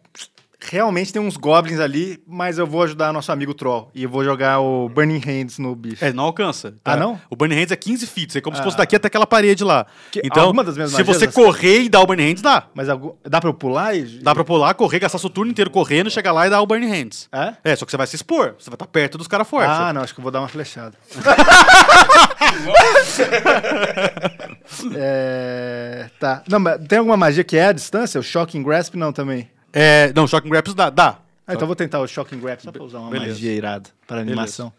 [SPEAKER 3] realmente tem uns goblins ali, mas eu vou ajudar nosso amigo Troll. E eu vou jogar o Burning Hands no bicho.
[SPEAKER 6] É, não alcança.
[SPEAKER 3] Ah, não? Ah.
[SPEAKER 6] O Burning Hands é 15 feet, é como se fosse daqui até aquela parede lá.
[SPEAKER 3] Que-
[SPEAKER 6] então,
[SPEAKER 3] alguma das minhas
[SPEAKER 6] se você
[SPEAKER 3] magias- é
[SPEAKER 6] correr e dar o Burning Hands, dá.
[SPEAKER 3] Mas algum- dá pra eu pular e.
[SPEAKER 6] Dá pra pular, correr, gastar seu turno inteiro correndo, chegar lá e dar o Burning Hands.
[SPEAKER 3] É?
[SPEAKER 6] É, só que você vai se expor, você vai estar perto dos caras fortes.
[SPEAKER 3] Ah, não, acho que eu vou dar uma flechada. é, tá. Não, mas tem alguma magia que é a distância? O Shocking Grasp não também.
[SPEAKER 6] É, não, Shocking Graps dá, dá.
[SPEAKER 3] Ah, então eu vou tentar o Shocking Grasp só pra usar uma
[SPEAKER 6] Beleza.
[SPEAKER 3] magia irada para animação.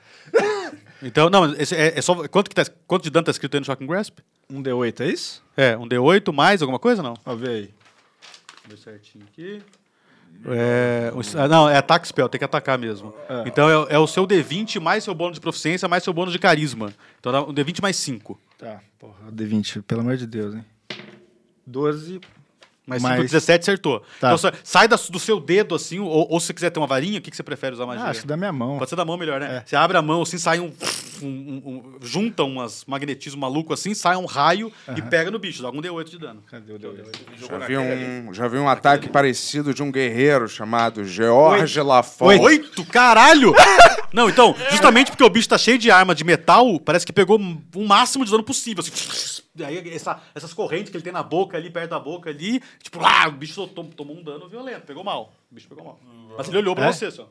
[SPEAKER 6] Então, não, esse é, é só. Quanto, que tá, quanto de dano tá escrito aí no Shocking Grasp?
[SPEAKER 3] Um D8, é isso?
[SPEAKER 6] É, um D8 mais alguma coisa não?
[SPEAKER 3] Ó, vê aí.
[SPEAKER 6] certinho aqui. não, é ataque spell, tem que atacar mesmo. Então é, é o seu D20 mais seu bônus de proficiência mais seu bônus de carisma. Então dá um D20 mais 5.
[SPEAKER 3] Tá, porra, D20, pelo amor de Deus, hein? 12.
[SPEAKER 6] Mais 5,
[SPEAKER 3] Mais-
[SPEAKER 6] 17 acertou.
[SPEAKER 3] Tá.
[SPEAKER 6] Então você sai da- do seu dedo assim, ou, ou se você quiser ter uma varinha, o que, que você prefere usar magia?
[SPEAKER 3] Ah, acho que da minha mão.
[SPEAKER 6] Pode ser da mão melhor, né? Você abre a mão assim, sai um. um- um- um- junta umas magnetismo maluco assim, sai um raio e pega no bicho, dá algum D8 de dano.
[SPEAKER 3] Cadê o D8?
[SPEAKER 4] Já vi um, já vi um ataque parecido de um guerreiro chamado George Lafon.
[SPEAKER 6] Oito. Caralho! Não, então, justamente porque o bicho tá cheio de arma de metal, parece que pegou o máximo de dano possível. Assim. Aí essa- essas correntes que ele tem na boca ali, perto da boca ali, tipo, ah, o bicho tom- tomou um dano violento, pegou mal. O bicho pegou mal. Mas ele olhou pra
[SPEAKER 3] É?
[SPEAKER 6] você, só.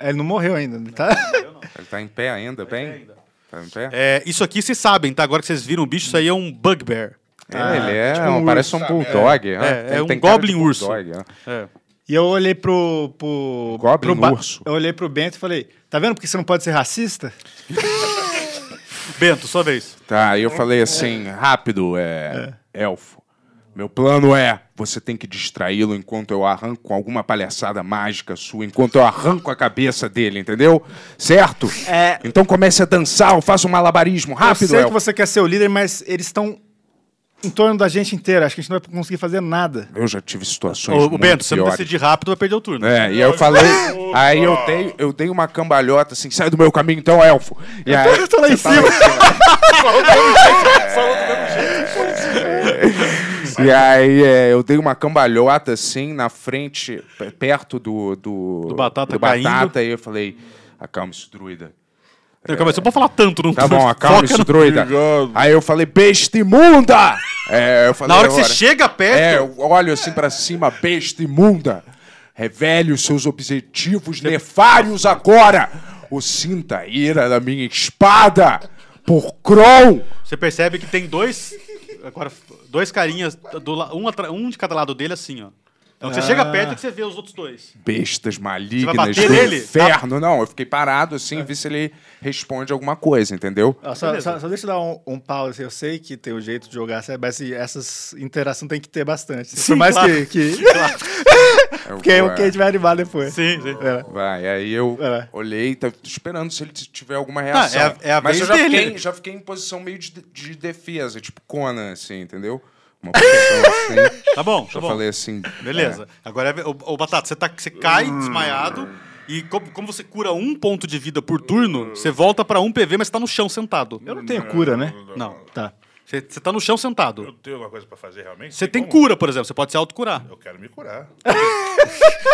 [SPEAKER 3] Ele não morreu ainda, não tá?
[SPEAKER 4] Ele tá em pé ainda, bem?
[SPEAKER 6] ainda.
[SPEAKER 4] Tá em pé?
[SPEAKER 6] É, isso aqui vocês sabem, tá? Agora que vocês viram o bicho, isso aí é um bugbear.
[SPEAKER 4] É, ele é,
[SPEAKER 3] tipo um
[SPEAKER 4] um-
[SPEAKER 3] urso,
[SPEAKER 4] parece um
[SPEAKER 7] sabe?
[SPEAKER 4] bulldog. né?
[SPEAKER 6] É, é
[SPEAKER 4] cara
[SPEAKER 6] um
[SPEAKER 4] de
[SPEAKER 6] goblin urso.
[SPEAKER 4] bulldog, é.
[SPEAKER 6] É.
[SPEAKER 3] E eu olhei pro. pro
[SPEAKER 4] Goblin
[SPEAKER 3] pro ba-
[SPEAKER 4] urso.
[SPEAKER 3] Eu olhei pro Bento e falei: tá vendo porque você não pode ser racista?
[SPEAKER 6] Bento, sua vez.
[SPEAKER 4] Tá, aí eu falei assim, rápido, é, elfo. Meu plano é, você tem que distraí-lo enquanto eu arranco com alguma palhaçada mágica sua, enquanto eu arranco a cabeça dele, entendeu? Certo?
[SPEAKER 3] É.
[SPEAKER 4] Então comece a dançar, eu faço um malabarismo
[SPEAKER 3] eu
[SPEAKER 4] rápido,
[SPEAKER 3] sei que
[SPEAKER 4] elfo.
[SPEAKER 3] você quer ser o líder, mas eles estão em torno da gente inteira. Acho que a gente não vai conseguir fazer nada.
[SPEAKER 4] Eu já tive situações
[SPEAKER 6] O,
[SPEAKER 4] muito
[SPEAKER 6] Bento, se não
[SPEAKER 4] piores.
[SPEAKER 6] decidir rápido, vai perder o turno.
[SPEAKER 4] É, e eu falei, aí eu dei, eu dei uma cambalhota assim, sai do meu caminho então, elfo. E aí,
[SPEAKER 3] Eu tô lá em
[SPEAKER 4] você tá
[SPEAKER 3] cima.
[SPEAKER 4] É. E aí é, eu dei uma cambalhota assim na frente, pe- perto do. Do,
[SPEAKER 6] Do Batata caindo.
[SPEAKER 4] batata e eu falei: acalma isso, druida.
[SPEAKER 6] Não, calma aí, você não pode falar tanto, não.
[SPEAKER 4] Tá bom, acalma
[SPEAKER 6] Foca
[SPEAKER 4] isso,
[SPEAKER 6] no-
[SPEAKER 4] druida. Aí eu falei: besta imunda! É, eu falei,
[SPEAKER 6] Na hora que você
[SPEAKER 4] "Ora."
[SPEAKER 6] chega perto.
[SPEAKER 4] É, eu olho assim pra cima, besta imunda. Revele os seus objetivos nefários agora. O sinta a ira da minha espada por Kron.
[SPEAKER 6] Você percebe que tem dois. Agora, dois carinhas, do la- um, atra- um de cada lado dele, assim, ó. Então você
[SPEAKER 3] Ah.
[SPEAKER 6] chega perto e você vê os outros dois.
[SPEAKER 4] bestas
[SPEAKER 6] Você
[SPEAKER 4] malignas
[SPEAKER 6] vai
[SPEAKER 4] do
[SPEAKER 6] bater nele?
[SPEAKER 4] inferno. Não, eu fiquei parado assim, vi se ele responde alguma coisa, entendeu?
[SPEAKER 3] Ó, só,
[SPEAKER 6] Beleza.
[SPEAKER 3] só- só deixa eu dar um, um pause. Eu sei que tem o jeito de jogar, sabe? mas assim, essas interações tem que ter bastante. Por mais
[SPEAKER 6] claro.
[SPEAKER 3] que. que...
[SPEAKER 4] Eu-
[SPEAKER 3] Porque é o
[SPEAKER 4] é,
[SPEAKER 3] que a gente vai animar depois.
[SPEAKER 6] Sim, sim.
[SPEAKER 3] É.
[SPEAKER 4] Vai, aí eu
[SPEAKER 3] É.
[SPEAKER 4] olhei, tá esperando se ele t- tiver alguma reação.
[SPEAKER 6] é a- é a
[SPEAKER 4] Mas
[SPEAKER 6] vez
[SPEAKER 4] eu já
[SPEAKER 6] dele.
[SPEAKER 4] fiquei, já fiquei em posição meio de, de defesa, tipo Conan, assim, entendeu? Uma posição assim.
[SPEAKER 6] Tá bom, tá
[SPEAKER 4] Eu
[SPEAKER 6] bom.
[SPEAKER 4] falei assim.
[SPEAKER 6] Beleza. Agora, é, o, Batata, você, tá, você cai desmaiado. E co- como, você cura um ponto de vida por turno, você volta pra um PV, mas você tá no chão sentado.
[SPEAKER 3] Eu não tenho cura, né?
[SPEAKER 6] Não.
[SPEAKER 3] Tá.
[SPEAKER 6] Você, você tá no chão
[SPEAKER 7] Eu
[SPEAKER 6] sentado.
[SPEAKER 7] tenho alguma coisa pra fazer realmente?
[SPEAKER 6] Você tem
[SPEAKER 7] como?
[SPEAKER 6] cura, por exemplo. Você pode se autocurar.
[SPEAKER 7] Eu quero me curar.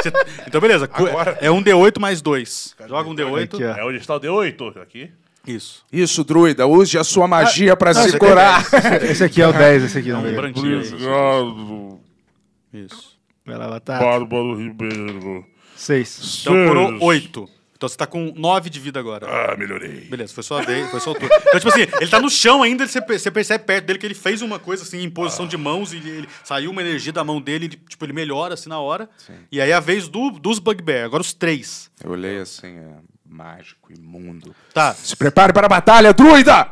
[SPEAKER 6] Você- Então, beleza. cu-
[SPEAKER 7] Agora?
[SPEAKER 6] É um D8 mais dois. Joga um
[SPEAKER 3] Aqui,
[SPEAKER 6] D8.
[SPEAKER 3] ó.
[SPEAKER 7] É onde está o D8 aqui.
[SPEAKER 6] Isso.
[SPEAKER 4] é. Isso, druida, use a sua magia
[SPEAKER 6] Ah,
[SPEAKER 4] pra se
[SPEAKER 3] você
[SPEAKER 4] curar.
[SPEAKER 3] Esse aqui é o 10, esse aqui.
[SPEAKER 6] É
[SPEAKER 3] não
[SPEAKER 6] um
[SPEAKER 3] é?
[SPEAKER 6] branquinho aí.
[SPEAKER 7] Obrigado,
[SPEAKER 6] Isso.
[SPEAKER 3] Vai lá, batata.
[SPEAKER 7] Bárbaro Ribeiro.
[SPEAKER 3] 6.
[SPEAKER 6] Então curou 8. Então você tá com 9 de vida agora.
[SPEAKER 7] Ah, melhorei.
[SPEAKER 6] Beleza, foi sua vez, foi sua turno. Então, tipo assim, ele tá no chão ainda, ele- você per- você percebe perto dele que ele fez uma coisa assim, em posição de mãos, e ele, ele- saiu uma energia da mão dele, ele, tipo, ele melhora assim na hora. E aí é a vez do, dos Bugbear, agora os três.
[SPEAKER 4] Eu olhei assim, é, mágico, imundo.
[SPEAKER 6] Tá.
[SPEAKER 4] Se prepare para a batalha, druida!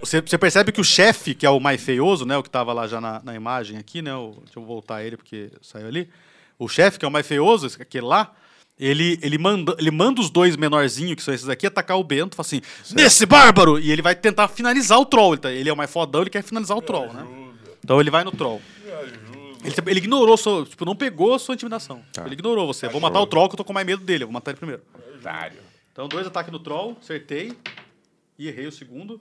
[SPEAKER 6] Você percebe que o chefe, que é o mais feioso, né? O que tava lá já na, na imagem aqui, né? o- deixa eu voltar ele porque saiu ali. O chefe, que é o mais feioso, esse- aquele lá, ele, ele, manda, ele manda os dois menorzinhos, que são esses aqui, atacar o Bento, fala assim, desse bárbaro! E ele vai tentar finalizar o troll. Ele, tá- ele é o mais fodão, ele quer finalizar o troll, né? Então ele vai no troll. Ele, ele ignorou, sua, tipo, não pegou a sua intimidação.
[SPEAKER 4] Tá.
[SPEAKER 6] Ele ignorou você. Vou matar o troll que eu tô com mais medo dele, eu vou matar ele primeiro.
[SPEAKER 4] Otário.
[SPEAKER 6] Então, dois ataques no troll, acertei. E errei o segundo.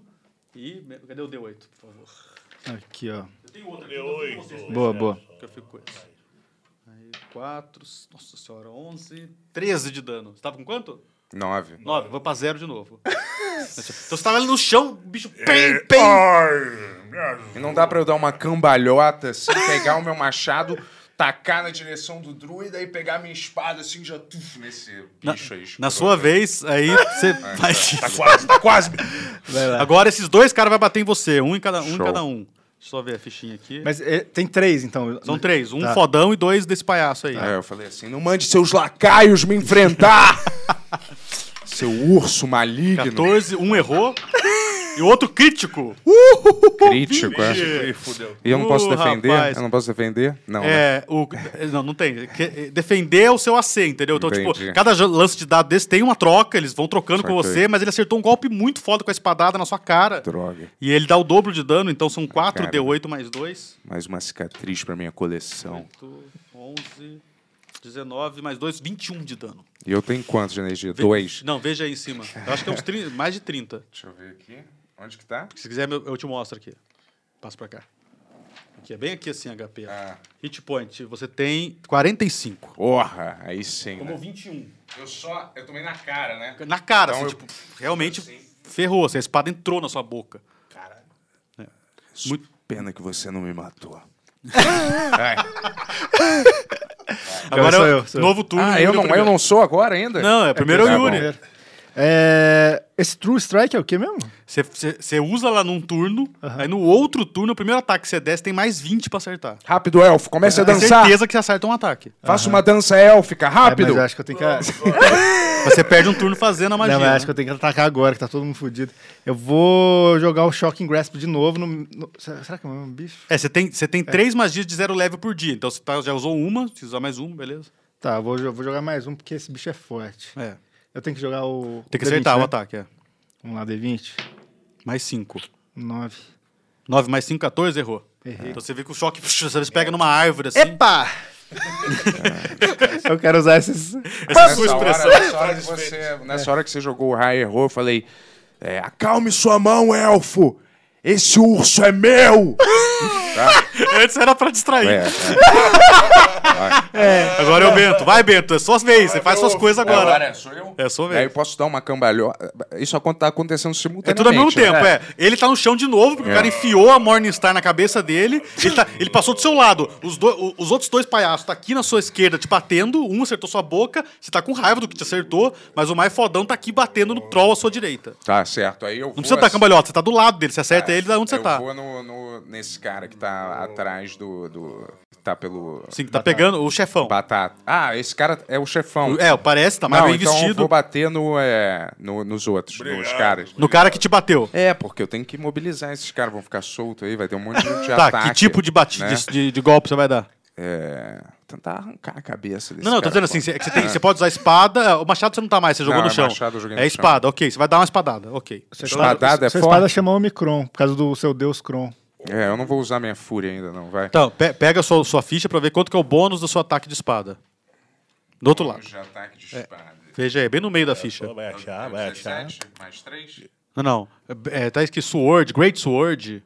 [SPEAKER 6] E. Cadê o D8, por favor?
[SPEAKER 3] Aqui, ó.
[SPEAKER 6] Eu tenho outro aqui. D8.
[SPEAKER 3] Boa, boa.
[SPEAKER 6] Que eu fico com esse. Aí, 4. Nossa senhora, 11. 13 de dano. Você tava com quanto?
[SPEAKER 4] Nove.
[SPEAKER 6] 9. Vou pra zero de novo. então você tava ali no chão, bicho.
[SPEAKER 4] É,
[SPEAKER 6] Pem, pem.
[SPEAKER 7] Ai, me
[SPEAKER 4] E
[SPEAKER 7] ajuda.
[SPEAKER 4] não dá pra eu dar uma cambalhota assim, pegar o meu machado, tacar na direção do druida e pegar a minha espada assim, já tuf, nesse
[SPEAKER 6] Na,
[SPEAKER 4] bicho aí.
[SPEAKER 6] na sua vez, aí você vai.
[SPEAKER 7] Tá quase, tá quase.
[SPEAKER 6] Agora esses dois caras vão bater em você. Um em cada um. Em
[SPEAKER 4] Show.
[SPEAKER 6] cada um. Deixa eu só ver a fichinha aqui.
[SPEAKER 3] Mas é, tem três, então.
[SPEAKER 6] São três. Um
[SPEAKER 3] Tá.
[SPEAKER 6] fodão e dois desse palhaço aí.
[SPEAKER 4] É, eu falei assim, não mande seus lacaios me enfrentar! Seu urso maligno.
[SPEAKER 6] 14, um errou. E o outro crítico.
[SPEAKER 4] Crítico, é.
[SPEAKER 7] Ih, fudeu.
[SPEAKER 4] E eu não
[SPEAKER 6] Uh,
[SPEAKER 4] posso defender?
[SPEAKER 6] rapaz.
[SPEAKER 4] Eu não posso defender? Não. né?
[SPEAKER 6] É, o, não, não tem. Que- eh, Defender o seu AC, entendeu? Então,
[SPEAKER 4] Entendi.
[SPEAKER 6] tipo, cada jo- lance de dado desse tem uma troca, eles vão trocando com
[SPEAKER 4] Saquei.
[SPEAKER 6] você, mas ele acertou um golpe muito foda com a espadada na sua cara.
[SPEAKER 4] Droga.
[SPEAKER 6] E ele dá o dobro de dano, então são 4
[SPEAKER 4] Cara.
[SPEAKER 6] D8 mais 2.
[SPEAKER 4] Mais uma cicatriz pra minha coleção.
[SPEAKER 6] 8, 11, 19 mais 2, 21 de dano.
[SPEAKER 4] E eu tenho quantos de energia?
[SPEAKER 6] Ve-
[SPEAKER 4] Dois.
[SPEAKER 6] Não, veja aí em cima. Eu acho que é uns 30, mais de 30.
[SPEAKER 4] Deixa eu ver aqui. Onde que tá?
[SPEAKER 6] Se quiser, eu eu te mostro aqui. Passa pra cá. Aqui, é bem aqui assim, HP. ó.
[SPEAKER 4] Ah.
[SPEAKER 6] Hit point, você tem 45.
[SPEAKER 4] Porra, aí sim.
[SPEAKER 6] Tomou
[SPEAKER 4] Né?
[SPEAKER 6] 21.
[SPEAKER 4] Eu só. Eu tomei na cara, né?
[SPEAKER 6] Na cara,
[SPEAKER 4] Então
[SPEAKER 6] assim,
[SPEAKER 4] eu-
[SPEAKER 6] tipo, realmente ferrou. Assim, a espada entrou na sua boca. Muito-
[SPEAKER 4] Pena que você não me matou.
[SPEAKER 6] Agora,
[SPEAKER 3] sou eu, sou eu.
[SPEAKER 6] novo turno.
[SPEAKER 4] Ah, eu não, eu não sou agora ainda?
[SPEAKER 6] Não, é primeiro é
[SPEAKER 4] tá
[SPEAKER 6] o
[SPEAKER 4] bom.
[SPEAKER 6] Yuri.
[SPEAKER 3] É, esse True Strike é o quê mesmo?
[SPEAKER 6] Você- Você você usa lá num turno, aí no outro turno, o primeiro ataque que você desce tem mais 20 pra acertar.
[SPEAKER 4] Rápido, elfo, comece a
[SPEAKER 6] Tem
[SPEAKER 4] dançar.
[SPEAKER 6] É certeza que você acerta um ataque.
[SPEAKER 4] Faça uma dança élfica,
[SPEAKER 3] É,
[SPEAKER 4] rápido.
[SPEAKER 3] mas eu acho que eu tenho que.
[SPEAKER 6] Mas Você perde um turno fazendo a magia.
[SPEAKER 3] Não, mas eu acho
[SPEAKER 6] né?
[SPEAKER 3] que eu tenho que atacar agora, que tá todo mundo fudido. Eu vou jogar o Shocking Grasp de novo no. no- será será que é o mesmo bicho?
[SPEAKER 6] É, você tem, você tem três magias de zero level por dia. Então você tá- já usou uma, se usar mais uma, beleza.
[SPEAKER 3] Tá, eu vou, jo- vou jogar mais um, porque esse bicho é forte.
[SPEAKER 6] É.
[SPEAKER 3] Eu tenho que jogar o.
[SPEAKER 6] Tem que
[SPEAKER 3] D20,
[SPEAKER 6] acertar
[SPEAKER 3] né?
[SPEAKER 6] o ataque, é.
[SPEAKER 3] Vamos lá, D20.
[SPEAKER 6] Mais cinco.
[SPEAKER 3] 9.
[SPEAKER 6] 9 mais 5, 14, errou.
[SPEAKER 3] Errei.
[SPEAKER 6] Então você vê que o choque, puxa, você pega numa árvore assim.
[SPEAKER 3] Epa! eu quero usar esses.
[SPEAKER 6] Essa é sua
[SPEAKER 4] Nessa hora,
[SPEAKER 6] expressão.
[SPEAKER 4] nessa hora que você, nessa hora que você jogou o raio e errou, eu falei: é, acalme sua mão, elfo! Esse urso é meu!
[SPEAKER 6] Antes era pra distrair.
[SPEAKER 4] É,
[SPEAKER 6] Agora é o Bento. Vai, Bento, é sua vez. Você faz suas coisas agora.
[SPEAKER 4] sou eu?
[SPEAKER 6] É, sou eu.
[SPEAKER 4] Aí eu posso dar uma cambalhota. Isso acon- tá acontecendo
[SPEAKER 6] É
[SPEAKER 4] simultaneamente.
[SPEAKER 6] tudo ao mesmo
[SPEAKER 4] né? É.
[SPEAKER 6] tempo, é. Ele tá no chão de novo, porque o cara enfiou a Morningstar na cabeça dele. Ele, tá- ele passou do seu lado. Os, do- o- os outros dois palhaços tá aqui na sua esquerda te batendo. Um acertou sua boca. Você tá com raiva do que te acertou, mas o mais fodão tá aqui batendo no troll à sua direita.
[SPEAKER 4] Tá certo. Aí eu assim,
[SPEAKER 6] Não precisa dar cambalhota, você tá do lado dele. Você acerta ele da onde você
[SPEAKER 4] É, eu
[SPEAKER 6] tá.
[SPEAKER 4] vou no, no- nesse cara que tá atrás do. do que tá pelo.
[SPEAKER 6] Sim, que tá pegando o chefão.
[SPEAKER 4] Batata. Ah, esse cara é o chefão.
[SPEAKER 6] É, parece, tá mais
[SPEAKER 4] Não,
[SPEAKER 6] bem
[SPEAKER 4] então eu
[SPEAKER 6] vestido.
[SPEAKER 4] vou bater no, é, no- nos outros, nos caras.
[SPEAKER 6] No cara que te bateu.
[SPEAKER 4] É, porque eu tenho que mobilizar esses caras, vão ficar soltos aí, vai ter um monte de gente
[SPEAKER 6] Tá,
[SPEAKER 4] ataque,
[SPEAKER 6] que tipo de, bati-
[SPEAKER 4] né?
[SPEAKER 6] de, de- de golpe você vai dar?
[SPEAKER 4] É, tentar arrancar a cabeça desse
[SPEAKER 6] Não, não, eu tô
[SPEAKER 4] cara,
[SPEAKER 6] dizendo assim,
[SPEAKER 4] pô.
[SPEAKER 6] você- é que você, tem- você pode usar espada, o machado você não tá mais, você jogou
[SPEAKER 4] Não,
[SPEAKER 6] no
[SPEAKER 4] é
[SPEAKER 6] chão.
[SPEAKER 4] machado, eu joguei no
[SPEAKER 6] é espada, ok, você vai dar uma espadada, ok.
[SPEAKER 4] Espadada é
[SPEAKER 3] Sua
[SPEAKER 4] forte?
[SPEAKER 3] espada chama Omicron, por causa do seu deus Kron.
[SPEAKER 4] É, eu não vou usar minha fúria ainda, não, vai.
[SPEAKER 6] Então, pe- pega a sua, sua ficha pra ver quanto que é o bônus do seu ataque de espada. Do outro lado.
[SPEAKER 4] Vamos de ataque Um
[SPEAKER 6] É.
[SPEAKER 4] de espada.
[SPEAKER 6] Veja aí, bem no meio
[SPEAKER 4] É,
[SPEAKER 6] da ficha.
[SPEAKER 7] Vai achar,
[SPEAKER 6] é,
[SPEAKER 7] vai achar.
[SPEAKER 4] 17, mais 3.
[SPEAKER 6] Não, não. É, tá escrito Sword, Great Sword.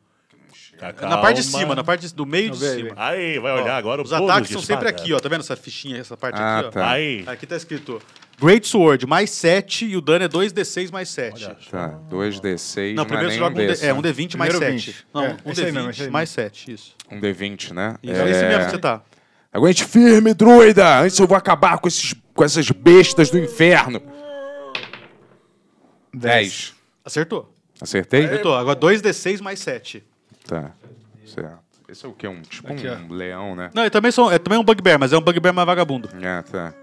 [SPEAKER 6] Na parte de cima, na parte de- do meio de cima.
[SPEAKER 7] Aí, vai olhar agora o
[SPEAKER 6] Os ataques são sempre aqui, ó. Tá vendo essa fichinha, essa parte
[SPEAKER 4] Ah,
[SPEAKER 6] aqui, ó?
[SPEAKER 4] tá.
[SPEAKER 7] Aí.
[SPEAKER 6] Aqui tá escrito Great Sword, mais 7, e o dano é 2d6 mais 7.
[SPEAKER 4] Tá, 2d6,
[SPEAKER 6] Não, primeiro
[SPEAKER 4] é
[SPEAKER 6] você
[SPEAKER 4] nem um
[SPEAKER 6] joga um,
[SPEAKER 4] desse,
[SPEAKER 6] D, é,
[SPEAKER 4] né?
[SPEAKER 6] um D20 mais
[SPEAKER 3] Primeiro
[SPEAKER 6] 7.
[SPEAKER 3] 20.
[SPEAKER 6] Não,
[SPEAKER 3] É,
[SPEAKER 6] um
[SPEAKER 3] esse aí mesmo,
[SPEAKER 6] D20
[SPEAKER 3] esse aí
[SPEAKER 6] mais 7, isso.
[SPEAKER 4] Um D20, né?
[SPEAKER 6] Isso, é isso mesmo que você tá.
[SPEAKER 4] Aguente firme, druida! Antes eu vou acabar com, esses, com essas bestas do inferno. 10.
[SPEAKER 6] Acertou.
[SPEAKER 3] É.
[SPEAKER 4] Acertei?
[SPEAKER 6] Acertou. Agora 2d6 mais 7.
[SPEAKER 4] Tá, certo. Esse é o quê? Um, tipo
[SPEAKER 3] Aqui,
[SPEAKER 4] um leão, né?
[SPEAKER 6] é Não, e também são, é também um bugbear, mas é um bugbear mais vagabundo.
[SPEAKER 4] Ah, tá.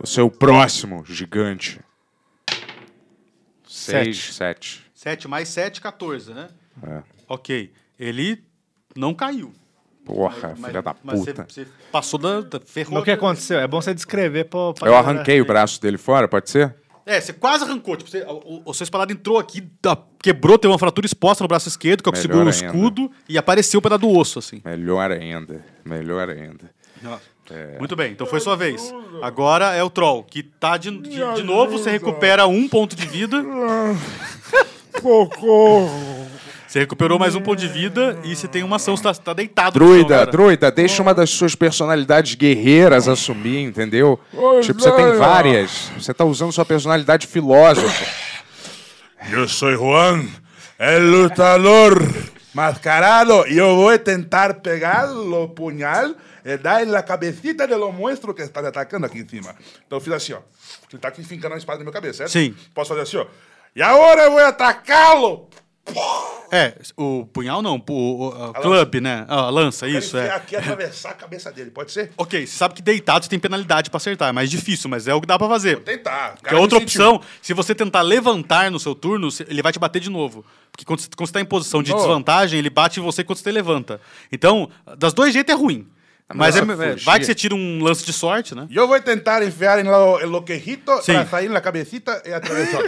[SPEAKER 4] O seu próximo gigante.
[SPEAKER 3] Sete.
[SPEAKER 4] Seis, sete.
[SPEAKER 6] 7 mais 7, 14, né?
[SPEAKER 4] É.
[SPEAKER 6] Ok. Ele não caiu.
[SPEAKER 4] Porra, filha da
[SPEAKER 6] mas
[SPEAKER 4] puta.
[SPEAKER 6] Você, você passou da, da ferrou.
[SPEAKER 3] Mas o que aconteceu? É bom você descrever pô, pra
[SPEAKER 4] Eu
[SPEAKER 3] galera.
[SPEAKER 4] arranquei o braço dele fora, pode ser?
[SPEAKER 6] É, você quase arrancou. Tipo, você, o, o seu espalado entrou aqui, da- quebrou, teve uma fratura exposta no braço esquerdo, que é o que
[SPEAKER 4] Melhor
[SPEAKER 6] segurou o
[SPEAKER 4] ainda.
[SPEAKER 6] escudo, e apareceu o pedaço do osso, assim.
[SPEAKER 4] Melhor ainda. Melhor ainda.
[SPEAKER 6] Muito bem, então foi sua vez. Agora é o Troll, que tá de, de, de novo, você recupera um ponto de vida. Você recuperou mais um ponto de vida e você tem uma ação, você tá, tá deitado. no chão
[SPEAKER 4] Druida,
[SPEAKER 6] agora.
[SPEAKER 4] druida, deixa uma
[SPEAKER 6] Oh.
[SPEAKER 4] das suas personalidades guerreiras assumir, entendeu? tipo, você
[SPEAKER 6] é.
[SPEAKER 4] tem várias. Você tá usando sua personalidade filósofa.
[SPEAKER 5] Yo soy Juan, el lutador mascarado. Yo voy a intentar pegar los puñal y dar en la cabecita de los monstruos que están atacando aquí encima.
[SPEAKER 7] Então eu fiz assim, ó. Ele tá aqui fincando a espada na minha cabeça,
[SPEAKER 5] ¿eh?
[SPEAKER 7] certo?
[SPEAKER 6] Sim.
[SPEAKER 5] Pues,
[SPEAKER 7] Posso fazer assim, ó. E agora eu vou atacá-lo!
[SPEAKER 6] É, o punhal não, o, o- o club, né? Ah, A lança, isso,
[SPEAKER 7] Ele
[SPEAKER 6] é.
[SPEAKER 7] vem aqui atravessar a cabeça dele, pode ser?
[SPEAKER 6] Ok, você sabe que deitado você tem penalidade pra acertar, é mais difícil, mas é o que dá pra fazer.
[SPEAKER 7] Tentar.
[SPEAKER 6] Que é outra opção, se você tentar levantar no seu turno, se- ele vai te bater de novo. Porque quando você, quando você tá em posição de desvantagem, ele bate em você quando você levanta. Então, das dois jeitos é ruim. Mas é- é- vai que você tira um lance de sorte, né?
[SPEAKER 7] Eu vou tentar enfiar em lo, en lo quejito
[SPEAKER 6] Sim.
[SPEAKER 7] para sair na cabecita
[SPEAKER 5] eh,
[SPEAKER 7] e atravessar.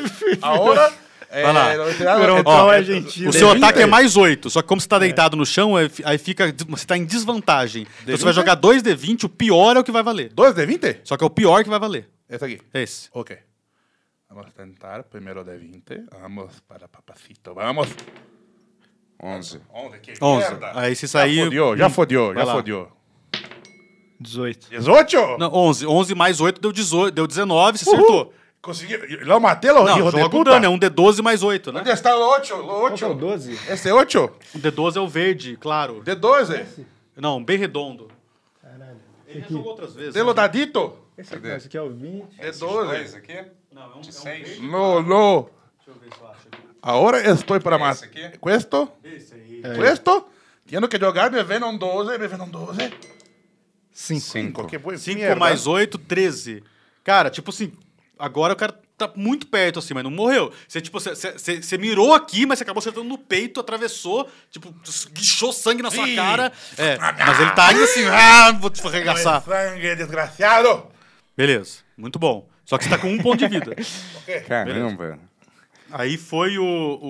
[SPEAKER 7] Agora. É,
[SPEAKER 6] Vai lá.
[SPEAKER 7] eu vou tirar-
[SPEAKER 3] Virou um
[SPEAKER 7] é,
[SPEAKER 3] troll
[SPEAKER 7] é,
[SPEAKER 3] argentino.
[SPEAKER 6] O seu ataque é mais 8, só que como você tá deitado no chão, é- aí fica. Você tá em desvantagem. Então você vai jogar 2 D20, o pior é o que vai valer.
[SPEAKER 7] Dois de 20?
[SPEAKER 6] Só que é o pior que vai valer.
[SPEAKER 7] Esse aqui.
[SPEAKER 6] É esse.
[SPEAKER 7] Ok. Vamos tentar primeiro de 20. Vamos para papacito. Vamos.
[SPEAKER 4] Onze.
[SPEAKER 7] 11. Que
[SPEAKER 6] 11.
[SPEAKER 7] merda.
[SPEAKER 6] Aí se sair.
[SPEAKER 7] Já fodiou, já
[SPEAKER 6] Hum.
[SPEAKER 7] fodiou,
[SPEAKER 6] Vai
[SPEAKER 7] já
[SPEAKER 6] lá.
[SPEAKER 7] fodiou.
[SPEAKER 3] 18.
[SPEAKER 7] 18?
[SPEAKER 6] Não, 11. 11 mais 8 deu, 18, deu 19, você acertou.
[SPEAKER 7] Consegui. Lá matei, lo
[SPEAKER 6] Não,
[SPEAKER 7] hijo de
[SPEAKER 6] joga o
[SPEAKER 7] puta.
[SPEAKER 6] dano, é um D12 mais 8, né?
[SPEAKER 7] Onde está o 8? O 8.
[SPEAKER 3] 12?
[SPEAKER 7] Esse é 8?
[SPEAKER 6] O D12 é o verde, claro.
[SPEAKER 7] Este De 12.
[SPEAKER 6] Não, bem redondo. Ele já jogou outras vezes.
[SPEAKER 7] De
[SPEAKER 6] né?
[SPEAKER 7] lo dadito.
[SPEAKER 3] Esse aqui, esse aqui é o 20.
[SPEAKER 7] De 12.
[SPEAKER 4] aqui?
[SPEAKER 6] Não, é um, é um verde.
[SPEAKER 7] No, no.
[SPEAKER 6] Deixa eu ver se eu acho. aqui.
[SPEAKER 7] Ahora estoy para más.
[SPEAKER 4] aqui?
[SPEAKER 7] ¿Cuesto?
[SPEAKER 6] Esse aí.
[SPEAKER 7] ¿Cuesto? Tengo que jogar, me ven un 12, me ven un 12.
[SPEAKER 3] 5.
[SPEAKER 4] Cinco.
[SPEAKER 7] Porque boi-
[SPEAKER 6] 5
[SPEAKER 7] mierda.
[SPEAKER 6] mais 8, 13. Cara, tipo assim, agora o cara tá muito perto, assim, mas não morreu. Você, tipo, você- você você- você mirou aqui, mas você acabou acertando no peito, atravessou, tipo, guichou sangue na sua
[SPEAKER 7] Ih.
[SPEAKER 6] cara. É,
[SPEAKER 4] Ah,
[SPEAKER 6] mas ele tá ainda assim, ah, vou te arregaçar.
[SPEAKER 7] Sangue, desgraciado.
[SPEAKER 6] Beleza, muito bom. Só que você tá com um ponto de vida.
[SPEAKER 4] Caramba.
[SPEAKER 6] Aí foi o, o,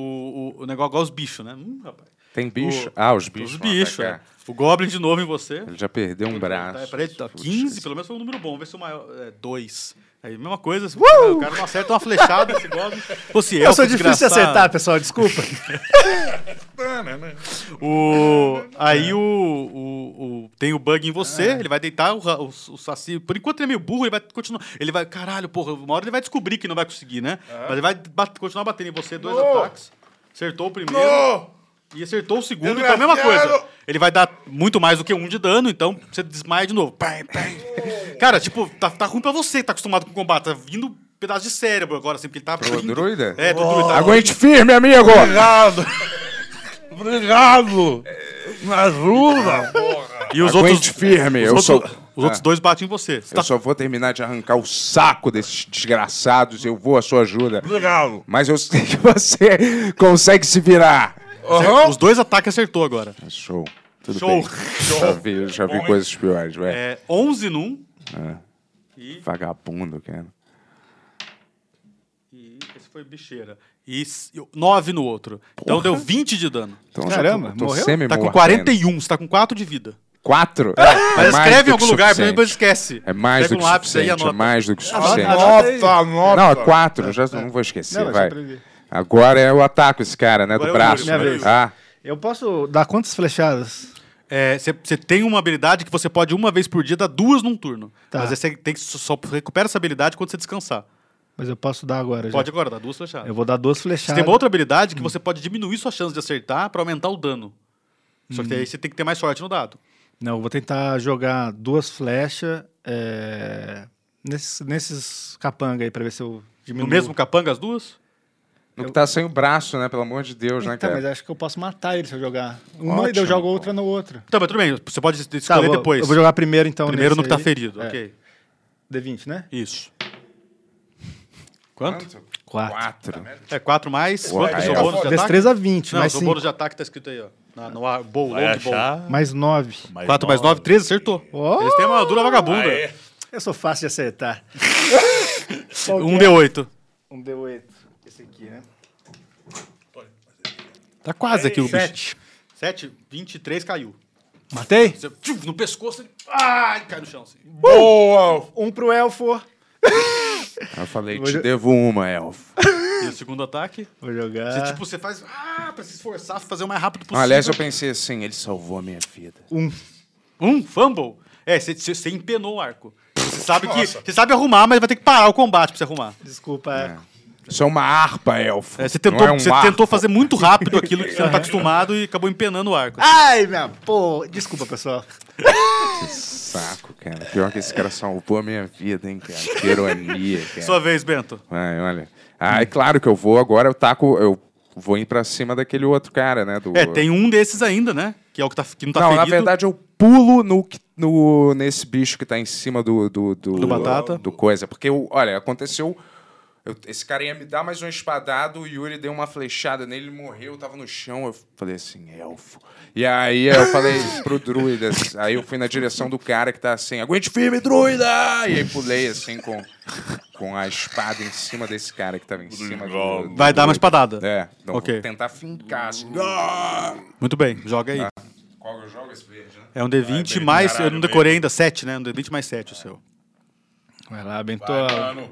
[SPEAKER 6] o- o negócio igual os bichos, né? Hum, rapaz.
[SPEAKER 4] Tem bicho?
[SPEAKER 6] O-
[SPEAKER 4] ah, os bichos.
[SPEAKER 6] os
[SPEAKER 4] vão
[SPEAKER 6] bichos, é.
[SPEAKER 4] atacar.
[SPEAKER 6] O Goblin de novo em você.
[SPEAKER 4] Ele já perdeu um
[SPEAKER 6] Tá,
[SPEAKER 4] braço.
[SPEAKER 6] peraí, tá,
[SPEAKER 4] Putz,
[SPEAKER 6] 15, pelo menos foi um número bom. Vê se o maior. É, 2. Aí, mesma coisa. assim, O cara não acerta uma flechada, esse Goblin. Pô, se
[SPEAKER 3] Eu sou difícil de acertar, pessoal, desculpa.
[SPEAKER 6] O, aí o, o- o- tem o bug em você,
[SPEAKER 3] É.
[SPEAKER 6] ele vai deitar o, ra- o, o Saci. Por enquanto ele é meio burro, ele vai continuar. Ele vai, caralho, porra, uma hora ele vai descobrir que não vai conseguir, né?
[SPEAKER 3] É.
[SPEAKER 6] Mas ele vai bat- continuar batendo em você, dois ataques. Acertou o primeiro.
[SPEAKER 7] No.
[SPEAKER 6] E acertou o segundo, então é a mesma
[SPEAKER 7] Desgraciado!
[SPEAKER 6] coisa. Ele vai dar muito mais do que um de dano, então você desmaia de novo. Pam, pam. Cara, tipo, tá, tá ruim pra você que tá acostumado com combate. Tá vindo um pedaço de cérebro agora, assim, porque ele tá.
[SPEAKER 4] Pro
[SPEAKER 6] abrindo.
[SPEAKER 4] druida?
[SPEAKER 6] É, do druida.
[SPEAKER 4] Aguente firme, amigo!
[SPEAKER 7] Obrigado. Obrigado. Me ajuda.
[SPEAKER 6] E os outros.
[SPEAKER 4] Aguente firme,
[SPEAKER 6] os
[SPEAKER 4] eu
[SPEAKER 6] outros-
[SPEAKER 4] sou-
[SPEAKER 6] Os outros
[SPEAKER 4] Ah.
[SPEAKER 6] dois batem em você. Você
[SPEAKER 4] Eu
[SPEAKER 6] tá
[SPEAKER 4] só vou terminar de arrancar o saco desses desgraçados, eu vou à sua ajuda.
[SPEAKER 7] Obrigado.
[SPEAKER 4] Mas eu sei que você consegue se virar.
[SPEAKER 6] Os dois ataques acertou agora.
[SPEAKER 4] Show. Tudo
[SPEAKER 6] Show.
[SPEAKER 4] bem. Já vi, já vi coisas piores, velho.
[SPEAKER 6] É 11 num. É.
[SPEAKER 4] Vagabundo, cara.
[SPEAKER 6] E esse foi bicheira. E 9 no outro. Então deu 20 de dano.
[SPEAKER 4] Então,
[SPEAKER 3] Caramba,
[SPEAKER 4] já tô, tô
[SPEAKER 3] morreu?
[SPEAKER 4] semi-morto
[SPEAKER 6] Tá com
[SPEAKER 4] ainda.
[SPEAKER 6] 41, você tá com 4 de vida.
[SPEAKER 4] Quatro? É
[SPEAKER 6] Mas
[SPEAKER 4] mais
[SPEAKER 6] escreve
[SPEAKER 4] do
[SPEAKER 6] em
[SPEAKER 4] que
[SPEAKER 6] algum lugar, porque
[SPEAKER 4] suficiente.
[SPEAKER 6] depois esquece.
[SPEAKER 4] É mais
[SPEAKER 6] Pega
[SPEAKER 4] do
[SPEAKER 6] um
[SPEAKER 4] que
[SPEAKER 6] lápis aí e
[SPEAKER 4] suficiente, é
[SPEAKER 6] anota.
[SPEAKER 4] mais do que
[SPEAKER 3] Anota,
[SPEAKER 4] suficiente.
[SPEAKER 3] anota aí.
[SPEAKER 7] Nota, nota.
[SPEAKER 4] Não, é quatro, já não vou esquecer,
[SPEAKER 3] Não, mas
[SPEAKER 4] vai.
[SPEAKER 3] só pra ele.
[SPEAKER 4] Agora é o ataque esse cara, né,
[SPEAKER 6] Agora
[SPEAKER 4] do
[SPEAKER 6] é o
[SPEAKER 4] braço.
[SPEAKER 6] Minha
[SPEAKER 3] vez.
[SPEAKER 4] Ah,
[SPEAKER 3] Eu posso dar quantas flechadas?
[SPEAKER 6] É, Você você tem uma habilidade que você pode, uma vez por dia, dar duas num turno.
[SPEAKER 3] Tá.
[SPEAKER 6] Mas aí você tem que só só recupera essa habilidade quando você descansar.
[SPEAKER 3] Mas eu posso dar agora já.
[SPEAKER 6] Pode agora, dar duas flechadas.
[SPEAKER 3] é. Eu vou Hum. dar duas
[SPEAKER 6] Você
[SPEAKER 3] flechadas.
[SPEAKER 6] tem uma outra habilidade que você pode diminuir sua chance de acertar pra aumentar o dano. Só
[SPEAKER 3] Hum.
[SPEAKER 6] que aí você tem que ter mais sorte no dado.
[SPEAKER 3] Não, eu vou tentar jogar duas flechas é, nesses, nesses capanga aí pra ver se eu
[SPEAKER 6] No
[SPEAKER 3] diminuo.
[SPEAKER 6] mesmo capanga, as duas?
[SPEAKER 4] no que tá sem o braço, né, pelo amor de Deus, né,
[SPEAKER 3] Então,
[SPEAKER 6] é.
[SPEAKER 4] cara?
[SPEAKER 3] mas acho que eu posso matar ele se eu jogar. Uma e daí
[SPEAKER 4] Ótimo,
[SPEAKER 3] eu jogo
[SPEAKER 4] pô.
[SPEAKER 3] outra no outro.
[SPEAKER 6] Então, mas tudo bem, você pode
[SPEAKER 3] Tá, eu
[SPEAKER 6] escolher
[SPEAKER 3] vou,
[SPEAKER 6] depois.
[SPEAKER 3] eu vou jogar primeiro então.
[SPEAKER 6] Primeiro
[SPEAKER 3] nesse
[SPEAKER 6] no que tá
[SPEAKER 3] aí.
[SPEAKER 6] ferido,
[SPEAKER 3] É.
[SPEAKER 6] ok.
[SPEAKER 3] D20, né?
[SPEAKER 6] Isso. Quanto?
[SPEAKER 3] Quatro.
[SPEAKER 4] Quatro.
[SPEAKER 6] É 4 mais. Quanto
[SPEAKER 4] aí
[SPEAKER 6] seu
[SPEAKER 4] é
[SPEAKER 6] bônus de ataque?
[SPEAKER 3] Destreza 20,
[SPEAKER 6] Tá Não,
[SPEAKER 3] mais
[SPEAKER 6] seu
[SPEAKER 3] 5.
[SPEAKER 6] bônus de ataque tá escrito aí, ó. Na, no ar, bol,
[SPEAKER 8] Vai
[SPEAKER 6] long bowl.
[SPEAKER 8] achar.
[SPEAKER 3] Mais 9.
[SPEAKER 6] 4 mais 9, 13, acertou.
[SPEAKER 3] Ó!
[SPEAKER 6] Eles têm uma dura vagabunda.
[SPEAKER 7] Aê.
[SPEAKER 3] Eu sou fácil de acertar.
[SPEAKER 4] é?
[SPEAKER 6] Um D8.
[SPEAKER 3] Um D8. Esse aqui, né?
[SPEAKER 6] Tá quase aqui o bicho.
[SPEAKER 3] Sete.
[SPEAKER 6] 7, 23 caiu.
[SPEAKER 3] Matei?
[SPEAKER 6] Você, tchum, no pescoço, ele. Ai, cai no chão assim.
[SPEAKER 7] Boa!
[SPEAKER 3] Um pro Elfo.
[SPEAKER 4] Eu falei, te devo uma, elfo.
[SPEAKER 6] E o segundo ataque?
[SPEAKER 3] Vou
[SPEAKER 6] Você,
[SPEAKER 3] jogar.
[SPEAKER 6] tipo, você faz. Ah, pra se esforçar, fazer o mais rápido possível.
[SPEAKER 4] É. Aliás, eu pensei assim, ele salvou a minha vida.
[SPEAKER 6] Um fumble? É, você- você você empenou o arco. Você sabe que. Você sabe arrumar, mas vai ter que parar o combate pra você arrumar.
[SPEAKER 3] Desculpa.
[SPEAKER 4] Isso é uma harpa, elfo.
[SPEAKER 6] É, você
[SPEAKER 4] Não
[SPEAKER 6] tentou,
[SPEAKER 4] é um
[SPEAKER 6] você
[SPEAKER 4] arco.
[SPEAKER 6] tentou fazer muito rápido aquilo que você não tá acostumado e acabou empenando o arco.
[SPEAKER 3] Ai, minha porra. Desculpa, pessoal.
[SPEAKER 4] Saco, cara. Pior que esse cara salvou a minha vida, hein, cara. Que ironia, cara.
[SPEAKER 6] Sua vez, Bento.
[SPEAKER 4] Ai, olha. Ah, é claro que eu vou agora, eu taco, eu vou ir pra cima daquele outro cara, né? Do...
[SPEAKER 6] É, tem um desses ainda, né? Que é o que, tá, que não tá
[SPEAKER 4] Não, na
[SPEAKER 6] ferido.
[SPEAKER 4] verdade eu pulo no, que- no, nesse bicho que tá em cima do... Do, do,
[SPEAKER 6] Do batata.
[SPEAKER 4] Do coisa. Porque, eu- olha, aconteceu... eu- esse cara ia me dar mais um espadado, o Yuri deu uma flechada nele, ele morreu, eu tava no chão. Eu falei assim, elfo. E aí eu falei pro druida, aí eu fui na direção do cara que tá assim, aguente firme, druida! E aí pulei assim com, com a espada em cima desse cara que tava em cima do... do
[SPEAKER 6] Vai dar
[SPEAKER 4] druida.
[SPEAKER 6] uma espadada.
[SPEAKER 4] É, então
[SPEAKER 6] Ok.
[SPEAKER 4] vou tentar fincar assim. Ah!
[SPEAKER 6] Muito bem, joga aí.
[SPEAKER 4] Qual que eu jogo esse verde, né?
[SPEAKER 6] É um D20 mais. eu não decorei ainda, 7, né? Um D20 mais 7 o seu.
[SPEAKER 3] Vai lá, Bento.
[SPEAKER 7] Mano,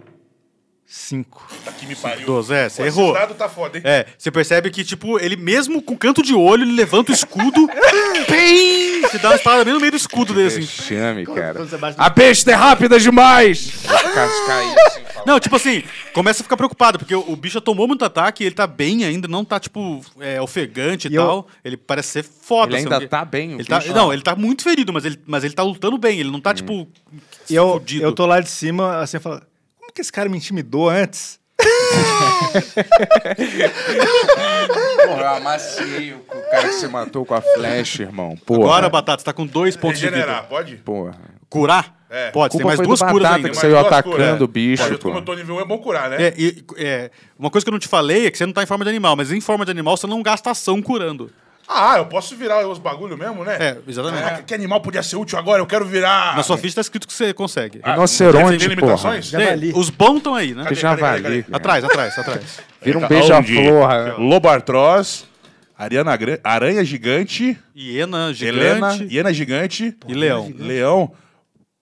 [SPEAKER 3] Cinco.
[SPEAKER 7] tá que me pariu.
[SPEAKER 6] 12, é, você
[SPEAKER 7] Pô,
[SPEAKER 6] errou.
[SPEAKER 7] Esse dado tá foda, hein?
[SPEAKER 6] É, você percebe que, tipo, ele mesmo com canto de olho, ele levanta o escudo. pim! Você dá uma espada bem no meio do escudo dele, assim.
[SPEAKER 4] Vexame, cara.
[SPEAKER 3] quando você
[SPEAKER 6] Ah,
[SPEAKER 3] bate no-
[SPEAKER 4] A besta é rápida demais! O Cássio caiu assim, falando.
[SPEAKER 6] Não, tipo assim, começa a ficar preocupado, porque o, o bicho já tomou muito ataque, ele tá bem ainda, não tá, tipo, é, ofegante e,
[SPEAKER 3] E eu-
[SPEAKER 6] tal. Ele parece ser foda.
[SPEAKER 4] Ele
[SPEAKER 6] assim,
[SPEAKER 4] ainda
[SPEAKER 6] porque-
[SPEAKER 4] tá bem, o
[SPEAKER 6] Ele tá-
[SPEAKER 4] bicho. Hum.
[SPEAKER 6] não, ele tá muito ferido, mas ele, mas ele tá lutando bem, ele não tá, tipo,
[SPEAKER 3] E eu,
[SPEAKER 6] fudido.
[SPEAKER 3] eu tô lá de cima, assim, eu falo, como que esse cara me intimidou antes?
[SPEAKER 4] Porra, eu amaciei o o cara que se matou com a flecha, irmão. Porra.
[SPEAKER 6] Agora, Batata, você tá com dois pontos de
[SPEAKER 7] Regenerar,
[SPEAKER 6] vida.
[SPEAKER 7] pode?
[SPEAKER 4] Porra.
[SPEAKER 6] Curar?
[SPEAKER 7] É.
[SPEAKER 6] Pode, tem
[SPEAKER 4] Culpa
[SPEAKER 6] mais
[SPEAKER 4] foi do
[SPEAKER 6] duas curas
[SPEAKER 4] Batata
[SPEAKER 6] ainda.
[SPEAKER 4] que
[SPEAKER 7] Tem mais
[SPEAKER 4] saiu
[SPEAKER 7] duas
[SPEAKER 4] atacando
[SPEAKER 7] curas. né?
[SPEAKER 4] o bicho,
[SPEAKER 7] Pode,
[SPEAKER 4] pô.
[SPEAKER 7] Como eu tô nível 1, é bom curar, né?
[SPEAKER 6] É, e- é, uma coisa que eu não te falei é que você não tá em forma de animal, mas em forma de animal você não gasta ação curando.
[SPEAKER 7] Ah, eu posso virar os bagulho mesmo, né?
[SPEAKER 6] É, exatamente.
[SPEAKER 7] Ah, que animal podia ser útil agora? Eu quero virar.
[SPEAKER 6] Na sua ficha tá escrito que você consegue.
[SPEAKER 7] Ah, Você tem
[SPEAKER 4] Rinoceronte, porra.
[SPEAKER 7] limitações?
[SPEAKER 6] Tem,
[SPEAKER 3] javali.
[SPEAKER 6] os bons estão aí, né?
[SPEAKER 4] Que javali. cara.
[SPEAKER 6] Atrás, atrás, atrás.
[SPEAKER 4] Vira um
[SPEAKER 7] Beija-flor,
[SPEAKER 4] beija-flor.
[SPEAKER 7] Lobartroz, Ariana Gran- Aranha Gigante,
[SPEAKER 6] Hiena, gigante
[SPEAKER 7] Helena, Hiena Gigante
[SPEAKER 6] e leão.
[SPEAKER 7] Leão.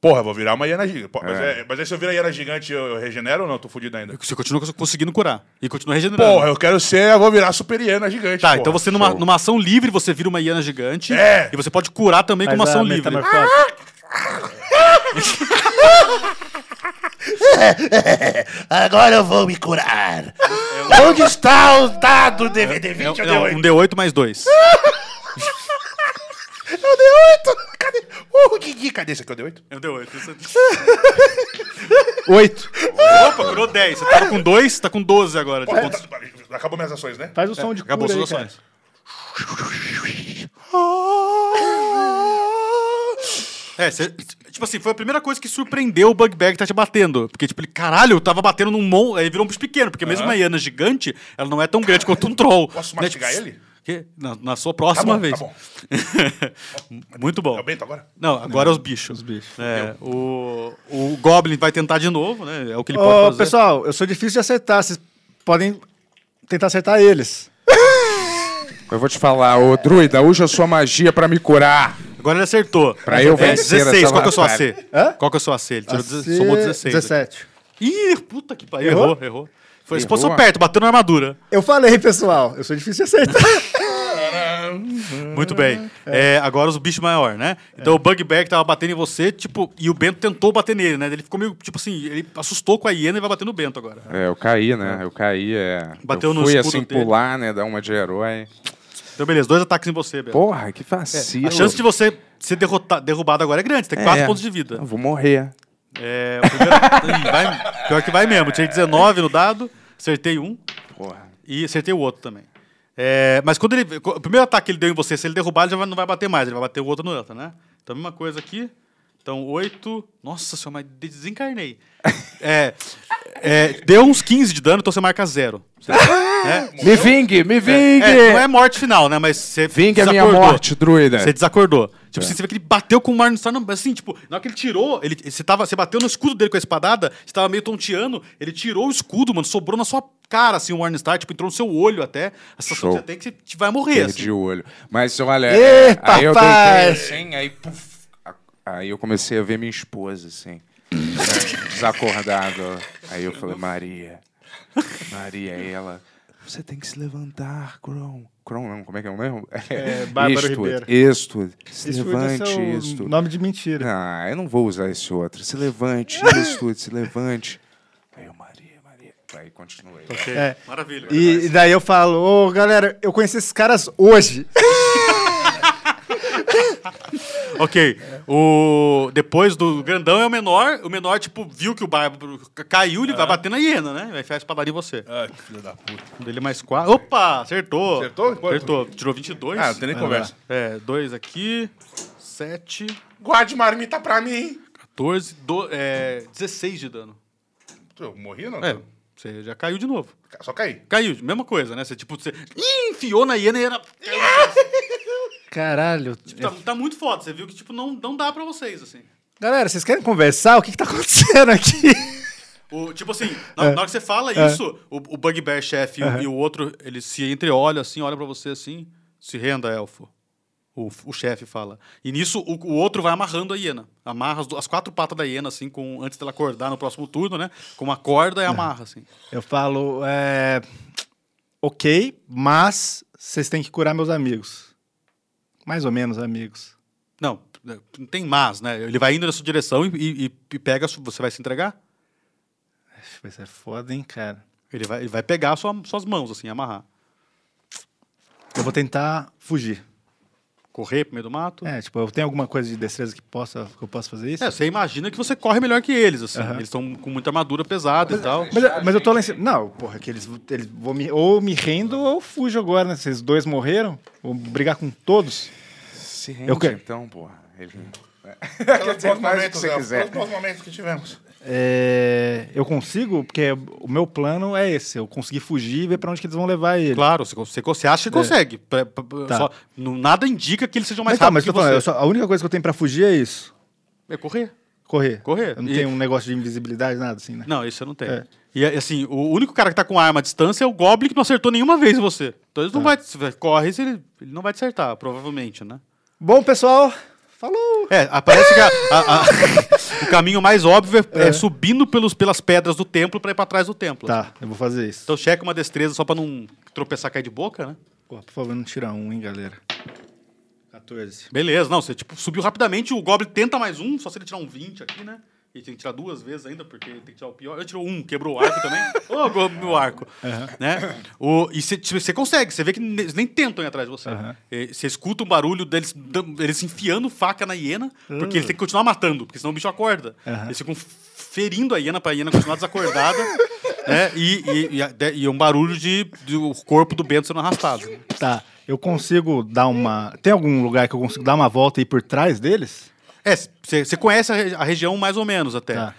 [SPEAKER 7] Porra, eu vou virar uma hiena gigante. Pô, Mas, é- mas aí se eu virar hiena gigante, eu, eu regenero ou não? Tô fudido ainda.
[SPEAKER 6] Você continua cons- conseguindo curar. E continua regenerando.
[SPEAKER 7] Porra, eu quero ser, eu vou virar super hiena gigante.
[SPEAKER 6] Tá,
[SPEAKER 7] porra.
[SPEAKER 6] então você numa, numa ação livre, você vira uma hiena gigante.
[SPEAKER 7] É.
[SPEAKER 6] E você pode curar também com uma
[SPEAKER 3] Faz a
[SPEAKER 6] ação livre.
[SPEAKER 3] metamorfose.
[SPEAKER 8] Agora eu vou me curar.
[SPEAKER 7] É um-
[SPEAKER 8] Onde está o dado DVD
[SPEAKER 6] É,
[SPEAKER 7] Ah,
[SPEAKER 8] 20
[SPEAKER 6] é um D8 mais dois. um
[SPEAKER 7] Eu dei oito! Cadê? Uh, Gui, cadê esse aqui? Eu dei oito?
[SPEAKER 6] É um D8.
[SPEAKER 3] Oito.
[SPEAKER 6] Opa, curou 10. Você tava com 2, tá com 12 agora. de
[SPEAKER 7] Porra,
[SPEAKER 6] pontos.
[SPEAKER 7] tá- acabou minhas ações, né?
[SPEAKER 3] Faz o som de
[SPEAKER 6] Acabou
[SPEAKER 3] cura aí,
[SPEAKER 6] suas
[SPEAKER 3] cara.
[SPEAKER 6] ações. É, cê- tipo assim, foi a primeira coisa que surpreendeu o Bugbear que tá te batendo. Porque, tipo, ele, caralho, eu tava batendo num mon... Aí virou um bicho pequeno, porque mesmo uma hiena gigante, ela não é tão grande quanto um troll.
[SPEAKER 7] Posso
[SPEAKER 6] Né, tipo,
[SPEAKER 7] mastigar ele?
[SPEAKER 6] que- Na, na sua
[SPEAKER 7] Tá bom,
[SPEAKER 6] próxima
[SPEAKER 7] tá
[SPEAKER 6] vez.
[SPEAKER 7] bom.
[SPEAKER 6] Muito bom.
[SPEAKER 7] É o Bento agora?
[SPEAKER 6] Não, agora é os bichos. Os bichos. É, o, o Goblin vai tentar de novo, né? É o que ele pode
[SPEAKER 3] Ô,
[SPEAKER 6] fazer.
[SPEAKER 3] pessoal, eu sou difícil de acertar. Vocês podem tentar acertar eles.
[SPEAKER 4] Eu vou te falar, ô druida, usa a sua magia é pra me curar.
[SPEAKER 6] Agora ele acertou.
[SPEAKER 4] Pra eu
[SPEAKER 6] É,
[SPEAKER 4] vencer
[SPEAKER 6] 16,
[SPEAKER 4] essa
[SPEAKER 6] qual que é o seu AC?
[SPEAKER 4] batalha.
[SPEAKER 3] Hã?
[SPEAKER 6] Qual que é o seu AC? Ele tirou,
[SPEAKER 3] Assim,
[SPEAKER 6] deze- somou 16.
[SPEAKER 3] 17.
[SPEAKER 6] Ih, puta que pariu.
[SPEAKER 3] Errou?
[SPEAKER 6] Errou, errou.
[SPEAKER 4] Errou,
[SPEAKER 6] Foi expulsão
[SPEAKER 4] ah.
[SPEAKER 6] perto, bateu na armadura.
[SPEAKER 3] Eu falei, pessoal, eu sou difícil de acertar.
[SPEAKER 6] Muito
[SPEAKER 3] Hum,
[SPEAKER 6] bem. É, agora os bichos maior, né?
[SPEAKER 3] É.
[SPEAKER 6] Então o Bugbear que tava batendo em você, tipo, e o Bento tentou bater nele, né? Ele ficou meio, tipo assim, ele assustou com a hiena e vai bater no Bento agora.
[SPEAKER 4] É, eu caí, né? Eu caí, é.
[SPEAKER 6] Bateu
[SPEAKER 4] eu
[SPEAKER 6] no
[SPEAKER 4] fui
[SPEAKER 6] escudo
[SPEAKER 4] assim
[SPEAKER 6] dele.
[SPEAKER 4] pular, né? Dar uma de herói.
[SPEAKER 6] Então, beleza, dois ataques em você, Bento.
[SPEAKER 4] Porra, que vacilo.
[SPEAKER 6] É, A chance de você ser derrota- derrubado agora é grande, você tem quatro pontos de vida.
[SPEAKER 4] Eu vou morrer.
[SPEAKER 6] É, o primeiro. Ih, vai- pior que vai mesmo. Tirei 19 no dado, acertei um
[SPEAKER 4] Porra.
[SPEAKER 6] e acertei o outro também. É, mas quando ele. O primeiro ataque que ele deu em você, se ele derrubar, ele já vai- não vai bater mais, ele vai bater o outro no outro, né? Então, mesma coisa aqui. Então, oito. Nossa senhora, mas desencarnei. É, é, Deu uns 15 de dano, então você marca zero. Você- né?
[SPEAKER 4] Me vingue, me vingue!
[SPEAKER 6] É, não é morte final, né? Mas você.
[SPEAKER 4] Vingue a é minha
[SPEAKER 6] desacordou.
[SPEAKER 4] morte, druida. É.
[SPEAKER 6] Você desacordou. Tipo, assim, você vê que ele bateu com o Marnstein, assim, tipo, na hora que ele tirou, ele, você, tava, você bateu no escudo dele com a espadada, você tava meio tonteando, ele tirou o escudo, mano, sobrou na sua cara, assim, o Marnstein, tipo, entrou no seu olho até. A sensação
[SPEAKER 4] Show.
[SPEAKER 6] que você tem é que você te- vai morrer,
[SPEAKER 4] Perdi
[SPEAKER 6] assim.
[SPEAKER 4] o olho. Mas olha, é,
[SPEAKER 8] Ê,
[SPEAKER 4] aí eu
[SPEAKER 8] papai!
[SPEAKER 4] deitei assim, aí, puf, a- aí eu comecei a ver minha esposa, assim, né, desacordado. Aí eu falei, Maria, Maria, aí ela, você tem que se levantar, Kron. Kron não, como é que é o mesmo?
[SPEAKER 3] É, Bárbara Ribeiro.
[SPEAKER 4] Eastwood, se
[SPEAKER 3] Isso foi
[SPEAKER 4] levante,
[SPEAKER 3] esse é o
[SPEAKER 4] Eastwood.
[SPEAKER 3] nome de mentira.
[SPEAKER 4] Ah, eu não vou usar esse outro. Se levante, estude, se levante. Aí eu, Maria, Maria. Aí continuei.
[SPEAKER 3] É.
[SPEAKER 6] Maravilha.
[SPEAKER 3] E, e daí eu falo, ô galera, eu conheci esses caras hoje.
[SPEAKER 6] Ok. O... Depois do grandão é o menor. O menor, tipo, viu que o bárbaro ca- caiu, ele vai bater na hiena, né? Vai enfiar a espadada em você.
[SPEAKER 7] Ai, que filho da puta.
[SPEAKER 6] Um dele é mais quatro. Opa, acertou.
[SPEAKER 7] Acertou? Quanto?
[SPEAKER 6] Acertou. Tirou 22.
[SPEAKER 7] Ah, não tem nem conversa.
[SPEAKER 6] É, dois aqui. Sete.
[SPEAKER 7] Guarde marmita pra mim.
[SPEAKER 6] 14. Do... É, 16 de dano.
[SPEAKER 7] Eu morri, não?
[SPEAKER 6] É, você já caiu de novo.
[SPEAKER 7] Só caí.
[SPEAKER 6] Caiu, mesma coisa, né? Você, tipo, você Ih, enfiou na hiena e era...
[SPEAKER 7] Ah!
[SPEAKER 3] Caralho.
[SPEAKER 6] Tá, tá muito foda. Você viu que, tipo, não, não dá pra vocês, assim.
[SPEAKER 3] Galera, vocês querem conversar? O que, que tá acontecendo aqui?
[SPEAKER 6] O- tipo assim, na,
[SPEAKER 3] É.
[SPEAKER 6] na hora que você fala isso, o, o Bugbear chefe e o- e o outro, eles se entreolham assim, olham pra você assim, se renda, elfo. O, o chefe fala. E nisso, o, o outro vai amarrando a hiena. Amarra as, du- as quatro patas da hiena, assim, com, antes dela acordar no próximo turno, né? Com uma corda e amarra, assim.
[SPEAKER 3] Eu falo, é. Ok, mas vocês têm que curar meus amigos. Mais ou menos amigos.
[SPEAKER 6] Não, não tem mais, né? Ele vai indo na sua direção e, e- e pega. a sua- Você vai se entregar?
[SPEAKER 3] Acho que Vai ser foda, hein, cara.
[SPEAKER 6] Ele vai, ele vai pegar a sua, suas mãos, assim, amarrar.
[SPEAKER 3] Eu vou tentar fugir.
[SPEAKER 6] Correr pro meio do mato.
[SPEAKER 3] É, tipo, eu tenho alguma coisa de destreza que, possa, que eu possa fazer isso?
[SPEAKER 6] É, você imagina que você corre melhor que eles, assim.
[SPEAKER 3] Aham.
[SPEAKER 6] Eles estão com muita armadura pesada e tal.
[SPEAKER 3] Mas, mas eu tô lá em cima. Não, porra, que eles, eles vão me, ou me rendo ou fujo agora, né? Vocês dois morreram, vou brigar com todos.
[SPEAKER 4] Se
[SPEAKER 3] Eu
[SPEAKER 4] rende,
[SPEAKER 3] quero.
[SPEAKER 4] então, porra. Ele...
[SPEAKER 7] Quer
[SPEAKER 4] dizer, faz o que você quiser.
[SPEAKER 7] Todos os momentos que tivemos.
[SPEAKER 3] É, eu consigo, porque o meu plano é esse: eu conseguir fugir e ver pra onge que eles vão levar ele. É.
[SPEAKER 6] Claro, você, você, você acha que consegue. Pra- pra- pra-
[SPEAKER 3] Tá.
[SPEAKER 6] só- não- nada indica que eles sejam mais
[SPEAKER 3] mas tá, mas
[SPEAKER 6] rápidos
[SPEAKER 3] tô
[SPEAKER 6] que você.
[SPEAKER 3] falando, eu só- a única coisa que eu tenho pra fugir é isso:
[SPEAKER 6] É correr.
[SPEAKER 3] correr.
[SPEAKER 6] Correr.
[SPEAKER 3] Eu não
[SPEAKER 6] E-
[SPEAKER 3] tenho um negócio de invisibilidade, nada assim, né?
[SPEAKER 6] Não, isso eu não tenho.
[SPEAKER 3] É.
[SPEAKER 6] E assim, o único cara que tá com arma à distância é o Goblin que não acertou nenhuma vez em você. Então ele não
[SPEAKER 3] Tá.
[SPEAKER 6] vai. Se você corre, se ele, ele não vai te acertar, provavelmente, né?
[SPEAKER 3] Bom, pessoal, falou!
[SPEAKER 6] É, aparece que a- a- a- o caminho mais óbvio é, é subindo pelos, pelas pedras do templo pra ir pra trás do templo.
[SPEAKER 3] Tá, eu vou fazer isso.
[SPEAKER 6] Então checa uma destreza só pra não tropeçar e cair de boca, né?
[SPEAKER 3] Porra, por favor, não tira um, hein, galera. 14.
[SPEAKER 6] Beleza, não, você tipo, subiu rapidamente, o Goblin tenta mais um, só se ele tirar um 20 aqui, né? E tem que tirar duas vezes ainda, porque tem que tirar o pior. Eu tirou um, quebrou o arco também. Ô, oh, meu arco. Né? O, e você consegue, você vê que ne- eles nem tentam ir atrás de você. Você escuta um barulho deles dam- eles enfiando faca na hiena, porque eles têm que continuar matando, porque senão o bicho acorda. Eles ficam ferindo a hiena pra hiena continuar desacordada. né? e, e, e, a- de- e é um barulho de, de o corpo do Bento sendo arrastado. né?
[SPEAKER 3] Tá, eu consigo dar uma. Tem algum lugar que eu consigo dar uma volta e ir por trás deles?
[SPEAKER 6] É, você conhece a, re- a região mais ou menos até.
[SPEAKER 3] Tá.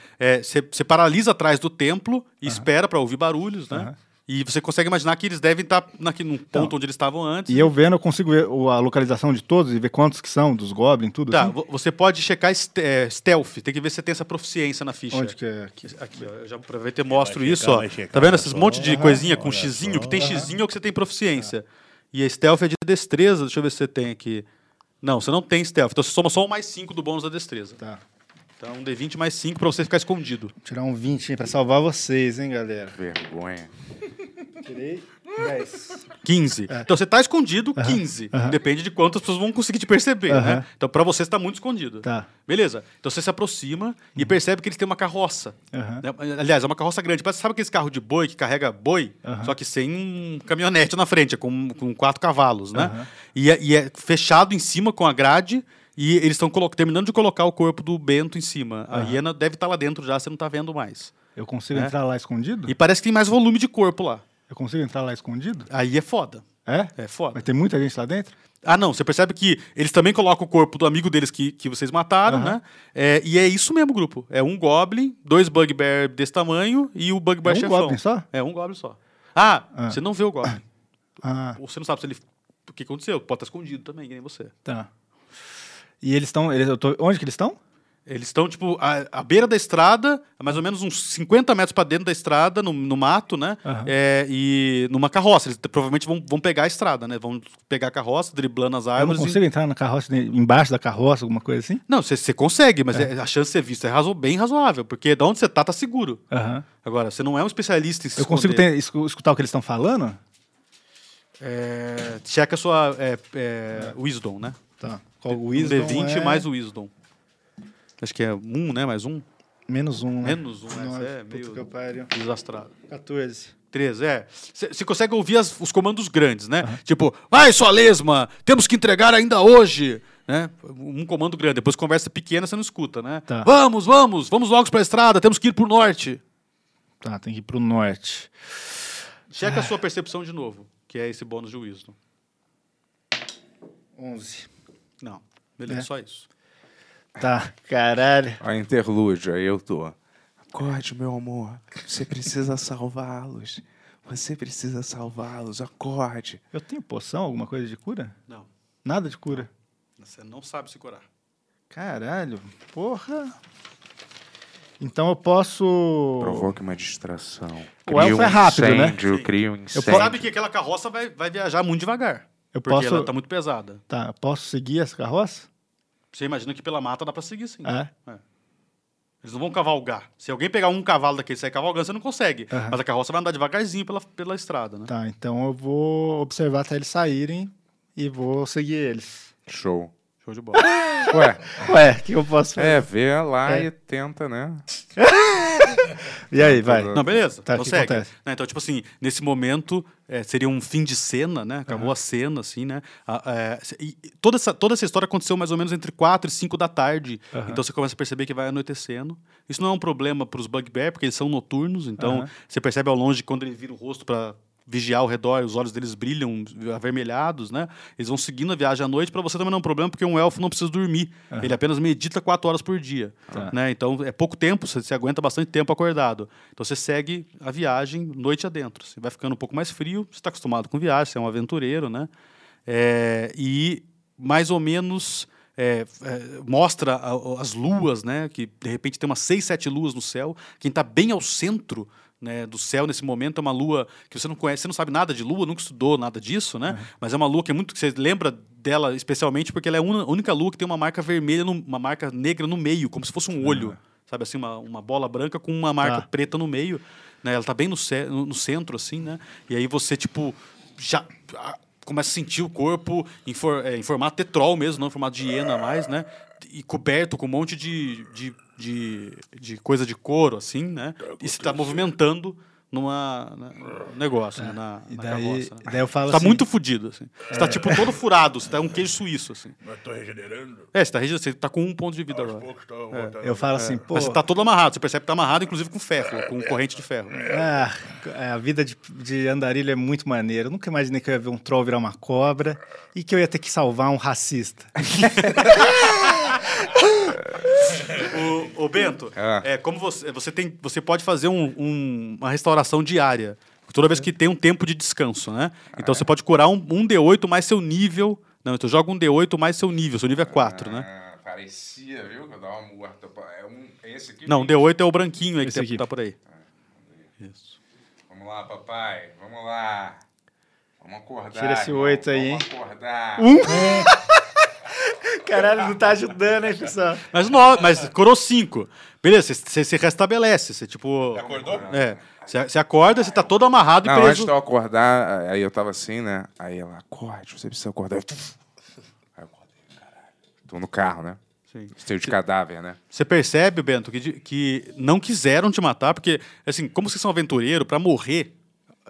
[SPEAKER 6] Você paralisa atrás do templo e espera pra ouvir barulhos, né? E você consegue imaginar que eles devem estar naquele num ponto onde eles estavam antes.
[SPEAKER 3] Então. E é eu vendo, eu consigo ver o- a localização de todos e ver quantos que são, dos goblins, tudo
[SPEAKER 6] Tá,
[SPEAKER 3] assim?
[SPEAKER 6] vo- você pode checar este- é, stealth, tem que ver se você tem essa proficiência na ficha.
[SPEAKER 3] Onde que é? Aqui.
[SPEAKER 6] Aqui, ó, eu já aproveito e mostro
[SPEAKER 8] checar,
[SPEAKER 6] isso, ó.
[SPEAKER 8] vai checar,
[SPEAKER 6] Tá vendo
[SPEAKER 8] olha
[SPEAKER 6] esses monte de
[SPEAKER 8] só,
[SPEAKER 6] coisinha com
[SPEAKER 8] olha
[SPEAKER 6] xizinho?
[SPEAKER 8] só.
[SPEAKER 6] Que tem xizinho é o que você tem proficiência. E a stealth é de destreza, deixa eu ver se você tem aqui. Não, você não tem stealth, então você soma só o mais 5 do bônus da destreza.
[SPEAKER 3] Tá.
[SPEAKER 6] Então um D20 mais 5 pra você ficar escondido.
[SPEAKER 3] Vou tirar um 20 hein, pra salvar vocês, hein, galera.
[SPEAKER 4] Vergonha.
[SPEAKER 3] Tirei 10.
[SPEAKER 6] 15.
[SPEAKER 3] É.
[SPEAKER 6] Então você tá escondido, 15. Depende de quantas pessoas vão conseguir te perceber,
[SPEAKER 3] Aham.
[SPEAKER 6] né? Então pra você você tá muito escondido.
[SPEAKER 3] Tá. Uhum.
[SPEAKER 6] Beleza. Então você se aproxima e percebe que eles têm uma carroça.
[SPEAKER 3] Aham.
[SPEAKER 6] Né? Aliás, é uma carroça grande. Parece- Sabe aqueles carro de boi que carrega boi? Só que sem um caminhonete na frente, é com, com quatro cavalos, né? E, é, e é fechado em cima com a grade. E eles estão colo- terminando de colocar o corpo do Bento em cima. A hiena deve estar lá dentro já, você não tá vendo mais.
[SPEAKER 3] Eu consigo
[SPEAKER 6] É.
[SPEAKER 3] entrar lá escondido?
[SPEAKER 6] E parece que tem mais volume de corpo lá.
[SPEAKER 3] Eu consigo entrar lá escondido?
[SPEAKER 6] Aí é foda.
[SPEAKER 3] É?
[SPEAKER 6] É foda.
[SPEAKER 3] Mas tem muita gente lá dentro?
[SPEAKER 6] Ah, não. Você percebe que eles também colocam o corpo do amigo deles que, que vocês mataram, né? É, e é isso mesmo, grupo. É um Goblin, dois Bugbear desse tamanho e o Bugbear
[SPEAKER 3] É um
[SPEAKER 6] chefão.
[SPEAKER 3] Goblin só?
[SPEAKER 6] É um Goblin só. Ah,
[SPEAKER 3] Ah.
[SPEAKER 6] você não vê o Goblin.
[SPEAKER 3] Ah,
[SPEAKER 6] Ou Você não sabe se ele. O que aconteceu? Pode estar escondido também, que nem você.
[SPEAKER 3] tá. E eles estão. Eles, eu tô- onde que eles estão?
[SPEAKER 6] Eles estão, tipo, à, à beira da estrada, a mais ou menos uns 50 metros pra dentro da estrada, no, no mato, né?
[SPEAKER 3] Aham.
[SPEAKER 6] É, e numa carroça. Eles t- provavelmente vão, vão pegar a estrada, né? Vão pegar a carroça, driblando as
[SPEAKER 3] Eu não
[SPEAKER 6] árvores. e-
[SPEAKER 3] consigo entrar na carroça, nem- embaixo da carroça, alguma coisa assim?
[SPEAKER 6] Não, você consegue, mas é- a chance de ser visto é razo- bem razoável, porque da onde você tá, tá seguro.
[SPEAKER 3] Aham.
[SPEAKER 6] Agora, você não é um especialista em se
[SPEAKER 3] Eu consigo
[SPEAKER 6] esconder.
[SPEAKER 3] ter- escu- escutar o que eles estão falando?
[SPEAKER 6] É, checa a sua é, é, wisdom, né?
[SPEAKER 3] Tá. Qual o
[SPEAKER 6] Um D20
[SPEAKER 3] é
[SPEAKER 6] mais o wisdom. Acho que é um, né? Mais um.
[SPEAKER 3] Menos um, né?
[SPEAKER 6] Menos um, né? Isso
[SPEAKER 3] Nossa,
[SPEAKER 6] é
[SPEAKER 3] puta
[SPEAKER 6] meio-
[SPEAKER 3] que eu pariu.
[SPEAKER 6] Desastrado.
[SPEAKER 3] 14.
[SPEAKER 6] 13, é. Você consegue ouvir as- os comandos grandes, né? Tipo, vai, sua lesma, temos que entregar ainda hoje. Né? Um comando grande, depois conversa pequena, você não escuta, né?
[SPEAKER 3] Tá.
[SPEAKER 6] Vamos, vamos, vamos logo pra estrada, temos que ir pro norte.
[SPEAKER 3] Tá, tem que ir pro norte. Ah.
[SPEAKER 6] Checa é a sua percepção de novo, que é esse bônus de wisdom.
[SPEAKER 3] 11.
[SPEAKER 6] Não,
[SPEAKER 3] É.
[SPEAKER 6] beleza, só isso.
[SPEAKER 3] Tá, caralho.
[SPEAKER 4] A interlúdio, aí eu tô. Acorde, meu amor. Você precisa salvá-los. Você precisa salvá-los. Acorde.
[SPEAKER 3] Eu tenho poção, alguma coisa de cura?
[SPEAKER 6] Não,
[SPEAKER 3] Nada de cura.
[SPEAKER 6] você não sabe se curar.
[SPEAKER 3] Caralho, porra. Então eu posso.
[SPEAKER 4] Provoque uma distração. um
[SPEAKER 3] O elfo é rápido, né?
[SPEAKER 4] incêndio,
[SPEAKER 6] Sim.
[SPEAKER 4] Cria um
[SPEAKER 3] posso-
[SPEAKER 4] incêndio.
[SPEAKER 6] Você sabe que aquela carroça vai, vai viajar muito devagar,
[SPEAKER 3] Eu
[SPEAKER 6] porque
[SPEAKER 3] posso.
[SPEAKER 6] ela tá muito pesada.
[SPEAKER 3] Tá, eu posso seguir essa carroça?
[SPEAKER 6] Você imagina que pela mata dá pra seguir sim.
[SPEAKER 3] É.
[SPEAKER 6] Eles não vão cavalgar. Se alguém pegar um cavalo daquele e sair cavalgando, você não consegue.
[SPEAKER 3] Aham.
[SPEAKER 6] Mas a carroça vai andar devagarzinho pela, pela estrada, né?
[SPEAKER 3] Tá, então eu vou observar até eles saírem e vou seguir eles.
[SPEAKER 4] Show.
[SPEAKER 6] Show de bola.
[SPEAKER 4] Ué,
[SPEAKER 3] Ué, o que eu posso fazer?
[SPEAKER 4] é, vê lá
[SPEAKER 3] É.
[SPEAKER 4] e tenta, né?
[SPEAKER 3] E aí, vai.
[SPEAKER 6] Não, beleza.
[SPEAKER 3] Tá, o que
[SPEAKER 6] consegue.
[SPEAKER 3] acontece?
[SPEAKER 6] Né, então, tipo assim, nesse momento, é, seria um fim de cena, né? Acabou a cena, assim, né? A- é, se- e toda, essa, toda essa história aconteceu mais ou menos entre 4 e 5 da tarde. Então você começa a perceber que vai anoitecendo. Isso não é um problema para os Bugbear, porque eles são noturnos. Então
[SPEAKER 3] Aham.
[SPEAKER 6] você percebe ao longe quando ele vira o rosto para vigiar ao redor, os olhos deles brilham avermelhados, né? Eles vão seguindo a viagem à noite. Para você também não é um problema, porque um elfo não precisa dormir. Ele apenas medita quatro horas por dia, né? Então é pouco tempo, você, você aguenta bastante tempo acordado. Então você segue a viagem noite adentro. Você vai ficando um pouco mais frio, você está acostumado com viagem, você é um aventureiro, né? É, e mais ou menos é, é, mostra a- o- as luas, né? Que de repente tem umas seis, sete luas no céu. Quem está bem ao centro né, do céu nesse momento é uma lua que você não conhece, você não sabe nada de lua, nunca estudou nada disso, né? Mas é uma lua que é muito que você lembra dela especialmente porque ela é a una- única lua que tem uma marca vermelha, no- uma marca negra no meio, como se fosse um olho. Sabe assim, uma, uma bola branca com uma marca
[SPEAKER 3] Tá.
[SPEAKER 6] preta no meio, né? Ela tá bem no, ce- no no centro, assim, né? E aí você, tipo, já ah, começa a sentir o corpo em, for- é, em formato tetrol mesmo, não em formato de hiena mais, né? E coberto com um monte de, de, de, de coisa de couro, assim, né? E se tá movimentando numa na- no negócio, né? na,
[SPEAKER 3] É. E
[SPEAKER 6] na
[SPEAKER 3] daí,
[SPEAKER 6] carroça. né?
[SPEAKER 3] daí eu falo
[SPEAKER 6] Você tá
[SPEAKER 3] assim. É.
[SPEAKER 6] muito fudido, assim. Você tá, tipo, todo furado. Você tá um queijo suíço, assim.
[SPEAKER 7] Mas tô regenerando.
[SPEAKER 6] É, você tá, regi- você tá com um ponto de vida agora.
[SPEAKER 5] tá
[SPEAKER 7] Poucos tô voltando.
[SPEAKER 3] Eu falo assim, pô.
[SPEAKER 6] Mas você tá todo amarrado. Você percebe que tá amarrado, inclusive, com ferro, com corrente de ferro.
[SPEAKER 3] Ah, a vida de, de andarilho é muito maneira. Eu nunca imaginei que eu ia ver um troll virar uma cobra e que eu ia ter que salvar um racista.
[SPEAKER 6] O, o Bento,
[SPEAKER 4] Ah.
[SPEAKER 6] é, como você, você, tem, você pode fazer um- um- uma restauração diária. Toda vez que tem um tempo de descanso, né?
[SPEAKER 4] Ah.
[SPEAKER 6] Então você pode curar um, um D8 mais seu nível. Não, então joga um D8 mais seu nível. Seu nível é 4, né?
[SPEAKER 4] Ah, parecia, viu? Que eu dava uma morta. pra- É um, é esse aqui?
[SPEAKER 6] Não, D8 é o branquinho aí que
[SPEAKER 3] Esse
[SPEAKER 6] tá-
[SPEAKER 3] aqui.
[SPEAKER 6] tá por aí.
[SPEAKER 4] Vamos lá, papai. Vamos lá. Vamos acordar.
[SPEAKER 3] Tira esse
[SPEAKER 4] irmão.
[SPEAKER 3] oito aí, Um
[SPEAKER 4] Vamos acordar.
[SPEAKER 3] Caralho, não tá ajudando, hein, pessoal?
[SPEAKER 6] Mas, no, mas curou cinco. Beleza, você se restabelece. Você, tipo.
[SPEAKER 7] Acordou?
[SPEAKER 6] É. Você acorda, você tá todo amarrado e
[SPEAKER 4] Não, antes
[SPEAKER 6] preso.
[SPEAKER 4] de eu acordar, aí eu tava assim, né? Aí ela, acorde, você precisa acordar. Eu, tuf. Aí eu acordei, caralho. Tô no carro, né?
[SPEAKER 6] Sim.
[SPEAKER 4] Esteio de cadáver, né?
[SPEAKER 6] Você percebe, Bento, que, de- que não quiseram te matar, porque, assim, como vocês são aventureiro, pra morrer,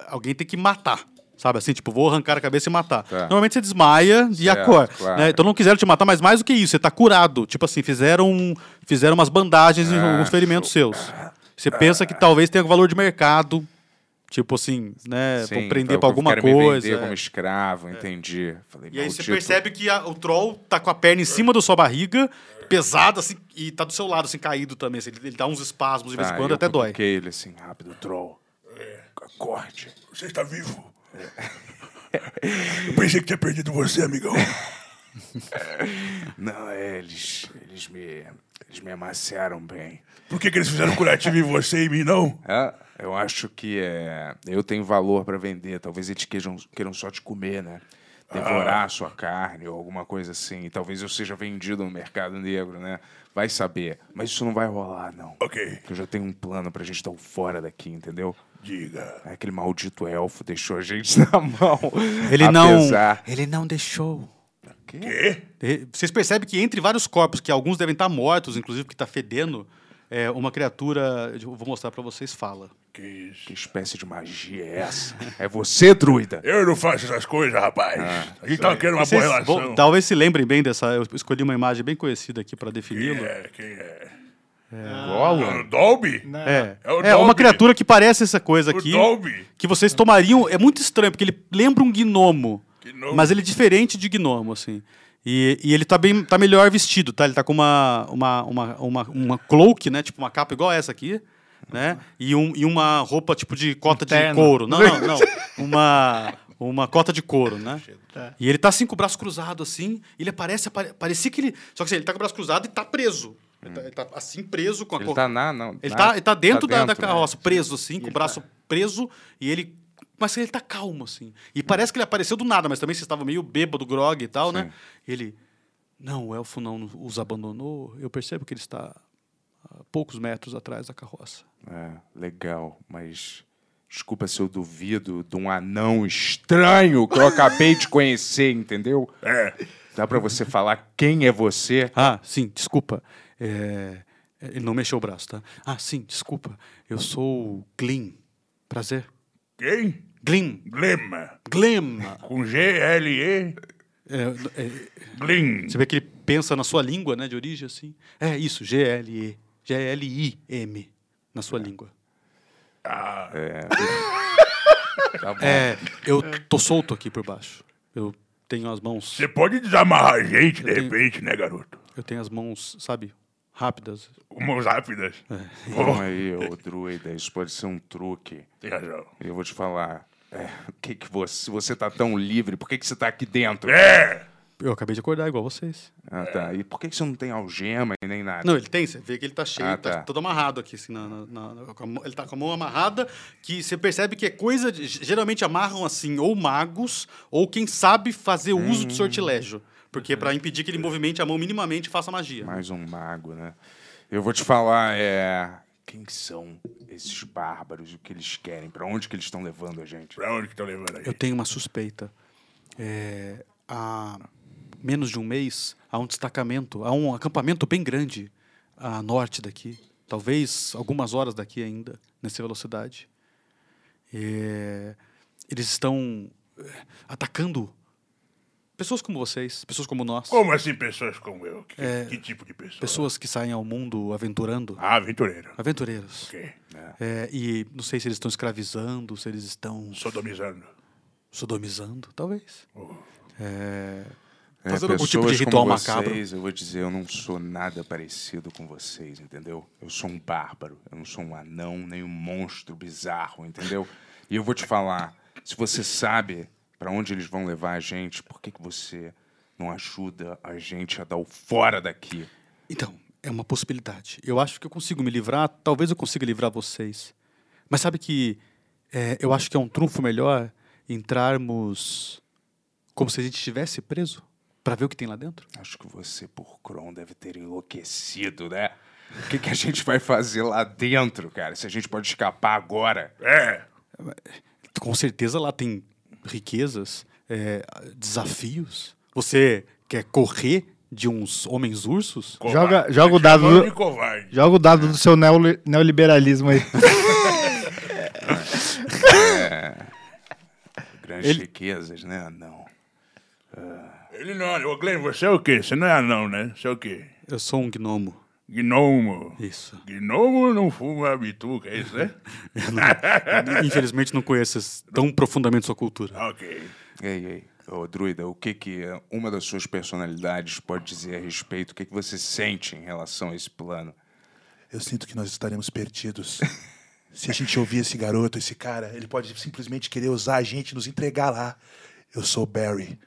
[SPEAKER 6] alguém tem que matar. Sabe assim, tipo, vou arrancar a cabeça e matar.
[SPEAKER 4] Tá.
[SPEAKER 6] Normalmente você desmaia e
[SPEAKER 4] Certo,
[SPEAKER 6] acorda.
[SPEAKER 4] claro.
[SPEAKER 6] né? Então não quiseram te matar, mas mais do que isso, você tá curado. Tipo assim, fizeram, fizeram
[SPEAKER 4] Ah,
[SPEAKER 6] umas bandagens e alguns ferimentos seus. Você pensa que talvez tenha valor de mercado, Tipo assim, né?
[SPEAKER 4] Sim, tá,
[SPEAKER 6] pra prender
[SPEAKER 4] falou,
[SPEAKER 6] pra alguma
[SPEAKER 4] quero me vender
[SPEAKER 6] coisa. é.
[SPEAKER 4] como escravo, entendi. Falei,
[SPEAKER 6] E aí você
[SPEAKER 4] maldito.
[SPEAKER 6] percebe que a- o troll tá com a perna em cima da sua barriga, pesada, assim, e tá do seu lado, assim, caído também. assim, ele, ele dá uns espasmos de vez
[SPEAKER 4] Tá,
[SPEAKER 6] em quando,
[SPEAKER 4] eu
[SPEAKER 6] até dói.
[SPEAKER 4] cutuquei ele assim, rápido, troll. Acorde.
[SPEAKER 5] Você está vivo. Eu pensei que tinha perdido você, amigão.
[SPEAKER 4] Não, é, eles, eles me, eles me amaciaram bem.
[SPEAKER 5] Por que, que eles fizeram curativo em você e em mim, não?
[SPEAKER 4] Ah, eu acho que é, eu tenho valor pra vender. Talvez eles queiram, queiram só te comer, né? Devorar a sua carne ou alguma coisa assim. E talvez eu seja vendido no mercado negro, né? Vai saber. Mas isso não vai rolar, não.
[SPEAKER 5] Ok,
[SPEAKER 4] Porque eu já tenho um plano pra gente estar fora daqui, entendeu? É
[SPEAKER 5] diga.
[SPEAKER 4] Aquele maldito elfo deixou a gente na mão.
[SPEAKER 6] Ele não.
[SPEAKER 4] Apesar-
[SPEAKER 6] Ele não deixou.
[SPEAKER 5] Quê?
[SPEAKER 6] De- Vocês percebem que entre vários corpos, que alguns devem estar mortos, inclusive, que tá fedendo, é, uma criatura. Eu vou mostrar pra vocês, fala.
[SPEAKER 5] Que isso?
[SPEAKER 4] Que espécie de magia é essa? É você, druida?
[SPEAKER 7] É.
[SPEAKER 5] Eu não faço essas coisas, rapaz. a gente tava querendo uma boa
[SPEAKER 6] Vocês
[SPEAKER 5] relação.
[SPEAKER 6] vão- um talvez se lembrem bem dessa. Eu escolhi uma imagem bem conhecida aqui pra
[SPEAKER 5] Quem
[SPEAKER 6] defini-lo.
[SPEAKER 5] é? Quem é? Ah,
[SPEAKER 4] Gola?
[SPEAKER 5] O Dolby?
[SPEAKER 6] É.
[SPEAKER 5] É o
[SPEAKER 6] É, uma
[SPEAKER 5] Dolby.
[SPEAKER 6] criatura que parece essa coisa
[SPEAKER 5] O
[SPEAKER 6] aqui.
[SPEAKER 5] Dolby?
[SPEAKER 6] que vocês tomariam. É muito estranho, porque ele lembra um gnomo.
[SPEAKER 5] Gnomo.
[SPEAKER 6] Mas ele é diferente de gnomo, assim. E, e ele tá, bem, tá melhor vestido, tá? Ele tá com uma, uma, uma, uma, uma cloak, né? Tipo uma capa igual essa aqui, né? E, um, e uma roupa tipo de cota de
[SPEAKER 3] terno.
[SPEAKER 6] couro. Não, não, não. Uma, uma cota de couro, né? E ele tá assim com o braço cruzado, assim. Ele parece. apare- Parecia que ele. Só que assim, ele tá com o braço cruzado e tá preso. Ele tá, ele tá, assim preso com a
[SPEAKER 4] Ele
[SPEAKER 6] cor-
[SPEAKER 4] tá na. Não,
[SPEAKER 6] ele
[SPEAKER 4] na-
[SPEAKER 6] tá, ele tá dentro, da- da,
[SPEAKER 4] né?
[SPEAKER 6] carroça, preso, assim, com o braço preso, e ele. Mas ele tá calmo, assim. E parece que ele apareceu do nada, mas também vocês estavam meio bêbado, grog e tal, né? Ele. Não, o elfo não os abandonou. Eu percebo que ele está a poucos metros atrás da carroça.
[SPEAKER 4] É, legal, mas. Desculpa se eu duvido de um anão estranho que eu acabei de conhecer, entendeu?
[SPEAKER 5] É.
[SPEAKER 4] Dá pra você falar quem é você?
[SPEAKER 6] Ah, sim, desculpa. É, Ele não mexeu o braço, tá? Ah, sim, desculpa. Eu sou o Glim. Prazer.
[SPEAKER 5] Quem?
[SPEAKER 6] Glim.
[SPEAKER 5] Glema.
[SPEAKER 6] Glim.
[SPEAKER 5] Com G-L-E.
[SPEAKER 6] É, é,
[SPEAKER 5] Glim.
[SPEAKER 6] Você vê que ele pensa na sua língua, né, de origem, assim. É isso, G-L-E, G-L-I-M, na sua língua.
[SPEAKER 4] Tá bom.
[SPEAKER 6] É, eu tô solto aqui por baixo. Eu tenho as mãos,
[SPEAKER 5] Você pode desamarrar a gente, de
[SPEAKER 6] Eu tenho-
[SPEAKER 5] repente, né, garoto?
[SPEAKER 6] eu tenho as mãos, sabe, rápidas.
[SPEAKER 5] Mãos rápidas.
[SPEAKER 6] É,
[SPEAKER 5] Oh,
[SPEAKER 4] Calma aí, ô druida, isso pode ser um truque.
[SPEAKER 5] Tem razão.
[SPEAKER 4] Eu vou te falar. É, o que que você, se você tá tão livre, por que, que você tá aqui dentro?
[SPEAKER 5] É!
[SPEAKER 6] Eu acabei de acordar igual vocês.
[SPEAKER 4] Ah, tá. E por que, que você não tem algema e nem nada?
[SPEAKER 6] Não, ele tem, você vê que ele tá cheio,
[SPEAKER 4] Ah,
[SPEAKER 6] tá.
[SPEAKER 4] tá.
[SPEAKER 6] todo amarrado aqui, assim, na, na- na- com a mão- ele tá com a mão amarrada, que você percebe que é coisa, de- geralmente amarram assim, ou magos, ou quem sabe fazer uso de sortilégio. Porque é pra impedir que ele movimente a mão minimamente e faça magia.
[SPEAKER 4] Mais um mago, né? Eu vou te falar, é. Quem são esses bárbaros? O que eles querem? Pra onde que eles estão levando a gente?
[SPEAKER 5] Pra onde que estão levando a
[SPEAKER 6] Eu
[SPEAKER 5] gente?
[SPEAKER 6] tenho uma suspeita. É, há menos de um mês, há um destacamento, há um acampamento bem grande a norte daqui. Talvez algumas horas daqui ainda, nessa velocidade. É, eles estão é, atacando pessoas como vocês, pessoas como nós.
[SPEAKER 5] Como assim pessoas como eu? Que,
[SPEAKER 6] É,
[SPEAKER 5] que tipo de pessoa?
[SPEAKER 6] Pessoas que saem ao mundo aventurando.
[SPEAKER 5] Ah, aventureiro.
[SPEAKER 6] Aventureiros.
[SPEAKER 5] Ok.
[SPEAKER 6] É, e não sei se eles estão escravizando, se eles estão
[SPEAKER 5] Sodomizando.
[SPEAKER 6] sodomizando, talvez. É,
[SPEAKER 4] Oh. É,
[SPEAKER 6] fazendo algum tipo
[SPEAKER 4] pessoas
[SPEAKER 6] de ritual
[SPEAKER 4] como
[SPEAKER 6] macabro.
[SPEAKER 4] vocês, Eu vou dizer, eu não sou nada parecido com vocês, entendeu? Eu sou um bárbaro, eu não sou um anão, nem um monstro bizarro, entendeu? E eu vou te falar, se você sabe pra onde eles vão levar a gente, por que, que você não ajuda a gente a dar o fora daqui?
[SPEAKER 6] Então, é uma possibilidade. Eu acho que eu consigo me livrar, talvez eu consiga livrar vocês. Mas sabe que é, eu acho que é um trunfo melhor entrarmos como se a gente estivesse preso para ver o que tem lá dentro?
[SPEAKER 4] Acho que você, por Kron, deve ter enlouquecido, né? O que, que a gente vai fazer lá dentro, cara? Se a gente pode escapar agora?
[SPEAKER 5] É!
[SPEAKER 6] Com certeza lá tem riquezas, é, desafios. Você quer correr de uns homens ursos?
[SPEAKER 3] Joga,
[SPEAKER 5] Covarde.
[SPEAKER 3] joga o dado
[SPEAKER 5] Chamou de
[SPEAKER 3] do,
[SPEAKER 5] covarde.
[SPEAKER 3] joga o dado do seu neoli- neoliberalismo aí.
[SPEAKER 4] Grandes riquezas, né? Não.
[SPEAKER 5] Ele não, olha, ô Glenn, você é o quê? Você não é anão, né? Você é o quê?
[SPEAKER 6] Eu sou um gnomo.
[SPEAKER 5] Gnomo.
[SPEAKER 6] Isso.
[SPEAKER 5] Gnomo não fuma bituca, é isso, né?
[SPEAKER 6] Infelizmente não conheço esse- tão profundamente sua cultura.
[SPEAKER 5] ok.
[SPEAKER 4] Ei, ei, ô Druida, o que que eh, uma das suas personalidades pode dizer a respeito? O que que você sente em relação a esse plano?
[SPEAKER 7] Eu sinto que nós estaremos perdidos. Se a gente ouvir esse garoto, esse cara, ele pode simplesmente querer usar a gente, nos entregar lá. Eu sou Barry.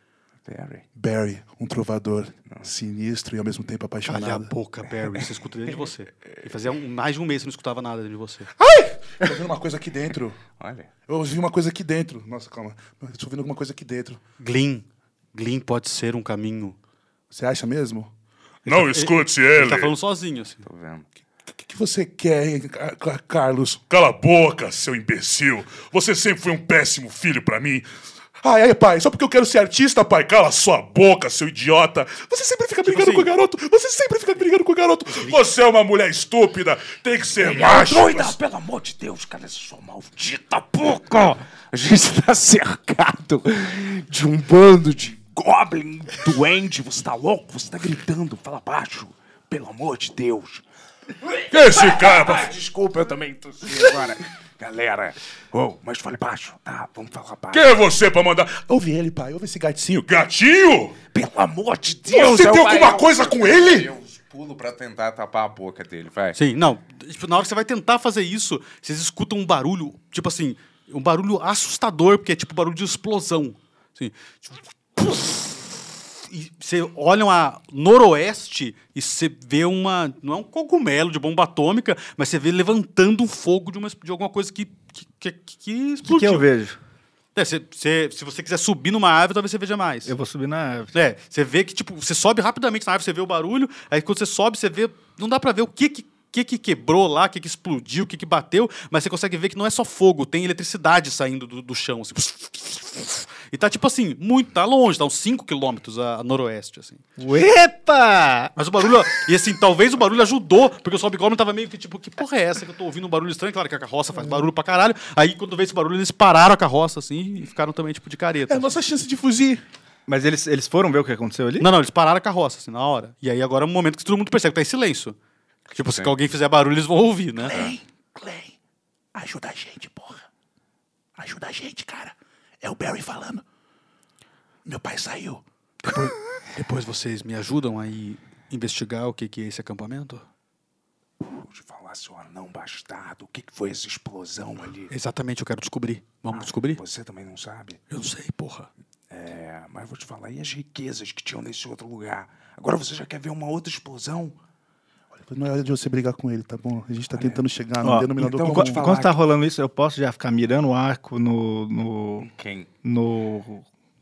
[SPEAKER 4] Barry.
[SPEAKER 7] Barry, um trovador sinistro e ao mesmo tempo apaixonado.
[SPEAKER 6] Cala a boca, Barry. Você escuta dentro de você. E fazia um- mais de um mês que eu não escutava nada dentro de você.
[SPEAKER 7] Tô ouvindo uma coisa aqui dentro.
[SPEAKER 4] Olha,
[SPEAKER 7] Eu ouvi uma coisa aqui dentro. Nossa, calma. Estou ouvindo alguma coisa aqui dentro.
[SPEAKER 6] Glyn. Glyn pode ser um caminho.
[SPEAKER 7] Você acha mesmo?
[SPEAKER 5] Não escute
[SPEAKER 6] Ele tá
[SPEAKER 5] ele.
[SPEAKER 6] falando sozinho, assim.
[SPEAKER 4] tô vendo.
[SPEAKER 7] O que, que você quer, hein, Ca- Ca- Carlos?
[SPEAKER 5] Cala a boca, seu imbecil. Você sempre foi um péssimo filho pra mim.
[SPEAKER 7] Ai, ai, pai, só porque eu quero ser artista, pai.
[SPEAKER 5] Pai, cala sua boca, seu idiota.
[SPEAKER 7] Você sempre fica
[SPEAKER 8] Tipo
[SPEAKER 7] brigando
[SPEAKER 6] assim,
[SPEAKER 7] com o garoto. Você sempre fica brigando com o garoto.
[SPEAKER 5] Você é uma mulher estúpida. Tem que ser macho.
[SPEAKER 8] assim, é Doida, pelo amor de Deus, cara, essa sua maldita porca!
[SPEAKER 4] A gente tá cercado de um bando de
[SPEAKER 8] Goblin, doente, você tá louco? Você tá gritando, fala baixo, pelo amor de Deus.
[SPEAKER 5] Esse
[SPEAKER 4] Ah,
[SPEAKER 5] cara.
[SPEAKER 8] Desculpa, eu também
[SPEAKER 4] assim
[SPEAKER 8] tossi agora. Galera, oh, mas fale baixo, tá? Vamos falar baixo.
[SPEAKER 5] Quem é você pra mandar?
[SPEAKER 7] Ouve ele, pai. Ouve esse gatinho.
[SPEAKER 5] Gatinho?
[SPEAKER 8] Pelo amor de Deus!
[SPEAKER 5] Você
[SPEAKER 8] é o
[SPEAKER 5] tem
[SPEAKER 8] pai-
[SPEAKER 5] alguma coisa com ele?
[SPEAKER 4] Deus pulo pra tentar tapar a boca dele, vai.
[SPEAKER 6] Sim, não. Tipo, na hora que você vai tentar fazer isso, vocês escutam um barulho, tipo assim, um barulho assustador, porque é tipo barulho de explosão. Assim, tipo, puff. e você olha a noroeste e você vê uma. Não é um cogumelo de bomba atômica, mas você vê levantando um fogo de, uma, de alguma coisa que, que, que, que
[SPEAKER 3] O que, que
[SPEAKER 6] explodiu.
[SPEAKER 3] eu vejo?
[SPEAKER 6] É, você- você- se você quiser subir numa árvore, talvez você veja mais.
[SPEAKER 3] Eu vou subir na árvore.
[SPEAKER 6] É, você vê que, tipo, você sobe rapidamente na árvore, você vê o barulho, aí quando você sobe, você vê. Não dá pra ver o que que, que, que quebrou lá, o que, que explodiu, o que, que bateu, mas você consegue ver que não é só fogo, tem eletricidade saindo do, do chão. assim. E tá, tipo assim, muito, tá longe, tá uns 5 quilômetros a, a noroeste, assim.
[SPEAKER 3] Epa!
[SPEAKER 6] Mas o barulho. e assim, talvez o barulho ajudou, porque o Sob Goblin tava meio que tipo, que porra é essa que eu tô ouvindo um barulho estranho? Claro que a carroça faz barulho pra caralho. Aí quando veio esse barulho, eles pararam a carroça, assim, e ficaram também, tipo, de careta.
[SPEAKER 7] É a nossa chance de fugir.
[SPEAKER 3] Mas eles, eles foram ver o que aconteceu ali?
[SPEAKER 6] Não, não, eles pararam a carroça, assim, na hora. E aí agora é um momento que todo mundo percebe que tá em silêncio. Tipo, se alguém fizer barulho, eles vão ouvir, né?
[SPEAKER 8] Clay, Clay, ajuda a gente, porra. Ajuda a gente, cara. É o Barry falando. Meu pai saiu.
[SPEAKER 6] Depois vocês me ajudam aí investigar o que, que é esse acampamento?
[SPEAKER 8] Vou te falar, "Ah, seu anão bastardo. O que, que foi essa explosão ali?
[SPEAKER 6] É
[SPEAKER 4] É,
[SPEAKER 6] Exatamente, eu quero descobrir. Vamos descobrir?
[SPEAKER 8] Você também não sabe?
[SPEAKER 6] Eu não sei, porra.
[SPEAKER 8] É, mas vou te falar, e as riquezas que tinham nesse outro lugar? Agora você já quer ver uma outra explosão?
[SPEAKER 7] Não é hora de você brigar com ele, tá bom? A gente
[SPEAKER 8] Ah,
[SPEAKER 7] tá
[SPEAKER 8] é.
[SPEAKER 7] tentando chegar
[SPEAKER 3] Ó,
[SPEAKER 7] no denominador
[SPEAKER 8] então
[SPEAKER 7] comum.
[SPEAKER 8] vou te
[SPEAKER 3] Enquanto,
[SPEAKER 8] falar
[SPEAKER 3] enquanto tá
[SPEAKER 8] que-
[SPEAKER 3] rolando isso, eu posso já ficar mirando o arco no. no,
[SPEAKER 4] Quem?
[SPEAKER 3] no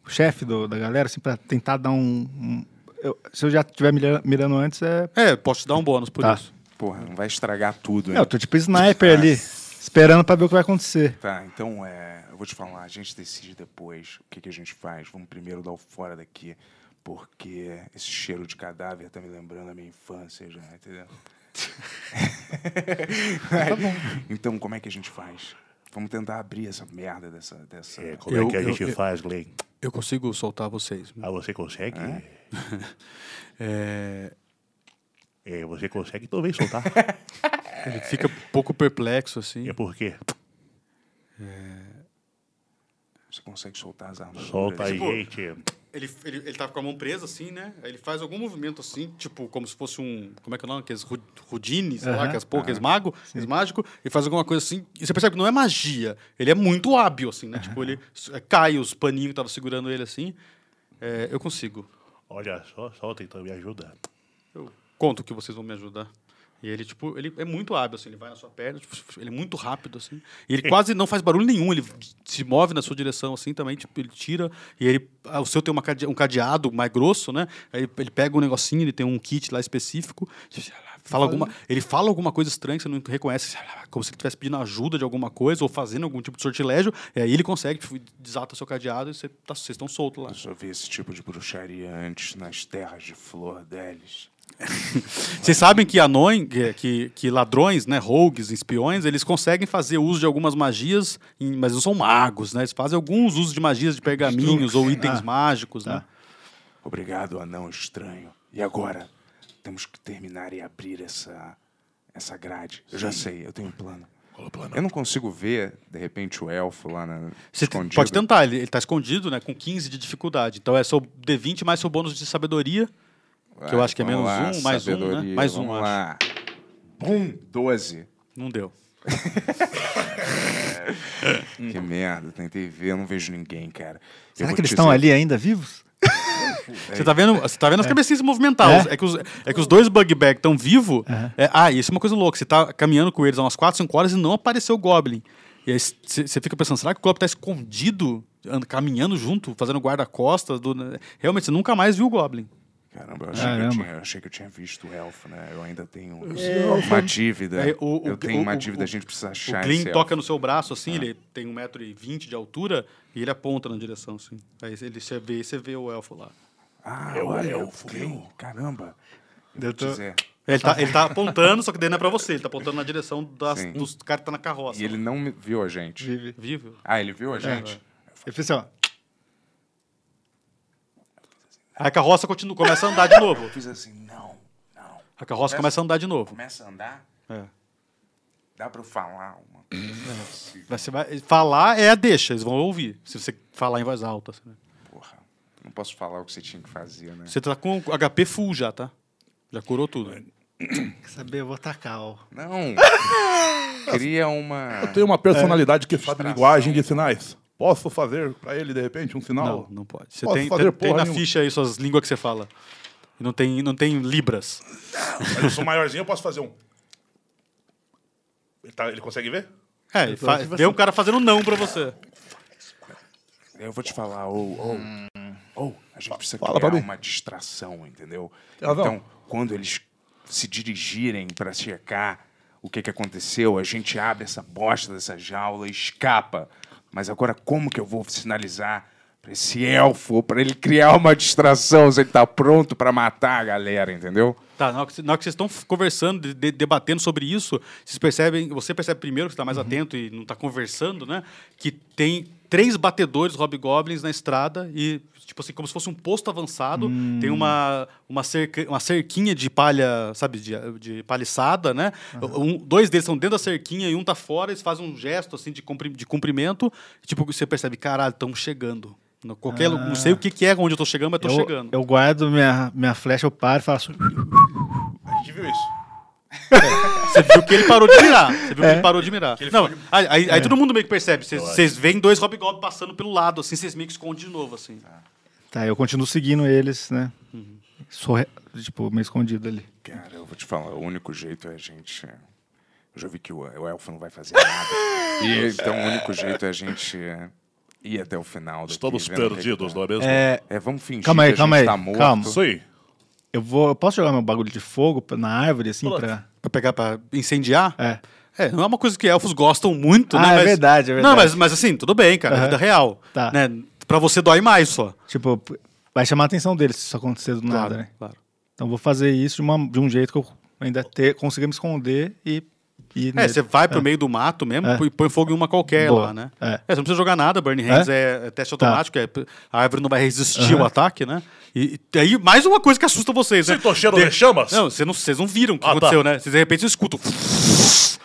[SPEAKER 3] chefe do- da galera, assim, pra tentar dar um. um- eu- se eu já estiver mirando, antes, é.
[SPEAKER 6] É, posso te dar um bônus por
[SPEAKER 3] Tá.
[SPEAKER 6] isso.
[SPEAKER 4] Porra, não vai estragar tudo, hein?
[SPEAKER 3] Não, eu tô tipo sniper ali, esperando pra ver o que vai acontecer.
[SPEAKER 4] Tá, então é, eu vou te falar, a gente decide depois o que, que a gente faz. Vamos primeiro dar o fora daqui, porque esse cheiro de cadáver tá me lembrando a minha infância já, entendeu? Então, como é que a gente faz? Vamos tentar abrir essa merda dessa. dessa...
[SPEAKER 8] Como
[SPEAKER 6] é que a Eu- gente eu-
[SPEAKER 8] faz, Glenn?
[SPEAKER 6] Eu consigo soltar vocês.
[SPEAKER 7] Tá.
[SPEAKER 8] Ah, você consegue?
[SPEAKER 6] É,
[SPEAKER 9] É,
[SPEAKER 8] você consegue talvez soltar.
[SPEAKER 6] ele fica um pouco perplexo, assim.
[SPEAKER 9] É
[SPEAKER 8] por quê?
[SPEAKER 4] Você consegue soltar as armas?
[SPEAKER 6] Tipo,
[SPEAKER 8] gente.
[SPEAKER 6] Ele, ele, ele tava com a mão presa, assim, né? Aí Ele faz algum movimento assim, tipo, como se fosse um. Como é que é o nome? Aqueles ru- Rudine, sei lá,
[SPEAKER 3] Aham,
[SPEAKER 6] aqueles poucas mago, aqueles mágico, ele faz alguma coisa assim. E você percebe que não é magia. Ele é muito hábil, assim, né? Tipo, ele s- é, cai os paninhos que tava segurando ele assim. É, eu consigo.
[SPEAKER 8] Olha só, solta então, me ajuda.
[SPEAKER 6] Eu conto que vocês vão me ajudar. E ele, tipo, ele é muito hábil, assim, ele vai na sua perna, tipo, ele é muito rápido, assim. E ele quase não faz barulho nenhum, ele se move na sua direção, assim, também, tipo, ele tira, e ele, ah, o seu tem uma cade- um cadeado mais grosso, né? Aí ele pega um negocinho, ele tem um kit lá específico, fala alguma, ele fala alguma coisa estranha que você não reconhece, como se ele estivesse pedindo ajuda de alguma coisa, ou fazendo algum tipo de sortilégio, e aí ele consegue, tipo, desata o seu cadeado e você tá- vocês estão soltos lá.
[SPEAKER 4] Eu só vi esse tipo de bruxaria antes nas terras de flor deles.
[SPEAKER 6] Vocês sabem que anões, que, que, que ladrões, né, rogues, espiões, eles conseguem fazer uso de algumas magias, em- mas não são magos, né? Eles fazem alguns usos de magias de pergaminhos ou itens mágicos, né?
[SPEAKER 4] Obrigado, anão estranho. E agora? Temos que terminar e abrir essa, essa grade. Eu já sei, eu tenho um plano.
[SPEAKER 7] Qual é o plano?
[SPEAKER 4] Eu não consigo ver, de repente, o elfo lá na,
[SPEAKER 6] Você te-
[SPEAKER 4] escondido.
[SPEAKER 6] pode tentar, ele, ele tá escondido, né? Com 15 de dificuldade. Então é seu D20 mais seu bônus de sabedoria. que eu acho que é
[SPEAKER 4] Ah, Vamos
[SPEAKER 6] menos
[SPEAKER 4] lá,
[SPEAKER 6] um, mais um, né?
[SPEAKER 4] sabedoria,
[SPEAKER 6] Mais um,
[SPEAKER 4] vamos
[SPEAKER 6] eu
[SPEAKER 4] lá. Bum! 12.
[SPEAKER 6] Não deu. Hum.
[SPEAKER 4] Que merda, tentei ver, eu não vejo ninguém, cara. Eu
[SPEAKER 3] Será
[SPEAKER 4] vou
[SPEAKER 3] que eles
[SPEAKER 4] te
[SPEAKER 3] estão
[SPEAKER 4] dizer-
[SPEAKER 3] ali ainda vivos?
[SPEAKER 6] Você tá
[SPEAKER 4] É.
[SPEAKER 6] vendo, você tá vendo as cabecinhas se movimentar. É. que os, é que os dois bugback estão vivos. É, ah, isso é uma coisa louca. Você tá caminhando com eles há umas 4, 5 horas e não apareceu o Goblin. E aí c- c- você fica pensando, será que o Goblin tá escondido, and- caminhando junto, fazendo guarda-costas? do- né? Realmente, você nunca mais viu o Goblin.
[SPEAKER 4] Caramba, eu achei,
[SPEAKER 3] Caramba.
[SPEAKER 4] Que eu tinha, eu achei que eu tinha visto o elfo, né? Eu ainda tenho uma dívida.
[SPEAKER 6] É, o- o-
[SPEAKER 4] eu tenho
[SPEAKER 6] o-
[SPEAKER 4] uma
[SPEAKER 6] o-
[SPEAKER 4] dívida, a
[SPEAKER 6] o-
[SPEAKER 4] gente precisa
[SPEAKER 6] O
[SPEAKER 4] achar
[SPEAKER 6] Glyn
[SPEAKER 4] esse
[SPEAKER 6] toca
[SPEAKER 4] elfo. É.
[SPEAKER 6] no seu braço, assim, ele tem 1,20m de altura, e ele aponta na direção, assim. Aí ele, você, vê, você vê o elfo lá.
[SPEAKER 4] Ah,
[SPEAKER 7] É
[SPEAKER 4] olha, o Glyn, caramba. Eu vou
[SPEAKER 3] Eu
[SPEAKER 4] te
[SPEAKER 3] tô-
[SPEAKER 4] dizer.
[SPEAKER 6] Ele tá, ele tá apontando, só que daí não é pra você, ele tá apontando na direção das,
[SPEAKER 4] Sim.
[SPEAKER 6] dos caras que tá na carroça.
[SPEAKER 4] E ele não me- viu a gente.
[SPEAKER 3] Vive.
[SPEAKER 6] Vivo.
[SPEAKER 4] Ah, ele viu a gente?
[SPEAKER 3] Eu fiz assim, ó.
[SPEAKER 6] Aí a carroça continua, começa a andar de novo.
[SPEAKER 4] Eu fiz assim, não, não.
[SPEAKER 6] A carroça começa a andar de novo.
[SPEAKER 4] Começa a andar,
[SPEAKER 6] É.
[SPEAKER 4] dá pra eu falar uma coisa.
[SPEAKER 6] Você vai, falar é a deixa, eles vão ouvir. Se você falar em voz alta. assim, né?
[SPEAKER 4] Porra, não posso falar o que você tinha que fazer, né?
[SPEAKER 6] Você tá com HP full já, tá? Já curou tudo.
[SPEAKER 3] Quer saber? Eu vou atacar, ó.
[SPEAKER 4] Não! Cria uma...
[SPEAKER 7] Tem uma
[SPEAKER 6] É,
[SPEAKER 7] personalidade que sabe linguagem de sinais. Posso fazer pra ele, de repente, um sinal?
[SPEAKER 6] Não, não pode. Você
[SPEAKER 7] Posso
[SPEAKER 6] tem,
[SPEAKER 7] fazer
[SPEAKER 6] tem, tem
[SPEAKER 7] porra
[SPEAKER 6] na
[SPEAKER 7] nenhuma.
[SPEAKER 6] ficha aí suas línguas que você fala. E Não tem, não tem libras.
[SPEAKER 7] Mas eu sou maiorzinho, eu posso fazer um. Ele, tá- ele consegue ver?
[SPEAKER 6] É, ele fa- vê um cara fazendo não pra você.
[SPEAKER 4] É, Eu vou te falar, ou, ou, ou a gente precisa
[SPEAKER 7] Hum. fala pra
[SPEAKER 4] criar
[SPEAKER 7] mim. Tá
[SPEAKER 4] uma distração, entendeu?
[SPEAKER 7] razão.
[SPEAKER 4] Então, quando eles se dirigirem pra checar o que, que aconteceu, a gente abre essa bosta dessa jaula e escapa. Mas agora, como que eu vou sinalizar pra esse elfo, pra ele criar uma distração, se ele tá pronto pra matar a galera, entendeu?
[SPEAKER 6] Tá, na hora que, cê- na hora que vocês estão f- conversando, de- de- debatendo sobre isso, vocês percebem, você percebe primeiro que está
[SPEAKER 3] Uhum.
[SPEAKER 6] mais atento e não está conversando, né? Que tem três batedores hobgoblins na estrada e tipo assim, como se fosse um posto avançado,
[SPEAKER 3] Hum.
[SPEAKER 6] tem uma uma, cerca, uma cerquinha de palha, sabe, de, de paliçada, né? Um- dois deles estão dentro da cerquinha e um tá fora, eles fazem um gesto assim de, cumpri- de cumprimento, tipo você percebe, caralho, estão chegando. No qualquer, lu- não sei o que, que é onde eu tô chegando, mas tô
[SPEAKER 3] Ah. eu,
[SPEAKER 6] chegando.
[SPEAKER 3] Eu guardo minha, minha flecha, eu paro e assim, faço.
[SPEAKER 7] A gente viu isso.
[SPEAKER 6] Você viu que ele parou de mirar. Você
[SPEAKER 3] É.
[SPEAKER 6] viu que ele parou de mirar. Não, aí, aí- aí todo mundo meio que percebe. Vocês- Vocês veem dois Hobgoblin passando pelo lado, assim, vocês meio que escondem de novo, assim.
[SPEAKER 3] Tá, eu continuo seguindo eles, né? Sou, re- tipo, meio escondido ali.
[SPEAKER 4] Cara, eu vou te falar, o único jeito é a gente. Eu já vi que o, o elfo não vai fazer nada. E, então o único jeito é a gente é, ir até o final. Daqui,
[SPEAKER 9] Estamos
[SPEAKER 4] vendo o que que
[SPEAKER 9] perdidos,
[SPEAKER 4] dá.
[SPEAKER 9] não é mesmo?
[SPEAKER 4] É, vamos fingir
[SPEAKER 3] Calma aí,
[SPEAKER 4] que a
[SPEAKER 3] calma
[SPEAKER 4] gente
[SPEAKER 3] aí,
[SPEAKER 4] tá morto.
[SPEAKER 3] calma.
[SPEAKER 9] Isso aí.
[SPEAKER 3] Eu vou. Eu posso jogar meu bagulho de fogo pra- na árvore, assim, pra.
[SPEAKER 6] Pra pegar, pra incendiar?
[SPEAKER 3] É.
[SPEAKER 6] É, não é uma coisa que elfos gostam muito,
[SPEAKER 3] Ah,
[SPEAKER 6] né?
[SPEAKER 3] é
[SPEAKER 6] mas-
[SPEAKER 3] verdade, é
[SPEAKER 6] Não,
[SPEAKER 3] verdade.
[SPEAKER 6] mas, mas assim, tudo bem, cara. É
[SPEAKER 3] Aham.
[SPEAKER 6] vida real.
[SPEAKER 3] Tá.
[SPEAKER 6] Né? Pra você dói mais só.
[SPEAKER 3] Tipo, p- vai chamar a atenção deles se isso acontecer do nada, né?
[SPEAKER 6] claro.
[SPEAKER 3] Então eu vou fazer isso de, uma- de um jeito que eu ainda ter, consiga me esconder e. e
[SPEAKER 6] É, você vai pro meio do mato mesmo
[SPEAKER 3] né? É.
[SPEAKER 6] e põe fogo em uma qualquer
[SPEAKER 3] Boa.
[SPEAKER 6] lá, né?
[SPEAKER 3] É.
[SPEAKER 6] É. você não precisa jogar nada, Burning Hands é, é teste
[SPEAKER 3] Tá.
[SPEAKER 6] automático, é, a árvore não vai resistir ao ataque, né? E, e aí, mais uma coisa que assusta vocês, né?
[SPEAKER 9] Sinto o cheiro
[SPEAKER 6] De-
[SPEAKER 9] de chamas?
[SPEAKER 6] Não, vocês não, vocês não viram o que
[SPEAKER 9] Ah, tá.
[SPEAKER 6] aconteceu, né? Vocês de repente vocês escutam.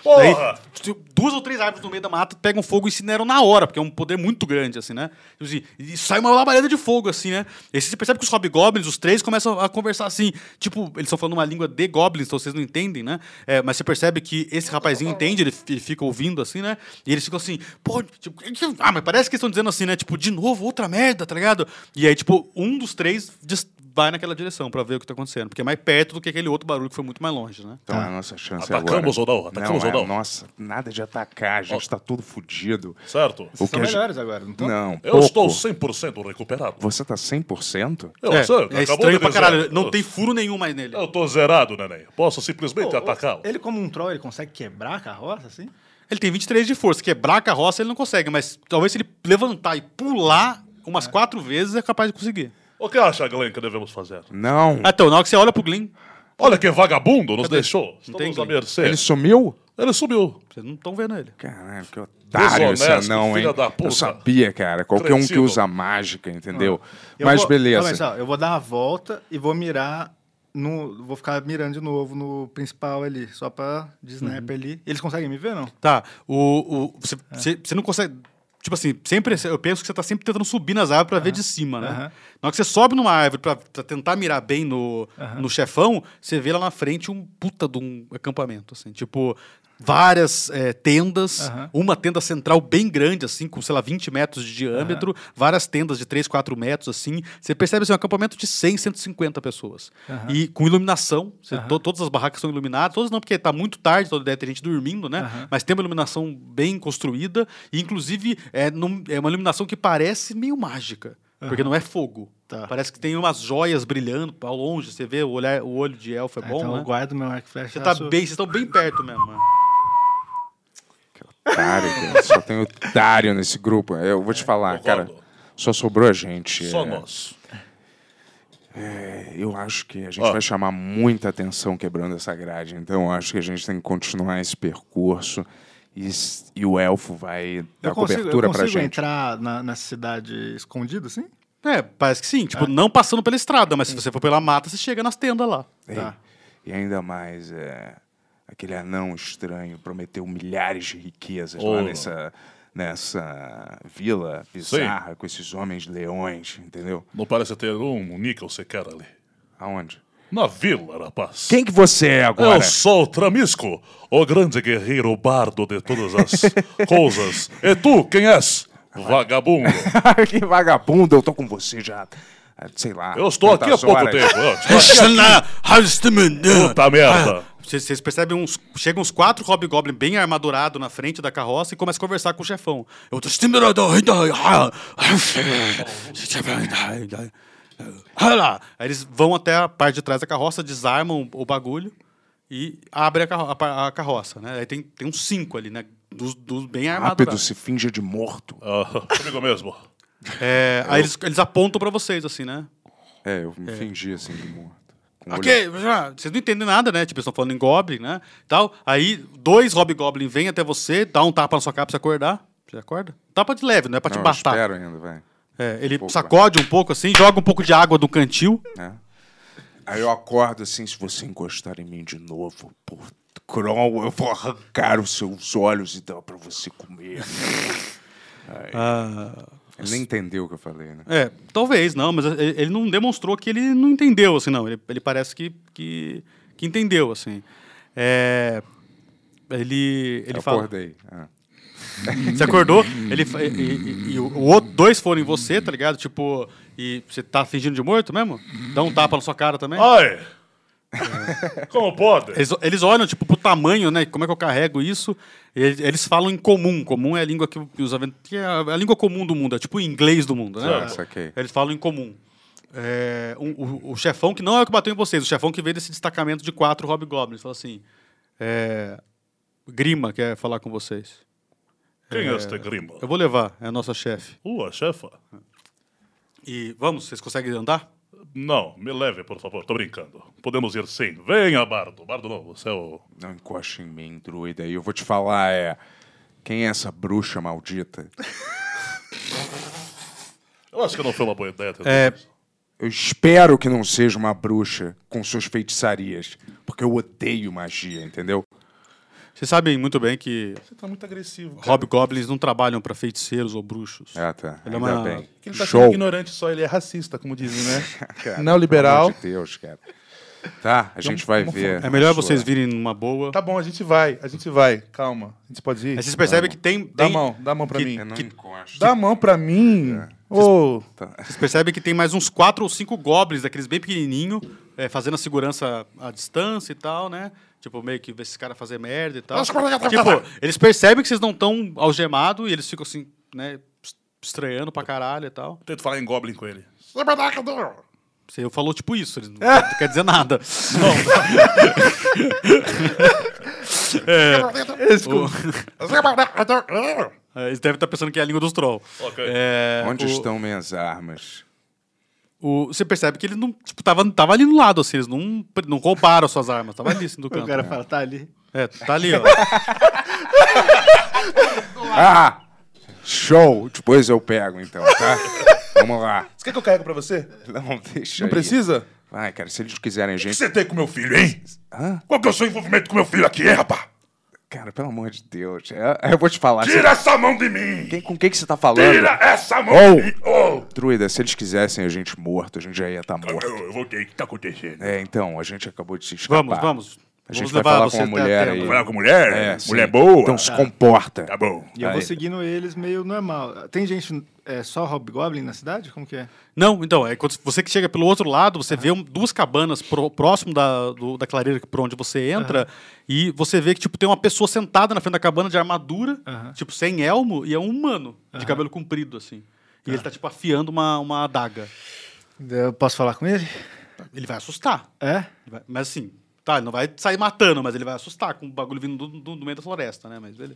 [SPEAKER 7] Porra!
[SPEAKER 6] Daí, duas ou três árvores no meio da mata pegam fogo e incineram na hora, porque é um poder muito grande, assim, né? Tipo assim, e sai uma labareda de fogo, assim, né? E aí você percebe que os hobgoblins, os três, começam a conversar assim. Tipo, eles estão falando uma língua de goblins, então vocês não entendem, né? É, mas você percebe que esse rapazinho entende, ele, ele fica ouvindo, assim, né? E eles ficam assim, pô, tipo, ah, mas parece que eles estão dizendo assim, né? Tipo, de novo, outra merda, tá ligado? E aí, tipo, um dos três des- vai naquela direção pra ver o que tá acontecendo, porque é mais perto do que aquele outro barulho que foi muito mais longe, né?
[SPEAKER 4] Então
[SPEAKER 3] Tá.
[SPEAKER 4] é a nossa chance
[SPEAKER 9] Atacamos
[SPEAKER 4] agora.
[SPEAKER 9] ou não? Atacamos
[SPEAKER 4] não,
[SPEAKER 9] ou
[SPEAKER 4] É,
[SPEAKER 9] não?
[SPEAKER 4] nossa, nada de atacar, a gente tá todo fudido.
[SPEAKER 9] Certo.
[SPEAKER 4] O que a gente...
[SPEAKER 3] agora, não
[SPEAKER 4] Não,
[SPEAKER 9] Eu
[SPEAKER 4] pouco.
[SPEAKER 9] estou 100% recuperado.
[SPEAKER 4] Você tá 100%?
[SPEAKER 9] Eu
[SPEAKER 6] é,
[SPEAKER 9] sei,
[SPEAKER 6] é
[SPEAKER 9] acabou
[SPEAKER 6] estranho
[SPEAKER 9] de
[SPEAKER 6] pra
[SPEAKER 9] dizer.
[SPEAKER 6] caralho. Não
[SPEAKER 9] Eu-
[SPEAKER 6] tem furo nenhum mais nele.
[SPEAKER 9] Eu tô zerado, neném. Posso simplesmente atacá-lo.
[SPEAKER 3] Ele, como um troll, ele consegue quebrar a carroça, assim?
[SPEAKER 6] Ele tem 23 de força. Quebrar a carroça ele não consegue, mas talvez se ele levantar e pular umas quatro vezes é capaz de conseguir.
[SPEAKER 9] O que acha, Glenn, que devemos fazer?
[SPEAKER 4] Não.
[SPEAKER 9] É.
[SPEAKER 6] Ah, Então, na hora que você olha pro Glyn,
[SPEAKER 9] Olha que vagabundo nos deixou.
[SPEAKER 6] Não tem
[SPEAKER 9] Estamos à
[SPEAKER 6] Glenn.
[SPEAKER 9] mercê.
[SPEAKER 4] Ele sumiu?
[SPEAKER 9] Ele sumiu.
[SPEAKER 6] vocês não estão vendo ele.
[SPEAKER 4] Caralho, que otário esse
[SPEAKER 9] Desonesto,
[SPEAKER 4] anão, hein?
[SPEAKER 9] filho da
[SPEAKER 4] Eu
[SPEAKER 9] puta.
[SPEAKER 4] sabia, cara. Qualquer um que
[SPEAKER 9] Cretino. Ah.
[SPEAKER 4] usa mágica, entendeu?
[SPEAKER 3] Eu
[SPEAKER 4] Mas
[SPEAKER 3] vou-
[SPEAKER 4] beleza.
[SPEAKER 3] Não, mas, ó, eu vou dar uma volta e vou mirar no- vou ficar mirando de novo no principal ali, só pra de sniper ali. Eles conseguem me ver, não?
[SPEAKER 6] Tá, o. o- Você
[SPEAKER 3] É.
[SPEAKER 6] você- você não consegue. Tipo assim, sempre eu penso que você tá sempre tentando subir nas árvores pra ver de cima, né?
[SPEAKER 3] aham.
[SPEAKER 6] Na hora que você sobe numa árvore pra, pra tentar mirar bem no,
[SPEAKER 3] Aham.
[SPEAKER 6] no chefão, você vê lá na frente um puta de um acampamento, assim. Tipo, várias eh, tendas,
[SPEAKER 3] Aham.
[SPEAKER 6] uma tenda central bem grande, assim, com, sei lá, 20 metros de diâmetro, várias tendas de 3, 4 metros, assim. Você percebe, assim, um acampamento de 100, 150 pessoas. E com iluminação, você- to- todas as barracas são iluminadas, todas não, porque tá muito tarde, toda deve ter gente dormindo, né? Mas tem uma iluminação bem construída, e inclusive é, num- é uma iluminação que parece meio mágica, porque não é fogo. Parece que tem umas joias brilhando ao longe, você vê o, olhar, o olho de elfo é
[SPEAKER 3] Ah,
[SPEAKER 6] bom,
[SPEAKER 3] então
[SPEAKER 6] né?
[SPEAKER 3] eu guardo meu arco e flecha.
[SPEAKER 6] Você
[SPEAKER 3] e
[SPEAKER 6] tá
[SPEAKER 3] faço-
[SPEAKER 6] bem, vocês estão bem perto mesmo. né?
[SPEAKER 4] Otário, cara. Só tem otário nesse grupo. Eu vou te falar, cara.
[SPEAKER 9] Valdo.
[SPEAKER 4] Só sobrou a gente.
[SPEAKER 9] Só
[SPEAKER 4] É,
[SPEAKER 9] nós.
[SPEAKER 4] Eu acho que a gente
[SPEAKER 9] Ó.
[SPEAKER 4] vai chamar muita atenção quebrando essa grade. Então, eu acho que a gente tem que continuar esse percurso e, s- e o elfo vai dar
[SPEAKER 3] Eu consigo,
[SPEAKER 4] cobertura
[SPEAKER 3] eu
[SPEAKER 4] Tá pra
[SPEAKER 3] consigo
[SPEAKER 4] gente.
[SPEAKER 3] entrar na, nessa cidade escondida, assim?
[SPEAKER 6] É, parece que sim. Tipo, não passando pela estrada, mas se você for pela mata, você chega nas tendas lá.
[SPEAKER 4] Ei,
[SPEAKER 3] Tá.
[SPEAKER 4] E ainda mais, é, aquele anão estranho prometeu milhares de riquezas lá
[SPEAKER 9] Oh.
[SPEAKER 4] nessa, nessa vila bizarra com esses homens leões, entendeu?
[SPEAKER 9] Não parece ter um níquel sequer ali.
[SPEAKER 4] Aonde?
[SPEAKER 9] Na vila, rapaz.
[SPEAKER 4] Quem que você é agora?
[SPEAKER 9] Eu sou o Tramisco, o grande guerreiro bardo de todas as coisas. E tu, quem és? Vagabundo.
[SPEAKER 4] que vagabundo, eu tô com você já. ah, Sei lá.
[SPEAKER 9] Eu estou aqui há
[SPEAKER 4] tantas
[SPEAKER 9] pouco
[SPEAKER 4] horas.
[SPEAKER 9] tempo. Eu estou aqui. Puta merda.
[SPEAKER 6] Vocês vocês percebem uns. Chegam uns quatro Hobgoblin bem armadurado na frente da carroça e começa a conversar com o chefão. Ah, Eu tô Aí eles vão até a parte de trás da carroça, desarmam o bagulho e abrem a, carro- a pa- a carroça, né? Aí tem, tem uns cinco ali, né? Dos, dos bem
[SPEAKER 4] Rápido,
[SPEAKER 6] armadurados.
[SPEAKER 4] se finge de morto.
[SPEAKER 9] Ah, comigo mesmo.
[SPEAKER 6] É, aí eles, eles apontam pra vocês, assim, né?
[SPEAKER 4] É, eu me fingi assim de morto. Com olho-
[SPEAKER 6] Ok, já, vocês não entendem nada, né? Tipo, eles estão falando em Goblin, né? Tal. Aí, dois Hobgoblin vêm até você, dá um tapa na sua cara pra você acordar. Você acorda? Tapa de leve, não é pra te
[SPEAKER 4] Não, eu
[SPEAKER 6] batar.
[SPEAKER 4] espero ainda, vai.
[SPEAKER 6] É, ele
[SPEAKER 4] pouco,
[SPEAKER 6] sacode um pouco assim, joga um pouco de água do cantil.
[SPEAKER 4] Aí eu acordo assim, se você encostar em mim de novo, por Kron, eu vou arrancar os seus olhos e dar pra você comer. Ah, Ele nem entendeu o que eu falei, né?
[SPEAKER 6] É, talvez, não, mas ele ele não demonstrou que ele não entendeu, assim, não. Ele, ele parece que, que, que entendeu, assim. É. Ele, ele
[SPEAKER 4] eu
[SPEAKER 6] fala.
[SPEAKER 4] acordei. Ah.
[SPEAKER 6] Você acordou, ele fa- e, e- e o o outro dois foram em você, tá ligado? Tipo, e você tá fingindo de morto mesmo? Dá um tapa na sua cara também?
[SPEAKER 9] Ai! Como pode?
[SPEAKER 6] Eles, eles olham, tipo, pro tamanho, né? Como é que eu carrego isso? E eles- eles falam em comum. Comum é a língua que os aven- que é a a língua comum do mundo, é tipo o inglês do mundo, né?
[SPEAKER 4] Ah, saquei.
[SPEAKER 6] Eles falam em comum. É, um- o, o chefão, que não é o que bateu em vocês, o chefão que veio desse destacamento de quatro hobgoblins, fala assim: é, Grima quer falar com vocês.
[SPEAKER 9] Quem é este grima?
[SPEAKER 6] Eu vou levar, é a nossa chefe.
[SPEAKER 9] Uh, a chefa?
[SPEAKER 6] E vamos, vocês conseguem andar?
[SPEAKER 9] Não, me leve, por favor. Tô brincando. Podemos ir sim. Venha, Bardo. Bardo não, você é o...
[SPEAKER 4] Não encoste em mim, druida. E eu vou te falar, é... Quem é essa bruxa maldita?
[SPEAKER 9] Eu acho que não foi uma boa ideia. tentar
[SPEAKER 6] É.
[SPEAKER 9] isso.
[SPEAKER 4] Eu espero que não seja uma bruxa com suas feitiçarias, porque eu odeio magia, entendeu?
[SPEAKER 6] Vocês sabem muito bem que
[SPEAKER 7] Você tá muito agressivo. cara.
[SPEAKER 6] hobgoblins não trabalham pra feiticeiros ou bruxos.
[SPEAKER 4] Ah, tá.
[SPEAKER 6] Ele
[SPEAKER 4] Ainda
[SPEAKER 6] é uma-
[SPEAKER 4] bem.
[SPEAKER 7] Ele tá sendo
[SPEAKER 4] Show.
[SPEAKER 7] ignorante só, ele é racista, como dizem, né?
[SPEAKER 4] Cara, Pelo
[SPEAKER 7] Neoliberal.
[SPEAKER 4] amor de Deus, cara. Tá, a gente vai ver.
[SPEAKER 6] É melhor
[SPEAKER 4] a sua-
[SPEAKER 6] vocês virem numa boa.
[SPEAKER 7] tá bom, a gente vai, a gente vai. Calma, a gente pode ir.
[SPEAKER 6] Aí vocês percebem que tem,
[SPEAKER 7] Dá a
[SPEAKER 6] tem-
[SPEAKER 7] mão, dá a mão pra
[SPEAKER 6] que-
[SPEAKER 7] mim.
[SPEAKER 4] É, não encosta.
[SPEAKER 7] Dá a mão pra mim.
[SPEAKER 4] É.
[SPEAKER 7] Ô,
[SPEAKER 4] Tá,
[SPEAKER 6] Vocês percebem que tem mais uns quatro ou cinco goblins, daqueles bem pequenininho, é, fazendo a segurança à distância e tal, né? Tipo, meio que ver esses caras fazer merda e tal.
[SPEAKER 7] é tá,
[SPEAKER 6] tipo, eles percebem que vocês não estão algemados e eles ficam assim, né? Estranhando pra caralho e tal.
[SPEAKER 9] Tento falar em Goblin com ele.
[SPEAKER 6] Você falou tipo isso, eles não, não quer dizer nada. É, Eles devem estar pensando que é a língua dos É, trolls.
[SPEAKER 9] Ok.
[SPEAKER 4] É. Onde estão minhas armas?
[SPEAKER 6] O- você percebe que ele não, tipo, tava, tava ali no lado, assim, eles não, não roubaram as suas armas, tava ali assim, do
[SPEAKER 3] O
[SPEAKER 6] canto.
[SPEAKER 3] cara fala, tá ali.
[SPEAKER 6] É, tá ali, ó.
[SPEAKER 4] Ah! Show! Depois eu pego, então, tá? Vamos lá.
[SPEAKER 7] você quer que eu carrego pra você?
[SPEAKER 4] Não, deixa
[SPEAKER 7] Não
[SPEAKER 4] aí.
[SPEAKER 7] precisa?
[SPEAKER 4] Vai, cara, se eles quiserem a
[SPEAKER 5] O que
[SPEAKER 4] gente.
[SPEAKER 5] você tem com meu filho, hein?
[SPEAKER 4] Hã?
[SPEAKER 5] Qual que é o seu envolvimento com meu filho aqui, hein, rapá?
[SPEAKER 4] Cara, pelo amor de Deus. É, Eu, eu vou te falar.
[SPEAKER 5] Tira essa mão de mim!
[SPEAKER 4] Você- Quem- com quem que você tá falando?
[SPEAKER 5] Tira essa mão
[SPEAKER 4] Oh.
[SPEAKER 5] de mim! Oh.
[SPEAKER 4] Druida, se eles quisessem a gente morto, a gente já ia estar morto.
[SPEAKER 5] Eu, eu voltei, o que tá acontecendo?
[SPEAKER 4] É, então, a gente acabou de se escapar.
[SPEAKER 6] Vamos, vamos.
[SPEAKER 4] A gente
[SPEAKER 6] Vamos
[SPEAKER 4] vai
[SPEAKER 6] levar
[SPEAKER 4] falar
[SPEAKER 6] você
[SPEAKER 4] com uma
[SPEAKER 6] até a
[SPEAKER 4] mulher aí.
[SPEAKER 6] tenda.
[SPEAKER 5] Falar com mulher?
[SPEAKER 4] É, sim.
[SPEAKER 5] mulher boa?
[SPEAKER 4] Então se comporta.
[SPEAKER 5] Tá bom.
[SPEAKER 3] E eu
[SPEAKER 4] Aí.
[SPEAKER 3] vou seguindo eles meio normal. Tem gente é, só Hobgoblin na cidade? Como que é?
[SPEAKER 6] Não, então, é quando você que chega pelo outro lado, você vê um- duas cabanas pro- próximo da, do- da clareira por onde você entra, e você vê que, tipo, tem uma pessoa sentada na frente da cabana de armadura,
[SPEAKER 3] Aham.
[SPEAKER 6] tipo, sem elmo, e é um humano de cabelo comprido, assim. E ele tá, tipo, afiando uma, uma adaga.
[SPEAKER 3] Eu posso falar com ele?
[SPEAKER 6] Ele vai assustar.
[SPEAKER 3] É?
[SPEAKER 6] Ele vai- mas assim, tá, ele não vai sair matando, mas ele vai assustar com o bagulho vindo do, do- do meio da floresta, né? Mas ele.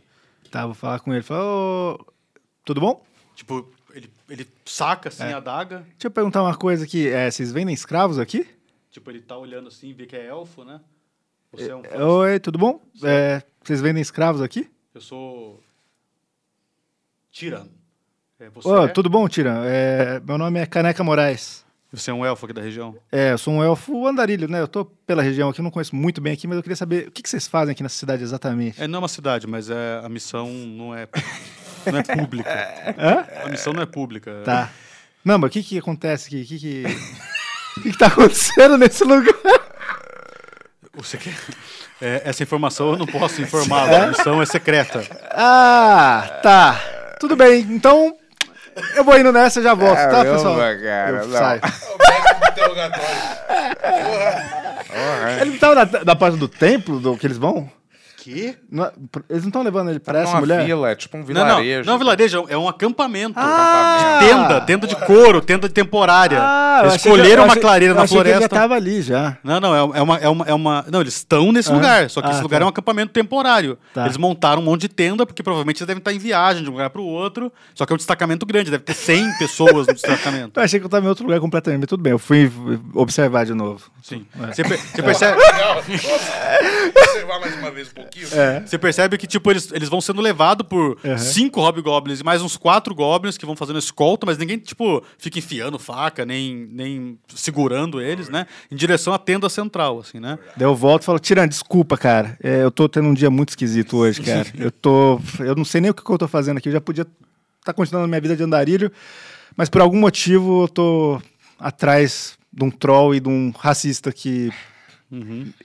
[SPEAKER 3] Tá, vou falar com ele. Falar, ô, tudo bom?
[SPEAKER 6] Tipo, ele, ele saca assim a adaga,
[SPEAKER 3] Deixa eu perguntar uma coisa aqui. É, vocês vendem escravos aqui?
[SPEAKER 6] tipo, ele tá olhando assim, vê que é elfo, né? Você é um.
[SPEAKER 3] Oi, tudo bom? É, vocês vendem escravos aqui?
[SPEAKER 6] Eu sou. Tirano. É, você,
[SPEAKER 3] Ô,
[SPEAKER 6] é?
[SPEAKER 3] tudo bom, Tiran? É, meu nome é Caneca Moraes.
[SPEAKER 6] você é um elfo aqui da região?
[SPEAKER 3] É, eu sou um elfo andarilho, né? Eu tô pela região aqui, eu não conheço muito bem aqui, mas eu queria saber o que, que vocês fazem aqui nessa cidade exatamente.
[SPEAKER 6] É, não é uma cidade, mas é, a missão não é, não é pública. A missão não é pública.
[SPEAKER 3] Tá. Não, mas o que que acontece aqui? O que que... O que que tá acontecendo nesse lugar?
[SPEAKER 6] Você quer... É, essa informação eu não posso informá-la. A missão é secreta.
[SPEAKER 3] Ah, tá. Tudo bem, então eu vou indo nessa e já volto, tá,
[SPEAKER 4] Caramba,
[SPEAKER 3] pessoal?
[SPEAKER 4] cara,
[SPEAKER 3] eu
[SPEAKER 4] não.
[SPEAKER 3] saio.
[SPEAKER 7] Interrogatório.
[SPEAKER 3] Ele não tava na, na parte do templo do, que eles vão?
[SPEAKER 6] Que?
[SPEAKER 3] Não é- eles não estão levando ele pra
[SPEAKER 6] Tá
[SPEAKER 4] É
[SPEAKER 3] essa
[SPEAKER 4] uma
[SPEAKER 3] mulher?
[SPEAKER 4] vila, é tipo um
[SPEAKER 6] Não, não.
[SPEAKER 4] vilarejo.
[SPEAKER 6] Não, é um vilarejo, é um acampamento.
[SPEAKER 3] Ah!
[SPEAKER 6] Tenda, tenda de couro, tenda temporária.
[SPEAKER 3] Ah, eu
[SPEAKER 6] Eles
[SPEAKER 3] achei que-
[SPEAKER 6] escolheram
[SPEAKER 3] eu
[SPEAKER 6] uma
[SPEAKER 3] achei-
[SPEAKER 6] clareira
[SPEAKER 3] eu
[SPEAKER 6] na
[SPEAKER 3] achei que Ele
[SPEAKER 6] floresta.
[SPEAKER 3] já tava ali já.
[SPEAKER 6] Não, não, é é uma. É uma, é uma não, eles estão nesse
[SPEAKER 3] Ah.
[SPEAKER 6] lugar, só que
[SPEAKER 3] Ah,
[SPEAKER 6] esse lugar
[SPEAKER 3] tá.
[SPEAKER 6] é um acampamento temporário.
[SPEAKER 3] Tá.
[SPEAKER 6] Eles montaram um monte de tenda, porque provavelmente eles devem estar em viagem de um lugar para o outro, só que é um destacamento grande, deve ter 100 pessoas no destacamento.
[SPEAKER 3] Eu achei que eu tava em outro lugar completamente, mas tudo bem. Eu fui observar de novo.
[SPEAKER 6] Sim. Você, per-
[SPEAKER 3] É.
[SPEAKER 6] você percebe,
[SPEAKER 7] Legal. Você vai mais uma vez um pouquinho? É.
[SPEAKER 6] você percebe que, tipo, eles, eles vão sendo levados por cinco hobgoblins e mais uns quatro goblins que vão fazendo escolta, mas ninguém, tipo, fica enfiando faca, nem, nem segurando eles, né? Em direção à tenda central, assim, né?
[SPEAKER 3] Daí eu volto e falo, Tiran, desculpa, cara. É, eu tô tendo um dia muito esquisito hoje, cara. Eu tô. Eu não sei nem o que que eu tô fazendo aqui. Eu já podia estar continuando a minha vida de andarilho, mas por algum motivo eu tô atrás de um troll e de um racista que.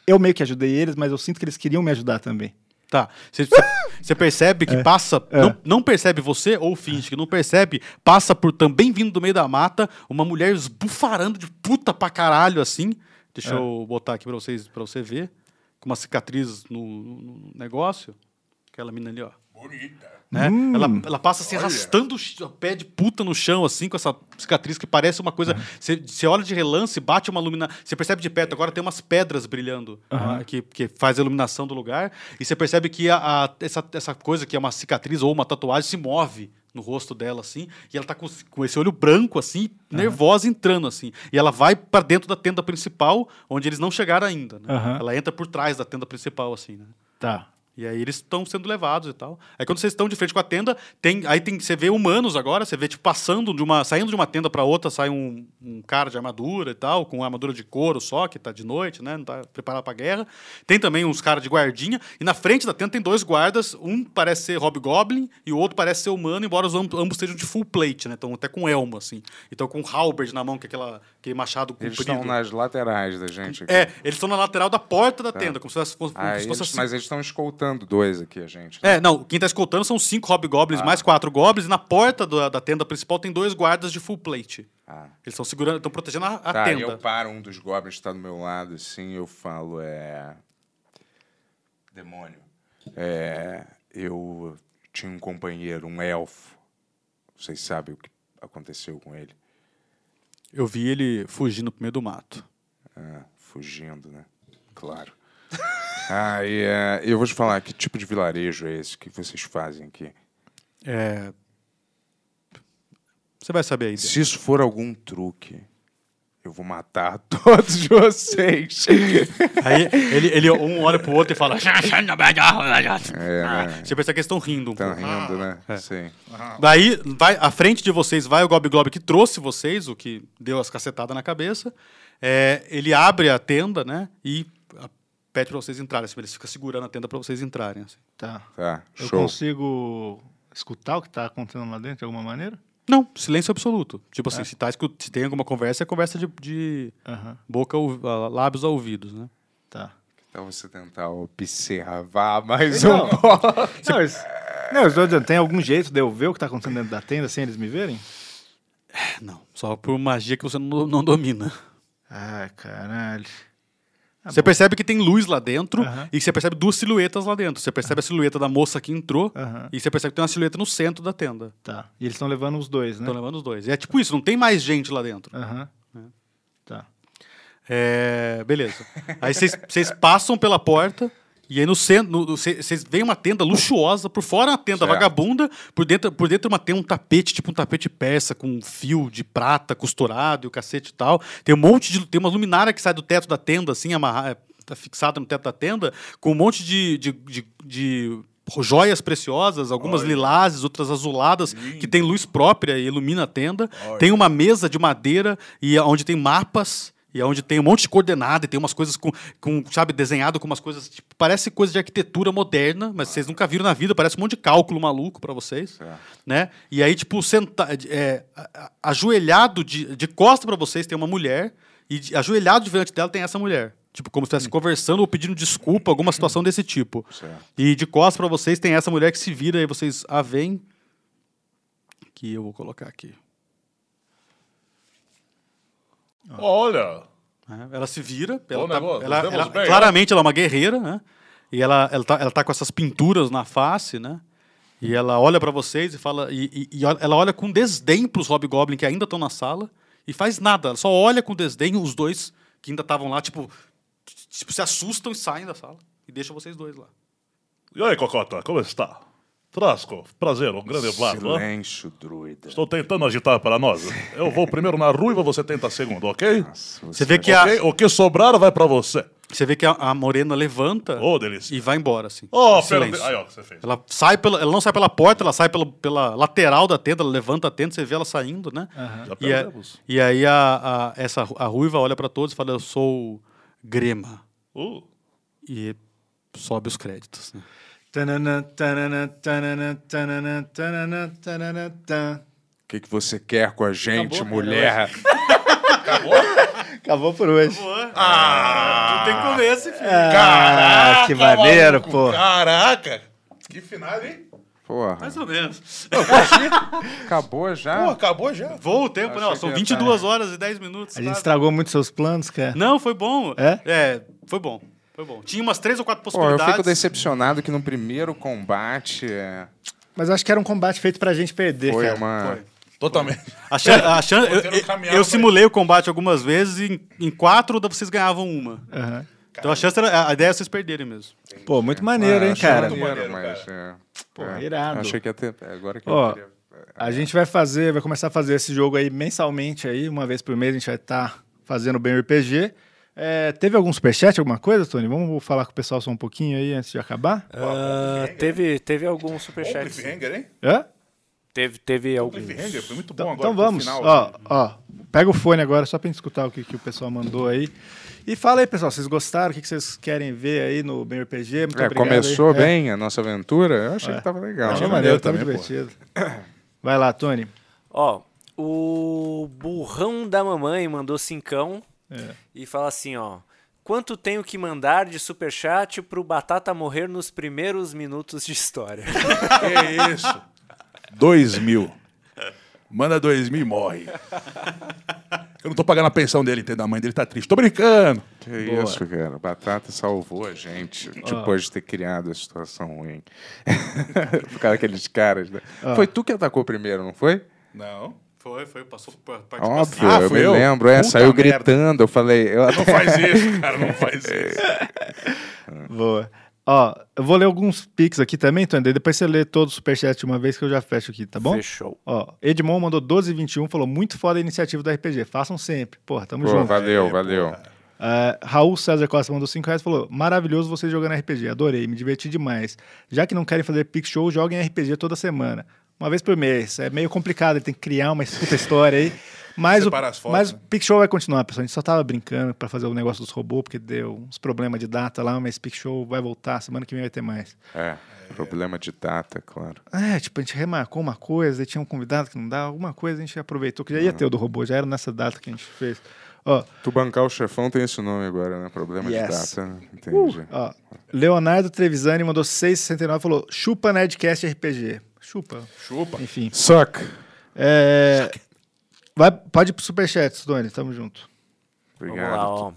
[SPEAKER 3] Eu meio que ajudei eles, mas eu sinto que eles queriam me ajudar também.
[SPEAKER 6] Tá. Você- Você percebe que passa, Não, não percebe você, ou finge que não percebe, passa por também vindo do meio da mata, uma mulher esbufarando de puta pra caralho, assim. Deixa eu botar aqui pra, vocês, pra você ver. Com uma cicatriz no, no negócio. Aquela mina ali, ó.
[SPEAKER 5] Bonita.
[SPEAKER 6] Né? Ela, ela passa assim, arrastando o ch- o pé de puta no chão, assim, com essa cicatriz que parece uma coisa. Você você olha de relance, bate uma lumina. Você percebe de perto, agora tem umas pedras brilhando ah, que, que faz a iluminação do lugar. E você percebe que a, a- essa, essa coisa que é uma cicatriz ou uma tatuagem se move no rosto dela, assim, e ela tá com, com esse olho branco, assim, nervosa, entrando, assim. E ela vai pra dentro da tenda principal, onde eles não chegaram ainda, né?
[SPEAKER 3] Aham.
[SPEAKER 6] Ela entra por trás da tenda principal, assim, né?
[SPEAKER 3] Tá.
[SPEAKER 6] E aí eles estão sendo levados e tal. Aí quando vocês estão de frente com a tenda, tem, aí tem, você vê humanos agora, você vê tipo passando de uma, saindo de uma tenda para outra, sai um, um cara de armadura e tal, com armadura de couro só, que tá de noite, né, não tá preparado para guerra. Tem também uns caras de guardinha e na frente da tenda tem dois guardas, um parece ser hobgoblin e o outro parece ser humano, embora os am- ambos sejam de full plate, né? Estão até com elmo assim. Então com um halberd na mão, que é aquela aquele machado
[SPEAKER 4] Eles
[SPEAKER 6] comprido.
[SPEAKER 4] estão nas laterais da gente aqui.
[SPEAKER 6] É, eles estão na lateral da porta da tenda, como se fosse, como se
[SPEAKER 4] Tá. Aí eles-
[SPEAKER 6] fosse assim.
[SPEAKER 4] mas eles estão escoltando dois aqui, a gente. né?
[SPEAKER 6] É, não, quem tá escoltando são cinco hobgoblins
[SPEAKER 4] Ah.
[SPEAKER 6] mais quatro goblins. E na porta da, da tenda principal tem dois guardas de full plate.
[SPEAKER 4] Ah.
[SPEAKER 6] Eles estão segurando, estão protegendo a, a
[SPEAKER 4] Tá,
[SPEAKER 6] tenda.
[SPEAKER 4] eu paro um dos goblins que tá do meu lado, assim, eu falo, é... Demônio. É, eu tinha um companheiro, um elfo. Vocês sabem o que aconteceu com ele?
[SPEAKER 6] Eu vi ele fugindo pro meio do mato.
[SPEAKER 4] Ah, fugindo, né? Claro. Aí, é, eu vou te falar, que tipo de vilarejo é esse? O que vocês fazem aqui?
[SPEAKER 6] É. Você vai saber aí.
[SPEAKER 4] Se isso for algum truque, eu vou matar todos vocês.
[SPEAKER 6] Aí ele, ele um olha pro outro e fala. Você pensa que eles estão rindo um
[SPEAKER 4] Tá
[SPEAKER 6] pouco.
[SPEAKER 4] rindo, né? Sim.
[SPEAKER 6] Daí, vai, à frente de vocês vai o Gob Glob que trouxe vocês, o que deu as cacetadas na cabeça. É, ele abre a tenda, né? E a- pede pra vocês entrarem. Assim, ele fica segurando a tenda pra vocês entrarem. assim.
[SPEAKER 3] Tá.
[SPEAKER 4] Tá,
[SPEAKER 3] Eu
[SPEAKER 4] show.
[SPEAKER 3] consigo escutar o que tá acontecendo lá dentro de alguma maneira?
[SPEAKER 6] Não, silêncio absoluto. Tipo
[SPEAKER 3] É.
[SPEAKER 6] assim, se, tá, escu- se tem alguma conversa, é conversa de, de
[SPEAKER 3] Aham,
[SPEAKER 6] boca, ou- a- lábios a ouvidos, né?
[SPEAKER 3] tá.
[SPEAKER 4] Então você tentar observar mais
[SPEAKER 3] Não.
[SPEAKER 4] um pouco.
[SPEAKER 3] Então, Não, isso... Não, eu estou dizendo, tem algum jeito de eu ver o que tá acontecendo dentro da tenda sem eles me verem? É,
[SPEAKER 6] Não, só por magia que você não, não domina.
[SPEAKER 3] Ai, Ah, caralho.
[SPEAKER 6] você percebe que tem luz lá dentro
[SPEAKER 3] É Aham.
[SPEAKER 6] e você percebe duas silhuetas lá dentro. Você percebe a silhueta da moça que entrou
[SPEAKER 3] Aham.
[SPEAKER 6] e você percebe que tem uma silhueta no centro da tenda.
[SPEAKER 3] Tá. E eles estão levando os dois, né?
[SPEAKER 6] Estão levando os dois. E é tipo isso, não tem mais gente lá dentro.
[SPEAKER 3] Aham. Tá.
[SPEAKER 6] É, beleza. Aí vocês- vocês passam pela porta e aí no centro, no- no- vocês vocês veem uma tenda luxuosa, por fora é uma tenda
[SPEAKER 4] Certo.
[SPEAKER 6] vagabunda, por dentro, por dentro uma, tem um tapete, tipo um tapete persa com um fio de prata costurado e o cacete e tal. Tem um monte de tem uma luminária que sai do teto da tenda assim, amarrada, tá fixada no teto da tenda, com um monte de, de, de- de joias preciosas, algumas lilazes, outras azuladas, que tem luz própria e ilumina a tenda. Tem uma mesa de madeira e onde tem mapas e é onde tem um monte de coordenada e tem umas coisas com, com sabe, desenhado com umas coisas. Tipo, parece coisa de arquitetura moderna, mas vocês nunca viram na vida, parece um monte de cálculo maluco pra vocês. Né? E aí, tipo, senta, é, a- a- ajoelhado de, de costa pra vocês tem uma mulher, e de- ajoelhado diante dela tem essa mulher. Tipo, como se estivesse conversando ou pedindo desculpa, alguma situação desse tipo. E de costas pra vocês tem essa mulher que se vira e vocês a veem. Que eu vou colocar aqui.
[SPEAKER 9] Olha,
[SPEAKER 6] né? Ela se vira,
[SPEAKER 9] Bom
[SPEAKER 6] ela, tá-
[SPEAKER 9] negócio,
[SPEAKER 6] ela-
[SPEAKER 9] vemos
[SPEAKER 6] ela-
[SPEAKER 9] bem, né?
[SPEAKER 6] claramente ela é uma guerreira, né? E ela, ela, tá, ela tá com essas pinturas na face, né? E ela olha pra vocês e fala. E, e- e olha- ela olha com desdém pros Hobgoblin que ainda estão na sala e faz nada, ela só olha com desdém os dois que ainda estavam lá, tipo, t- tipo, se assustam e saem da sala. E deixam vocês dois lá.
[SPEAKER 9] e aí, Cocota, como está? Trasco, prazer, um grande barba.
[SPEAKER 4] Silêncio, druida.
[SPEAKER 9] Estou tentando agitar para nós. Eu vou primeiro na ruiva, você tenta a segunda, ok?
[SPEAKER 6] Você vê que a,
[SPEAKER 9] Ok? O que sobrar vai para você.
[SPEAKER 6] você vê que a, a morena levanta
[SPEAKER 9] Ô, delícia.
[SPEAKER 6] e vai embora, assim.
[SPEAKER 9] Ó,
[SPEAKER 6] em
[SPEAKER 9] oh, pera...
[SPEAKER 6] silêncio.
[SPEAKER 9] Aí, ó, o que você fez.
[SPEAKER 6] Ela sai pela, ela não sai pela porta, ela sai pela, pela lateral da tenda, ela levanta a tenda, você vê ela saindo, né?
[SPEAKER 9] Já
[SPEAKER 6] E, a-
[SPEAKER 9] perdemos.
[SPEAKER 6] e aí a, a- essa, ru- a ruiva olha pra todos e fala: Eu sou Grema.
[SPEAKER 9] Uh,
[SPEAKER 6] E sobe os créditos. né?
[SPEAKER 3] Tanana, tanana, tanana, tanana, tanana, tanana, tan.
[SPEAKER 4] O que, que você quer com a gente, mulher?
[SPEAKER 3] Acabou por hoje.
[SPEAKER 6] Ah, Tem que comer esse filho.
[SPEAKER 3] Ah, que maneiro, pô.
[SPEAKER 7] Caraca! Que final, hein?
[SPEAKER 4] Porra,
[SPEAKER 6] Mais ou menos.
[SPEAKER 4] acabou
[SPEAKER 7] Pô,
[SPEAKER 4] já?
[SPEAKER 7] acabou já.
[SPEAKER 6] Voa o tempo, né? Ó,
[SPEAKER 4] Achei
[SPEAKER 6] São
[SPEAKER 4] que-
[SPEAKER 6] 22 horas e 10 minutos.
[SPEAKER 3] A gente
[SPEAKER 6] tá?
[SPEAKER 3] estragou muito seus planos, cara.
[SPEAKER 6] Não, foi bom.
[SPEAKER 3] É?
[SPEAKER 6] foi bom. Foi bom. Tinha umas três ou quatro
[SPEAKER 4] Pô, eu
[SPEAKER 6] possibilidades.
[SPEAKER 4] fico decepcionado que no primeiro combate é,
[SPEAKER 3] Mas eu acho que era um combate feito pra gente perder,
[SPEAKER 4] foi
[SPEAKER 3] cara.
[SPEAKER 4] uma...
[SPEAKER 7] Totalmente.
[SPEAKER 6] A chan- a chan- eu,
[SPEAKER 7] roteiro
[SPEAKER 6] eu-
[SPEAKER 7] caminhava
[SPEAKER 6] eu
[SPEAKER 7] aí.
[SPEAKER 6] simulei o combate algumas vezes e em, em quatro da- vocês ganhavam uma.
[SPEAKER 3] Aham.
[SPEAKER 6] Então a chance era, a ideia é vocês perderem mesmo.
[SPEAKER 3] Pô, muito maneiro, hein,
[SPEAKER 4] achei
[SPEAKER 3] cara.
[SPEAKER 4] maneiro,
[SPEAKER 7] Muito maneiro,
[SPEAKER 4] mas, é,
[SPEAKER 3] Pô,
[SPEAKER 4] é,
[SPEAKER 3] irado.
[SPEAKER 4] Achei que ia ter... é, Agora que
[SPEAKER 3] Ó,
[SPEAKER 4] eu queria... é.
[SPEAKER 3] A gente vai fazer, vai começar a fazer esse jogo aí mensalmente aí, uma vez por mês a gente vai estar fazendo bem o RPG. É, teve algum superchat, alguma coisa, Tony? Vamos falar com o pessoal só um pouquinho aí antes de acabar?
[SPEAKER 7] Ah,
[SPEAKER 10] teve, teve algum
[SPEAKER 7] Bom
[SPEAKER 10] superchat. sim.
[SPEAKER 7] cliffhanger, hein?
[SPEAKER 3] Hã?
[SPEAKER 10] Teve, teve algum.
[SPEAKER 7] Cliffhanger, foi muito
[SPEAKER 3] Então,
[SPEAKER 7] bom agora.
[SPEAKER 3] então
[SPEAKER 7] pro
[SPEAKER 3] vamos.
[SPEAKER 7] final.
[SPEAKER 3] Ó,
[SPEAKER 4] assim.
[SPEAKER 3] ó, pega o fone agora só pra gente escutar o que, que o pessoal mandou aí. E fala aí, pessoal, vocês gostaram? O que, que vocês querem ver aí no bem RPG? Muito
[SPEAKER 4] É,
[SPEAKER 3] obrigado
[SPEAKER 4] começou
[SPEAKER 3] aí. É,
[SPEAKER 4] bem a nossa aventura, eu achei que tava legal.
[SPEAKER 3] achei
[SPEAKER 4] né?
[SPEAKER 3] maneiro, tá muito
[SPEAKER 4] também, pô.
[SPEAKER 3] divertido. Vai lá, Tony.
[SPEAKER 10] Ó, o burrão da mamãe mandou cincão e fala assim, ó. Quanto tenho que mandar de superchat pro Batata morrer nos primeiros minutos de história?
[SPEAKER 7] Que isso? Dois mil. Manda dois mil e morre. Eu não tô pagando a pensão dele, entendeu? A mãe dele tá triste. Tô brincando.
[SPEAKER 4] Que isso, cara. Batata salvou a gente depois de ter criado a situação ruim. Ficar aqueles caras, né?
[SPEAKER 10] Ah.
[SPEAKER 4] Foi tu que atacou primeiro, não foi?
[SPEAKER 7] Não.
[SPEAKER 6] Foi, foi, passou por parte
[SPEAKER 4] Óbvio,
[SPEAKER 7] Ah,
[SPEAKER 4] eu
[SPEAKER 7] fui
[SPEAKER 4] me
[SPEAKER 7] eu?
[SPEAKER 4] lembro. É,
[SPEAKER 7] Puta
[SPEAKER 4] saiu
[SPEAKER 7] merda.
[SPEAKER 4] gritando. Eu falei, eu
[SPEAKER 7] Não faz isso, cara. Não faz isso.
[SPEAKER 3] Boa. Ó, eu vou ler alguns pics aqui também, Tony. daí Depois você lê todo o superchat de uma vez que eu já fecho aqui, tá bom?
[SPEAKER 10] Fechou.
[SPEAKER 3] Ó, Edmond mandou 1221, falou muito foda a iniciativa do RPG. Façam sempre. Porra, tamo
[SPEAKER 4] Pô,
[SPEAKER 3] junto.
[SPEAKER 4] valeu, valeu.
[SPEAKER 3] Ah, Raul César Costa mandou 5 reais e falou: Maravilhoso vocês jogando RPG, adorei, me diverti demais. Já que não querem fazer pic show, joguem RPG toda semana. Uma vez por mês. É meio complicado, ele tem que criar uma puta história aí. Mas o,
[SPEAKER 7] Separa as fotos,
[SPEAKER 3] mas o
[SPEAKER 7] né?
[SPEAKER 3] Pic Show vai continuar, pessoal. A gente só tava brincando pra fazer o negócio dos robôs, porque deu uns problemas de data lá, mas Pic Show vai voltar, semana que vem vai ter mais.
[SPEAKER 4] É, problema de data, claro.
[SPEAKER 3] É, tipo, a gente remarcou uma coisa, e tinha um convidado que não dá, alguma coisa a gente aproveitou, que já ia ter o do robô, já era nessa data que a gente fez. Ó,
[SPEAKER 4] Tu bancar o chefão tem esse nome agora, né? Problema
[SPEAKER 3] Yes.
[SPEAKER 4] de data. né? Entendi.
[SPEAKER 3] Ó, Leonardo Trevisani mandou 669 e falou: chupa Nerdcast RPG. Chupa.
[SPEAKER 7] Chupa.
[SPEAKER 3] Enfim.
[SPEAKER 4] Suck.
[SPEAKER 3] É, vai, pode ir pro Superchat, Tony. Tamo junto.
[SPEAKER 4] Obrigado.
[SPEAKER 10] Vamos lá, ó.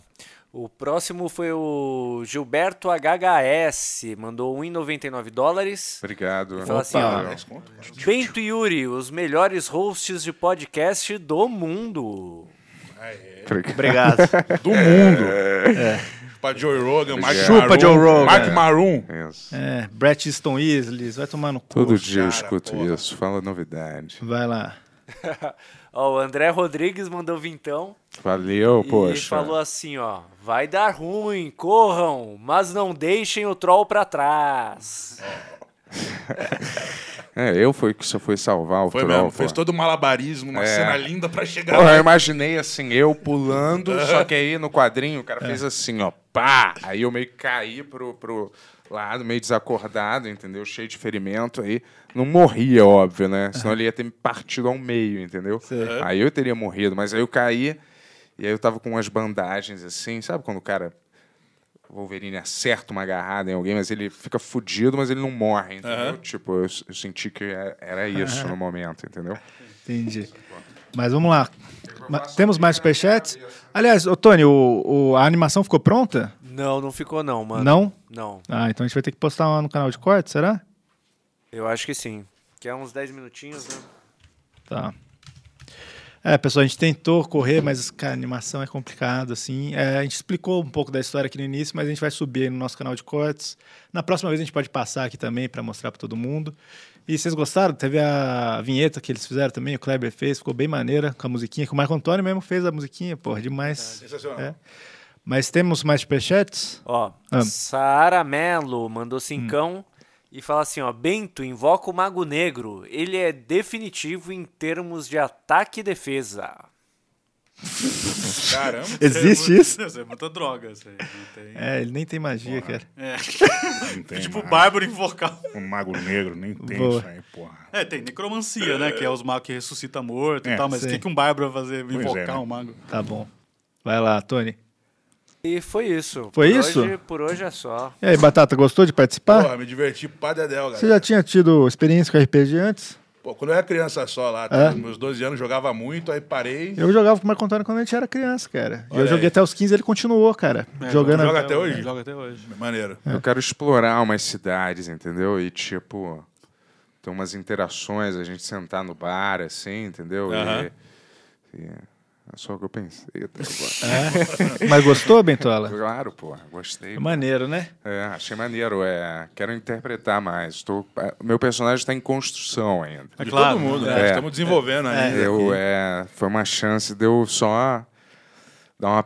[SPEAKER 10] O próximo foi o Gilberto HHS, mandou 1,99 dólares.
[SPEAKER 4] Obrigado.
[SPEAKER 10] Fala assim, ó.
[SPEAKER 4] Valeu.
[SPEAKER 10] Bento e Yuri, os melhores hosts de podcast do mundo.
[SPEAKER 3] Obrigado.
[SPEAKER 7] Do mundo. Pra Joe Rogan, Mike
[SPEAKER 3] Chupa,
[SPEAKER 7] Maroon.
[SPEAKER 3] Joe Rogan.
[SPEAKER 9] um
[SPEAKER 7] Mike Maroon.
[SPEAKER 4] Isso.
[SPEAKER 3] é, Brett Easton Isles, vai tomar no cu.
[SPEAKER 4] Todo dia eu
[SPEAKER 7] cara,
[SPEAKER 4] escuto
[SPEAKER 7] porra.
[SPEAKER 4] isso. Fala novidade.
[SPEAKER 3] Vai lá.
[SPEAKER 10] Ó, o André Rodrigues mandou vintão
[SPEAKER 4] Valeu,
[SPEAKER 10] e
[SPEAKER 4] poxa.
[SPEAKER 10] falou assim, ó. Vai dar ruim, corram, mas não deixem o troll pra trás.
[SPEAKER 4] É, eu fui que só fui salvar o
[SPEAKER 7] Foi
[SPEAKER 4] troll.
[SPEAKER 7] mesmo, fez
[SPEAKER 4] pô.
[SPEAKER 7] todo o malabarismo, uma
[SPEAKER 4] É.
[SPEAKER 7] cena linda pra chegar
[SPEAKER 4] Porra, eu
[SPEAKER 7] lá.
[SPEAKER 4] imaginei assim, eu pulando, só que aí no quadrinho o cara
[SPEAKER 7] É.
[SPEAKER 4] fez assim, ó, pá! Aí eu meio que caí pro, pro lado, meio desacordado, entendeu? Cheio de ferimento aí. Não morria, óbvio, né? Senão ele ia ter me partido ao meio, entendeu? Aí eu teria morrido, mas aí eu caí e aí eu tava com umas bandagens assim, sabe quando o cara. o Wolverine acerta uma agarrada em alguém, mas ele fica fudido, mas ele não morre, entendeu? Tipo, eu, s- eu senti que era- era isso no momento, entendeu?
[SPEAKER 3] Entendi. Mas vamos lá. Ma- temos mais superchats? Aliás, ô Tony, o, o- a animação ficou pronta?
[SPEAKER 10] Não, não ficou não, mano.
[SPEAKER 3] Não?
[SPEAKER 10] Não,
[SPEAKER 3] Ah, então a gente vai ter que postar lá no canal de corte, será?
[SPEAKER 10] eu acho que sim. Quer uns 10 minutinhos, né?
[SPEAKER 3] Tá. É, pessoal, a gente tentou correr, mas cara, a animação é complicado, assim. É, a gente explicou um pouco da história aqui no início, mas a gente vai subir aí no nosso canal de cortes. Na próxima vez a gente pode passar aqui também para mostrar para todo mundo. E vocês gostaram? Teve a vinheta que eles fizeram também, o Kleber fez, ficou bem maneira com a musiquinha, que o Marco Antônio mesmo fez a musiquinha, porra, demais.
[SPEAKER 7] sensacional.
[SPEAKER 3] É. Mas temos mais superchats?
[SPEAKER 10] Ó,
[SPEAKER 3] Ah. Hum.
[SPEAKER 10] Sara Mello mandou cincão e fala assim, ó. Bento, invoca o Mago Negro. Ele é definitivo em termos de ataque e defesa.
[SPEAKER 7] Caramba.
[SPEAKER 3] Existe isso?
[SPEAKER 6] Isso é muita droga, isso aí. Não tem...
[SPEAKER 3] É, ele nem tem magia, cara.
[SPEAKER 9] Não tem
[SPEAKER 6] Tipo,
[SPEAKER 9] mais.
[SPEAKER 6] bárbaro invocar.
[SPEAKER 9] Um mago negro, nem tem
[SPEAKER 3] Boa.
[SPEAKER 9] isso aí, porra.
[SPEAKER 6] É, tem necromancia, né? Que é os magos que ressuscita morto e
[SPEAKER 9] É,
[SPEAKER 6] tal. Mas o
[SPEAKER 3] sim.
[SPEAKER 6] que, que um bárbaro vai fazer?
[SPEAKER 9] é,
[SPEAKER 6] Invocar
[SPEAKER 9] né?
[SPEAKER 6] um mago?
[SPEAKER 3] Tá bom. Vai lá, Tony.
[SPEAKER 10] E foi isso.
[SPEAKER 3] Foi
[SPEAKER 10] Por
[SPEAKER 3] isso?
[SPEAKER 10] hoje- por hoje é só.
[SPEAKER 3] E aí, Batata, gostou de participar?
[SPEAKER 7] Porra, me diverti pra dedéu,
[SPEAKER 3] Você
[SPEAKER 7] galera.
[SPEAKER 3] já tinha tido experiência com RPG antes?
[SPEAKER 7] Pô, quando eu era criança só lá, tá?
[SPEAKER 3] É?
[SPEAKER 7] nos meus 12 anos, jogava muito, aí parei.
[SPEAKER 3] Eu jogava com o Marco Antônio quando a gente era criança, cara. E eu
[SPEAKER 7] Olha
[SPEAKER 3] joguei
[SPEAKER 7] aí. É,
[SPEAKER 3] até os 15 ele continuou, cara. jogando.
[SPEAKER 7] Joga
[SPEAKER 9] É,
[SPEAKER 7] até hoje?
[SPEAKER 6] Joga até hoje.
[SPEAKER 7] Maneiro.
[SPEAKER 4] Eu quero explorar umas cidades, entendeu? E, tipo, ter umas interações, a gente sentar no bar, assim, entendeu? E-
[SPEAKER 7] Aham.
[SPEAKER 4] e é só o que eu pensei. até agora.
[SPEAKER 3] Mas gostou, Bentola?
[SPEAKER 4] Claro, porra, gostei.
[SPEAKER 3] Maneiro, né?
[SPEAKER 4] É, achei maneiro, é. Quero interpretar mais. Tô, ah, meu personagem está em construção ainda.
[SPEAKER 7] De
[SPEAKER 6] claro,
[SPEAKER 7] todo mundo,
[SPEAKER 4] é.
[SPEAKER 7] né? Estamos desenvolvendo ainda.
[SPEAKER 4] Eu, é, foi uma chance de eu só dar uma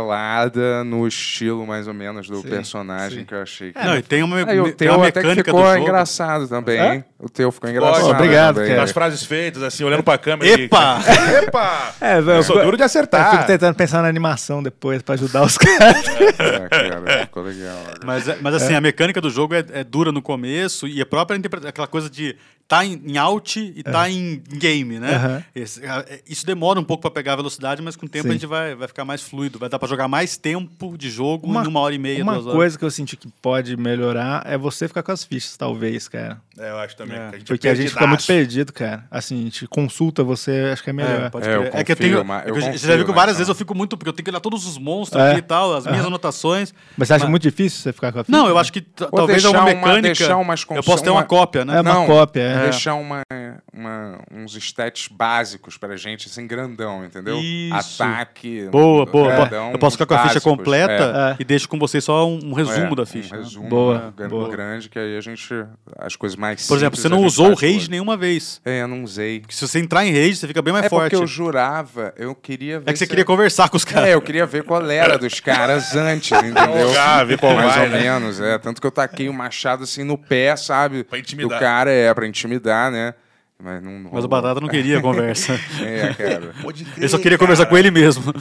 [SPEAKER 4] pincelada no estilo, mais ou menos, do personagem que eu achei que
[SPEAKER 6] É, Não, e tem uma,
[SPEAKER 4] Aí o
[SPEAKER 6] me- tem uma
[SPEAKER 4] teu É, até que
[SPEAKER 6] mecânica do
[SPEAKER 4] ficou
[SPEAKER 6] jogo.
[SPEAKER 4] engraçado também, hein? O teu ficou engraçado.
[SPEAKER 7] Ótimo.
[SPEAKER 3] Obrigado,
[SPEAKER 4] também.
[SPEAKER 3] cara.
[SPEAKER 7] As frases feitas, assim, olhando pra câmera. e-
[SPEAKER 6] Epa!
[SPEAKER 7] Epa!
[SPEAKER 3] É, velho. Eu
[SPEAKER 7] Sou duro de
[SPEAKER 3] Eu fico
[SPEAKER 7] acertar.
[SPEAKER 3] tentando pensar na animação depois pra ajudar os caras.
[SPEAKER 4] É, cara, ficou legal.
[SPEAKER 6] Mas, é- mas assim, a mecânica do jogo é, é dura no começo e a própria interpretação, aquela coisa de tá em, em out e tá em game, né?
[SPEAKER 3] É. Aham.
[SPEAKER 6] Esse- a- é- isso demora um pouco pra pegar a velocidade, mas com o tempo
[SPEAKER 3] Sim.
[SPEAKER 6] a gente vai, vai ficar mais fluido. Vai dar pra jogar mais tempo de jogo em uma hora e meia,
[SPEAKER 3] uma
[SPEAKER 6] duas horas.
[SPEAKER 3] coisa que eu senti que pode melhorar é você ficar com as fichas, talvez, cara.
[SPEAKER 7] É, eu acho também.
[SPEAKER 6] É.
[SPEAKER 7] que a gente é
[SPEAKER 3] Porque a gente fica muito
[SPEAKER 7] perdidaço.
[SPEAKER 3] perdido, cara. Assim, a gente consulta você, acho que é melhor.
[SPEAKER 6] pode
[SPEAKER 4] É, eu
[SPEAKER 6] crer. é que eu
[SPEAKER 4] confio,
[SPEAKER 6] tenho.
[SPEAKER 4] mas tá.
[SPEAKER 6] é que
[SPEAKER 4] eu
[SPEAKER 6] eu-
[SPEAKER 4] confio
[SPEAKER 6] você já viu que
[SPEAKER 4] nessa.
[SPEAKER 6] várias vezes eu fico muito. Porque eu tenho que olhar todos os monstros
[SPEAKER 3] É.
[SPEAKER 6] aqui e tal, as minhas anotações.
[SPEAKER 3] Mas você acha
[SPEAKER 6] Mas-
[SPEAKER 3] muito difícil você ficar com a ficha?
[SPEAKER 6] Não, eu acho que t-
[SPEAKER 4] Ou
[SPEAKER 6] talvez
[SPEAKER 4] deixar
[SPEAKER 6] alguma
[SPEAKER 4] uma-
[SPEAKER 6] mecânica.
[SPEAKER 4] deixar umas
[SPEAKER 6] eu posso ter
[SPEAKER 4] constru-
[SPEAKER 6] uma
[SPEAKER 4] uma-
[SPEAKER 6] cópia,
[SPEAKER 3] É
[SPEAKER 6] né?
[SPEAKER 3] uma
[SPEAKER 4] Não,
[SPEAKER 3] cópia, é.
[SPEAKER 4] é. deixar uma, uma- uns stats básicos pra gente, assim, grandão, entendeu?
[SPEAKER 6] Isso.
[SPEAKER 4] Ataque.
[SPEAKER 6] Boa, boa.
[SPEAKER 4] grandão,
[SPEAKER 6] boa. Eu posso ficar com a ficha
[SPEAKER 4] básicos, um é.
[SPEAKER 6] completa
[SPEAKER 3] É.
[SPEAKER 6] e deixo com vocês só um resumo
[SPEAKER 4] É,
[SPEAKER 6] da ficha.
[SPEAKER 4] Um resumo
[SPEAKER 3] Boa,
[SPEAKER 4] né, grande,
[SPEAKER 3] boa.
[SPEAKER 4] grande, que aí a gente. As coisas mais
[SPEAKER 6] Por exemplo,
[SPEAKER 4] simples
[SPEAKER 6] você
[SPEAKER 4] a
[SPEAKER 6] não
[SPEAKER 4] gente
[SPEAKER 6] usou o
[SPEAKER 4] faz
[SPEAKER 6] rage
[SPEAKER 4] hoje.
[SPEAKER 6] nenhuma vez.
[SPEAKER 4] É, eu não usei.
[SPEAKER 6] Porque se você entrar em rage, você fica bem mais
[SPEAKER 4] é
[SPEAKER 6] forte.
[SPEAKER 4] porque eu jurava, eu queria ver.
[SPEAKER 6] É que você
[SPEAKER 4] se-
[SPEAKER 6] queria conversar com os caras.
[SPEAKER 4] É, eu queria ver qual era dos caras antes, entendeu?
[SPEAKER 7] Jogar, ver qual
[SPEAKER 4] Mais
[SPEAKER 7] vai,
[SPEAKER 4] ou
[SPEAKER 7] né?
[SPEAKER 4] menos, é. Tanto que eu taquei o machado assim no pé, sabe?
[SPEAKER 7] Pra intimidar.
[SPEAKER 4] Do cara, é, pra intimidar, né? Mas não. não
[SPEAKER 6] Mas o
[SPEAKER 4] rolou.
[SPEAKER 6] Batata não queria conversa.
[SPEAKER 4] É, cara.
[SPEAKER 7] Pode crer,
[SPEAKER 6] Ele só queria conversar com ele mesmo.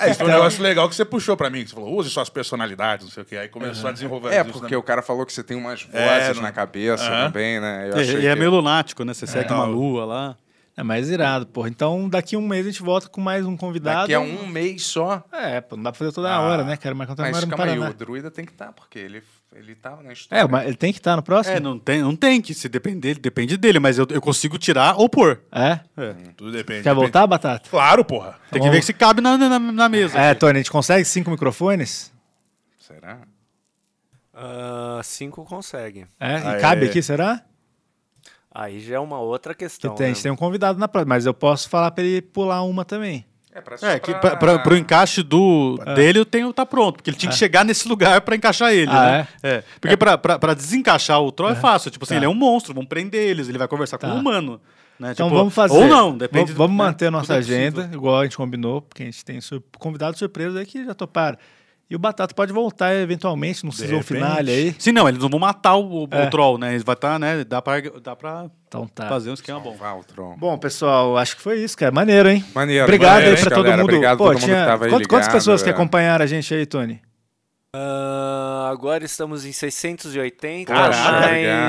[SPEAKER 7] É, isso foi um negócio legal que você puxou pra mim. que Você falou, use suas personalidades, não sei o quê. Aí começou a desenvolver
[SPEAKER 4] É,
[SPEAKER 7] isso, né?
[SPEAKER 4] porque o cara falou que você tem umas vozes
[SPEAKER 7] É, não-
[SPEAKER 4] na cabeça
[SPEAKER 7] Aham.
[SPEAKER 4] também, né? Eu
[SPEAKER 6] E-
[SPEAKER 4] achei
[SPEAKER 6] e é
[SPEAKER 4] que-
[SPEAKER 6] meio lunático, né? Você segue uma lua lá.
[SPEAKER 3] É mais irado, porra. Então, daqui a um mês a gente volta com mais um convidado.
[SPEAKER 4] Daqui a um
[SPEAKER 6] né?
[SPEAKER 4] mês só.
[SPEAKER 3] É, pô, não dá pra fazer toda
[SPEAKER 6] Ah,
[SPEAKER 3] hora, né, cara? Mas quando
[SPEAKER 4] Mas
[SPEAKER 3] hora no
[SPEAKER 4] calma aí,
[SPEAKER 3] Paraná.
[SPEAKER 4] o druida tem que estar, porque ele, ele tava na história.
[SPEAKER 3] É, mas ele tem que estar no próximo?
[SPEAKER 6] É, não tem, não tem que se depender, depende dele, mas eu, eu consigo tirar ou pôr.
[SPEAKER 3] É?
[SPEAKER 7] Tudo depende.
[SPEAKER 3] Quer voltar, Batata?
[SPEAKER 7] Claro, porra.
[SPEAKER 6] Tem que ver se cabe na, na, na mesa.
[SPEAKER 3] Tá É, Tony, a gente consegue cinco microfones?
[SPEAKER 4] Será?
[SPEAKER 10] Ah, cinco consegue.
[SPEAKER 3] É, e
[SPEAKER 7] Aê.
[SPEAKER 3] cabe aqui, será?
[SPEAKER 10] Aí já é uma outra
[SPEAKER 3] Que
[SPEAKER 6] Então,
[SPEAKER 10] questão.
[SPEAKER 3] tem, a
[SPEAKER 10] né?
[SPEAKER 6] é.
[SPEAKER 3] gente tem um convidado na próxima, mas eu posso falar pra ele pular uma também.
[SPEAKER 4] É, pra,
[SPEAKER 6] É, que pra, pra, pro encaixe do, dele eu tenho tá pronto, porque ele tinha que chegar nesse lugar pra encaixar ele,
[SPEAKER 3] Ah,
[SPEAKER 6] né? É. Porque pra, pra, pra desencaixar o Troll é fácil, tipo assim, ele é um monstro, vamos prender eles, ele vai conversar com
[SPEAKER 3] Tá.
[SPEAKER 6] um humano. Né?
[SPEAKER 3] Então
[SPEAKER 6] Tipo,
[SPEAKER 3] vamos fazer.
[SPEAKER 6] Ou não, depende.
[SPEAKER 3] Vamos,
[SPEAKER 6] do-
[SPEAKER 3] vamos
[SPEAKER 6] né?
[SPEAKER 3] manter a
[SPEAKER 6] Tudo
[SPEAKER 3] nossa
[SPEAKER 6] é possível.
[SPEAKER 3] agenda, igual a gente combinou, porque a gente tem sur- convidados surpresos aí que já toparam. E o Batata pode voltar eventualmente no season finale aí.
[SPEAKER 6] Sim, não, eles não vão matar o, o
[SPEAKER 3] É.
[SPEAKER 6] Troll, né? Eles vai estar, né? Dá pra, dá pra
[SPEAKER 3] Então tá.
[SPEAKER 6] fazer um esquema bom.
[SPEAKER 4] Valtron.
[SPEAKER 3] Bom, pessoal, acho que foi isso, cara. Maneiro, hein?
[SPEAKER 4] Maneiro,
[SPEAKER 3] Obrigado
[SPEAKER 4] maneiro,
[SPEAKER 3] aí pra
[SPEAKER 4] hein,
[SPEAKER 3] todo
[SPEAKER 4] galera?
[SPEAKER 3] mundo.
[SPEAKER 4] Obrigado a
[SPEAKER 3] Pô,
[SPEAKER 4] todo mundo
[SPEAKER 3] tinha-
[SPEAKER 4] que tava aí
[SPEAKER 3] quantas, quantas
[SPEAKER 4] ligado,
[SPEAKER 3] pessoas que
[SPEAKER 4] é.
[SPEAKER 3] acompanharam a gente aí, Tony?
[SPEAKER 10] Ah, agora estamos em 680,
[SPEAKER 4] Poxa,
[SPEAKER 10] mas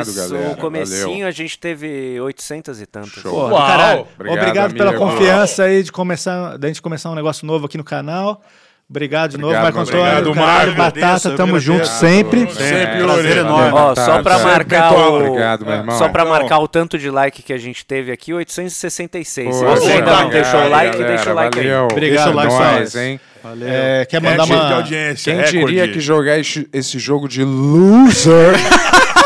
[SPEAKER 4] obrigado, galera,
[SPEAKER 10] o comecinho
[SPEAKER 4] valeu.
[SPEAKER 10] a gente teve 800 e tantas.
[SPEAKER 4] Show.
[SPEAKER 3] Pô, do
[SPEAKER 7] Uau!
[SPEAKER 3] caralho. Obrigado,
[SPEAKER 4] Obrigado,
[SPEAKER 3] pela
[SPEAKER 4] amigo.
[SPEAKER 3] confiança aí de começar, da gente começar um negócio novo aqui no canal. Obrigado de novo,
[SPEAKER 4] Obrigado,
[SPEAKER 3] Marco
[SPEAKER 4] mano.
[SPEAKER 3] Antônio.
[SPEAKER 7] Obrigado,
[SPEAKER 3] caralho,
[SPEAKER 6] Marco.
[SPEAKER 3] Batata,
[SPEAKER 6] Agradeço,
[SPEAKER 3] tamo
[SPEAKER 6] eu
[SPEAKER 3] junto
[SPEAKER 6] agradeço.
[SPEAKER 3] sempre. um
[SPEAKER 7] Sempre,
[SPEAKER 6] prazer
[SPEAKER 7] Yuri.
[SPEAKER 6] enorme.
[SPEAKER 10] Ó, só pra
[SPEAKER 4] Sempre
[SPEAKER 10] marcar
[SPEAKER 7] pontual.
[SPEAKER 10] o...
[SPEAKER 4] tá, Obrigado, meu irmão.
[SPEAKER 10] Só pra
[SPEAKER 4] Então-
[SPEAKER 10] marcar o tanto de like que a gente teve aqui, 866. Se
[SPEAKER 4] Pô,
[SPEAKER 10] você ainda não
[SPEAKER 4] obrigado,
[SPEAKER 10] deixou o like,
[SPEAKER 4] galera,
[SPEAKER 10] deixa o like aí.
[SPEAKER 4] valeu.
[SPEAKER 3] Obrigado,
[SPEAKER 4] Deixa o like,
[SPEAKER 3] Marcelo.
[SPEAKER 4] nós, hein?
[SPEAKER 3] É, quer mandar
[SPEAKER 7] Recorde de
[SPEAKER 3] uma.
[SPEAKER 7] audiência,
[SPEAKER 4] Quem
[SPEAKER 7] recorde.
[SPEAKER 4] diria que jogar esse, esse jogo de loser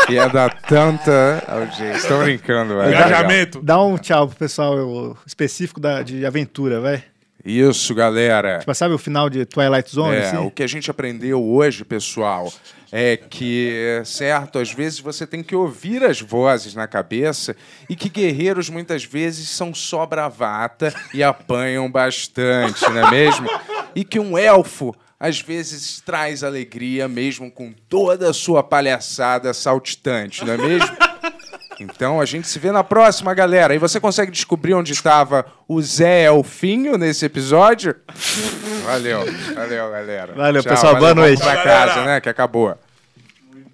[SPEAKER 4] ia dar tanta audiência? Tô brincando, velho.
[SPEAKER 7] Engajamento.
[SPEAKER 3] Dá um tchau pro pessoal eu- específico da, de aventura, vai.
[SPEAKER 4] Isso, galera.
[SPEAKER 3] Tipo, sabe o final de Twilight Zone?
[SPEAKER 4] É,
[SPEAKER 3] assim?
[SPEAKER 4] o que a gente aprendeu hoje, pessoal, é que, certo, às vezes você tem que ouvir as vozes na cabeça e que guerreiros muitas vezes são só bravata e apanham bastante, não é mesmo? E que um elfo às vezes traz alegria mesmo com toda a sua palhaçada saltitante, não é mesmo? Então a gente se vê na próxima, galera. E você consegue descobrir onde estava o Zé Elfinho nesse episódio? Valeu, valeu, galera.
[SPEAKER 3] Valeu, pessoal, boa
[SPEAKER 4] vamos
[SPEAKER 3] noite.
[SPEAKER 4] Pra casa, né? Que acabou.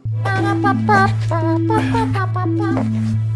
[SPEAKER 1] Ba-da-ba-ba-ba, ba-ba-ba-ba-ba.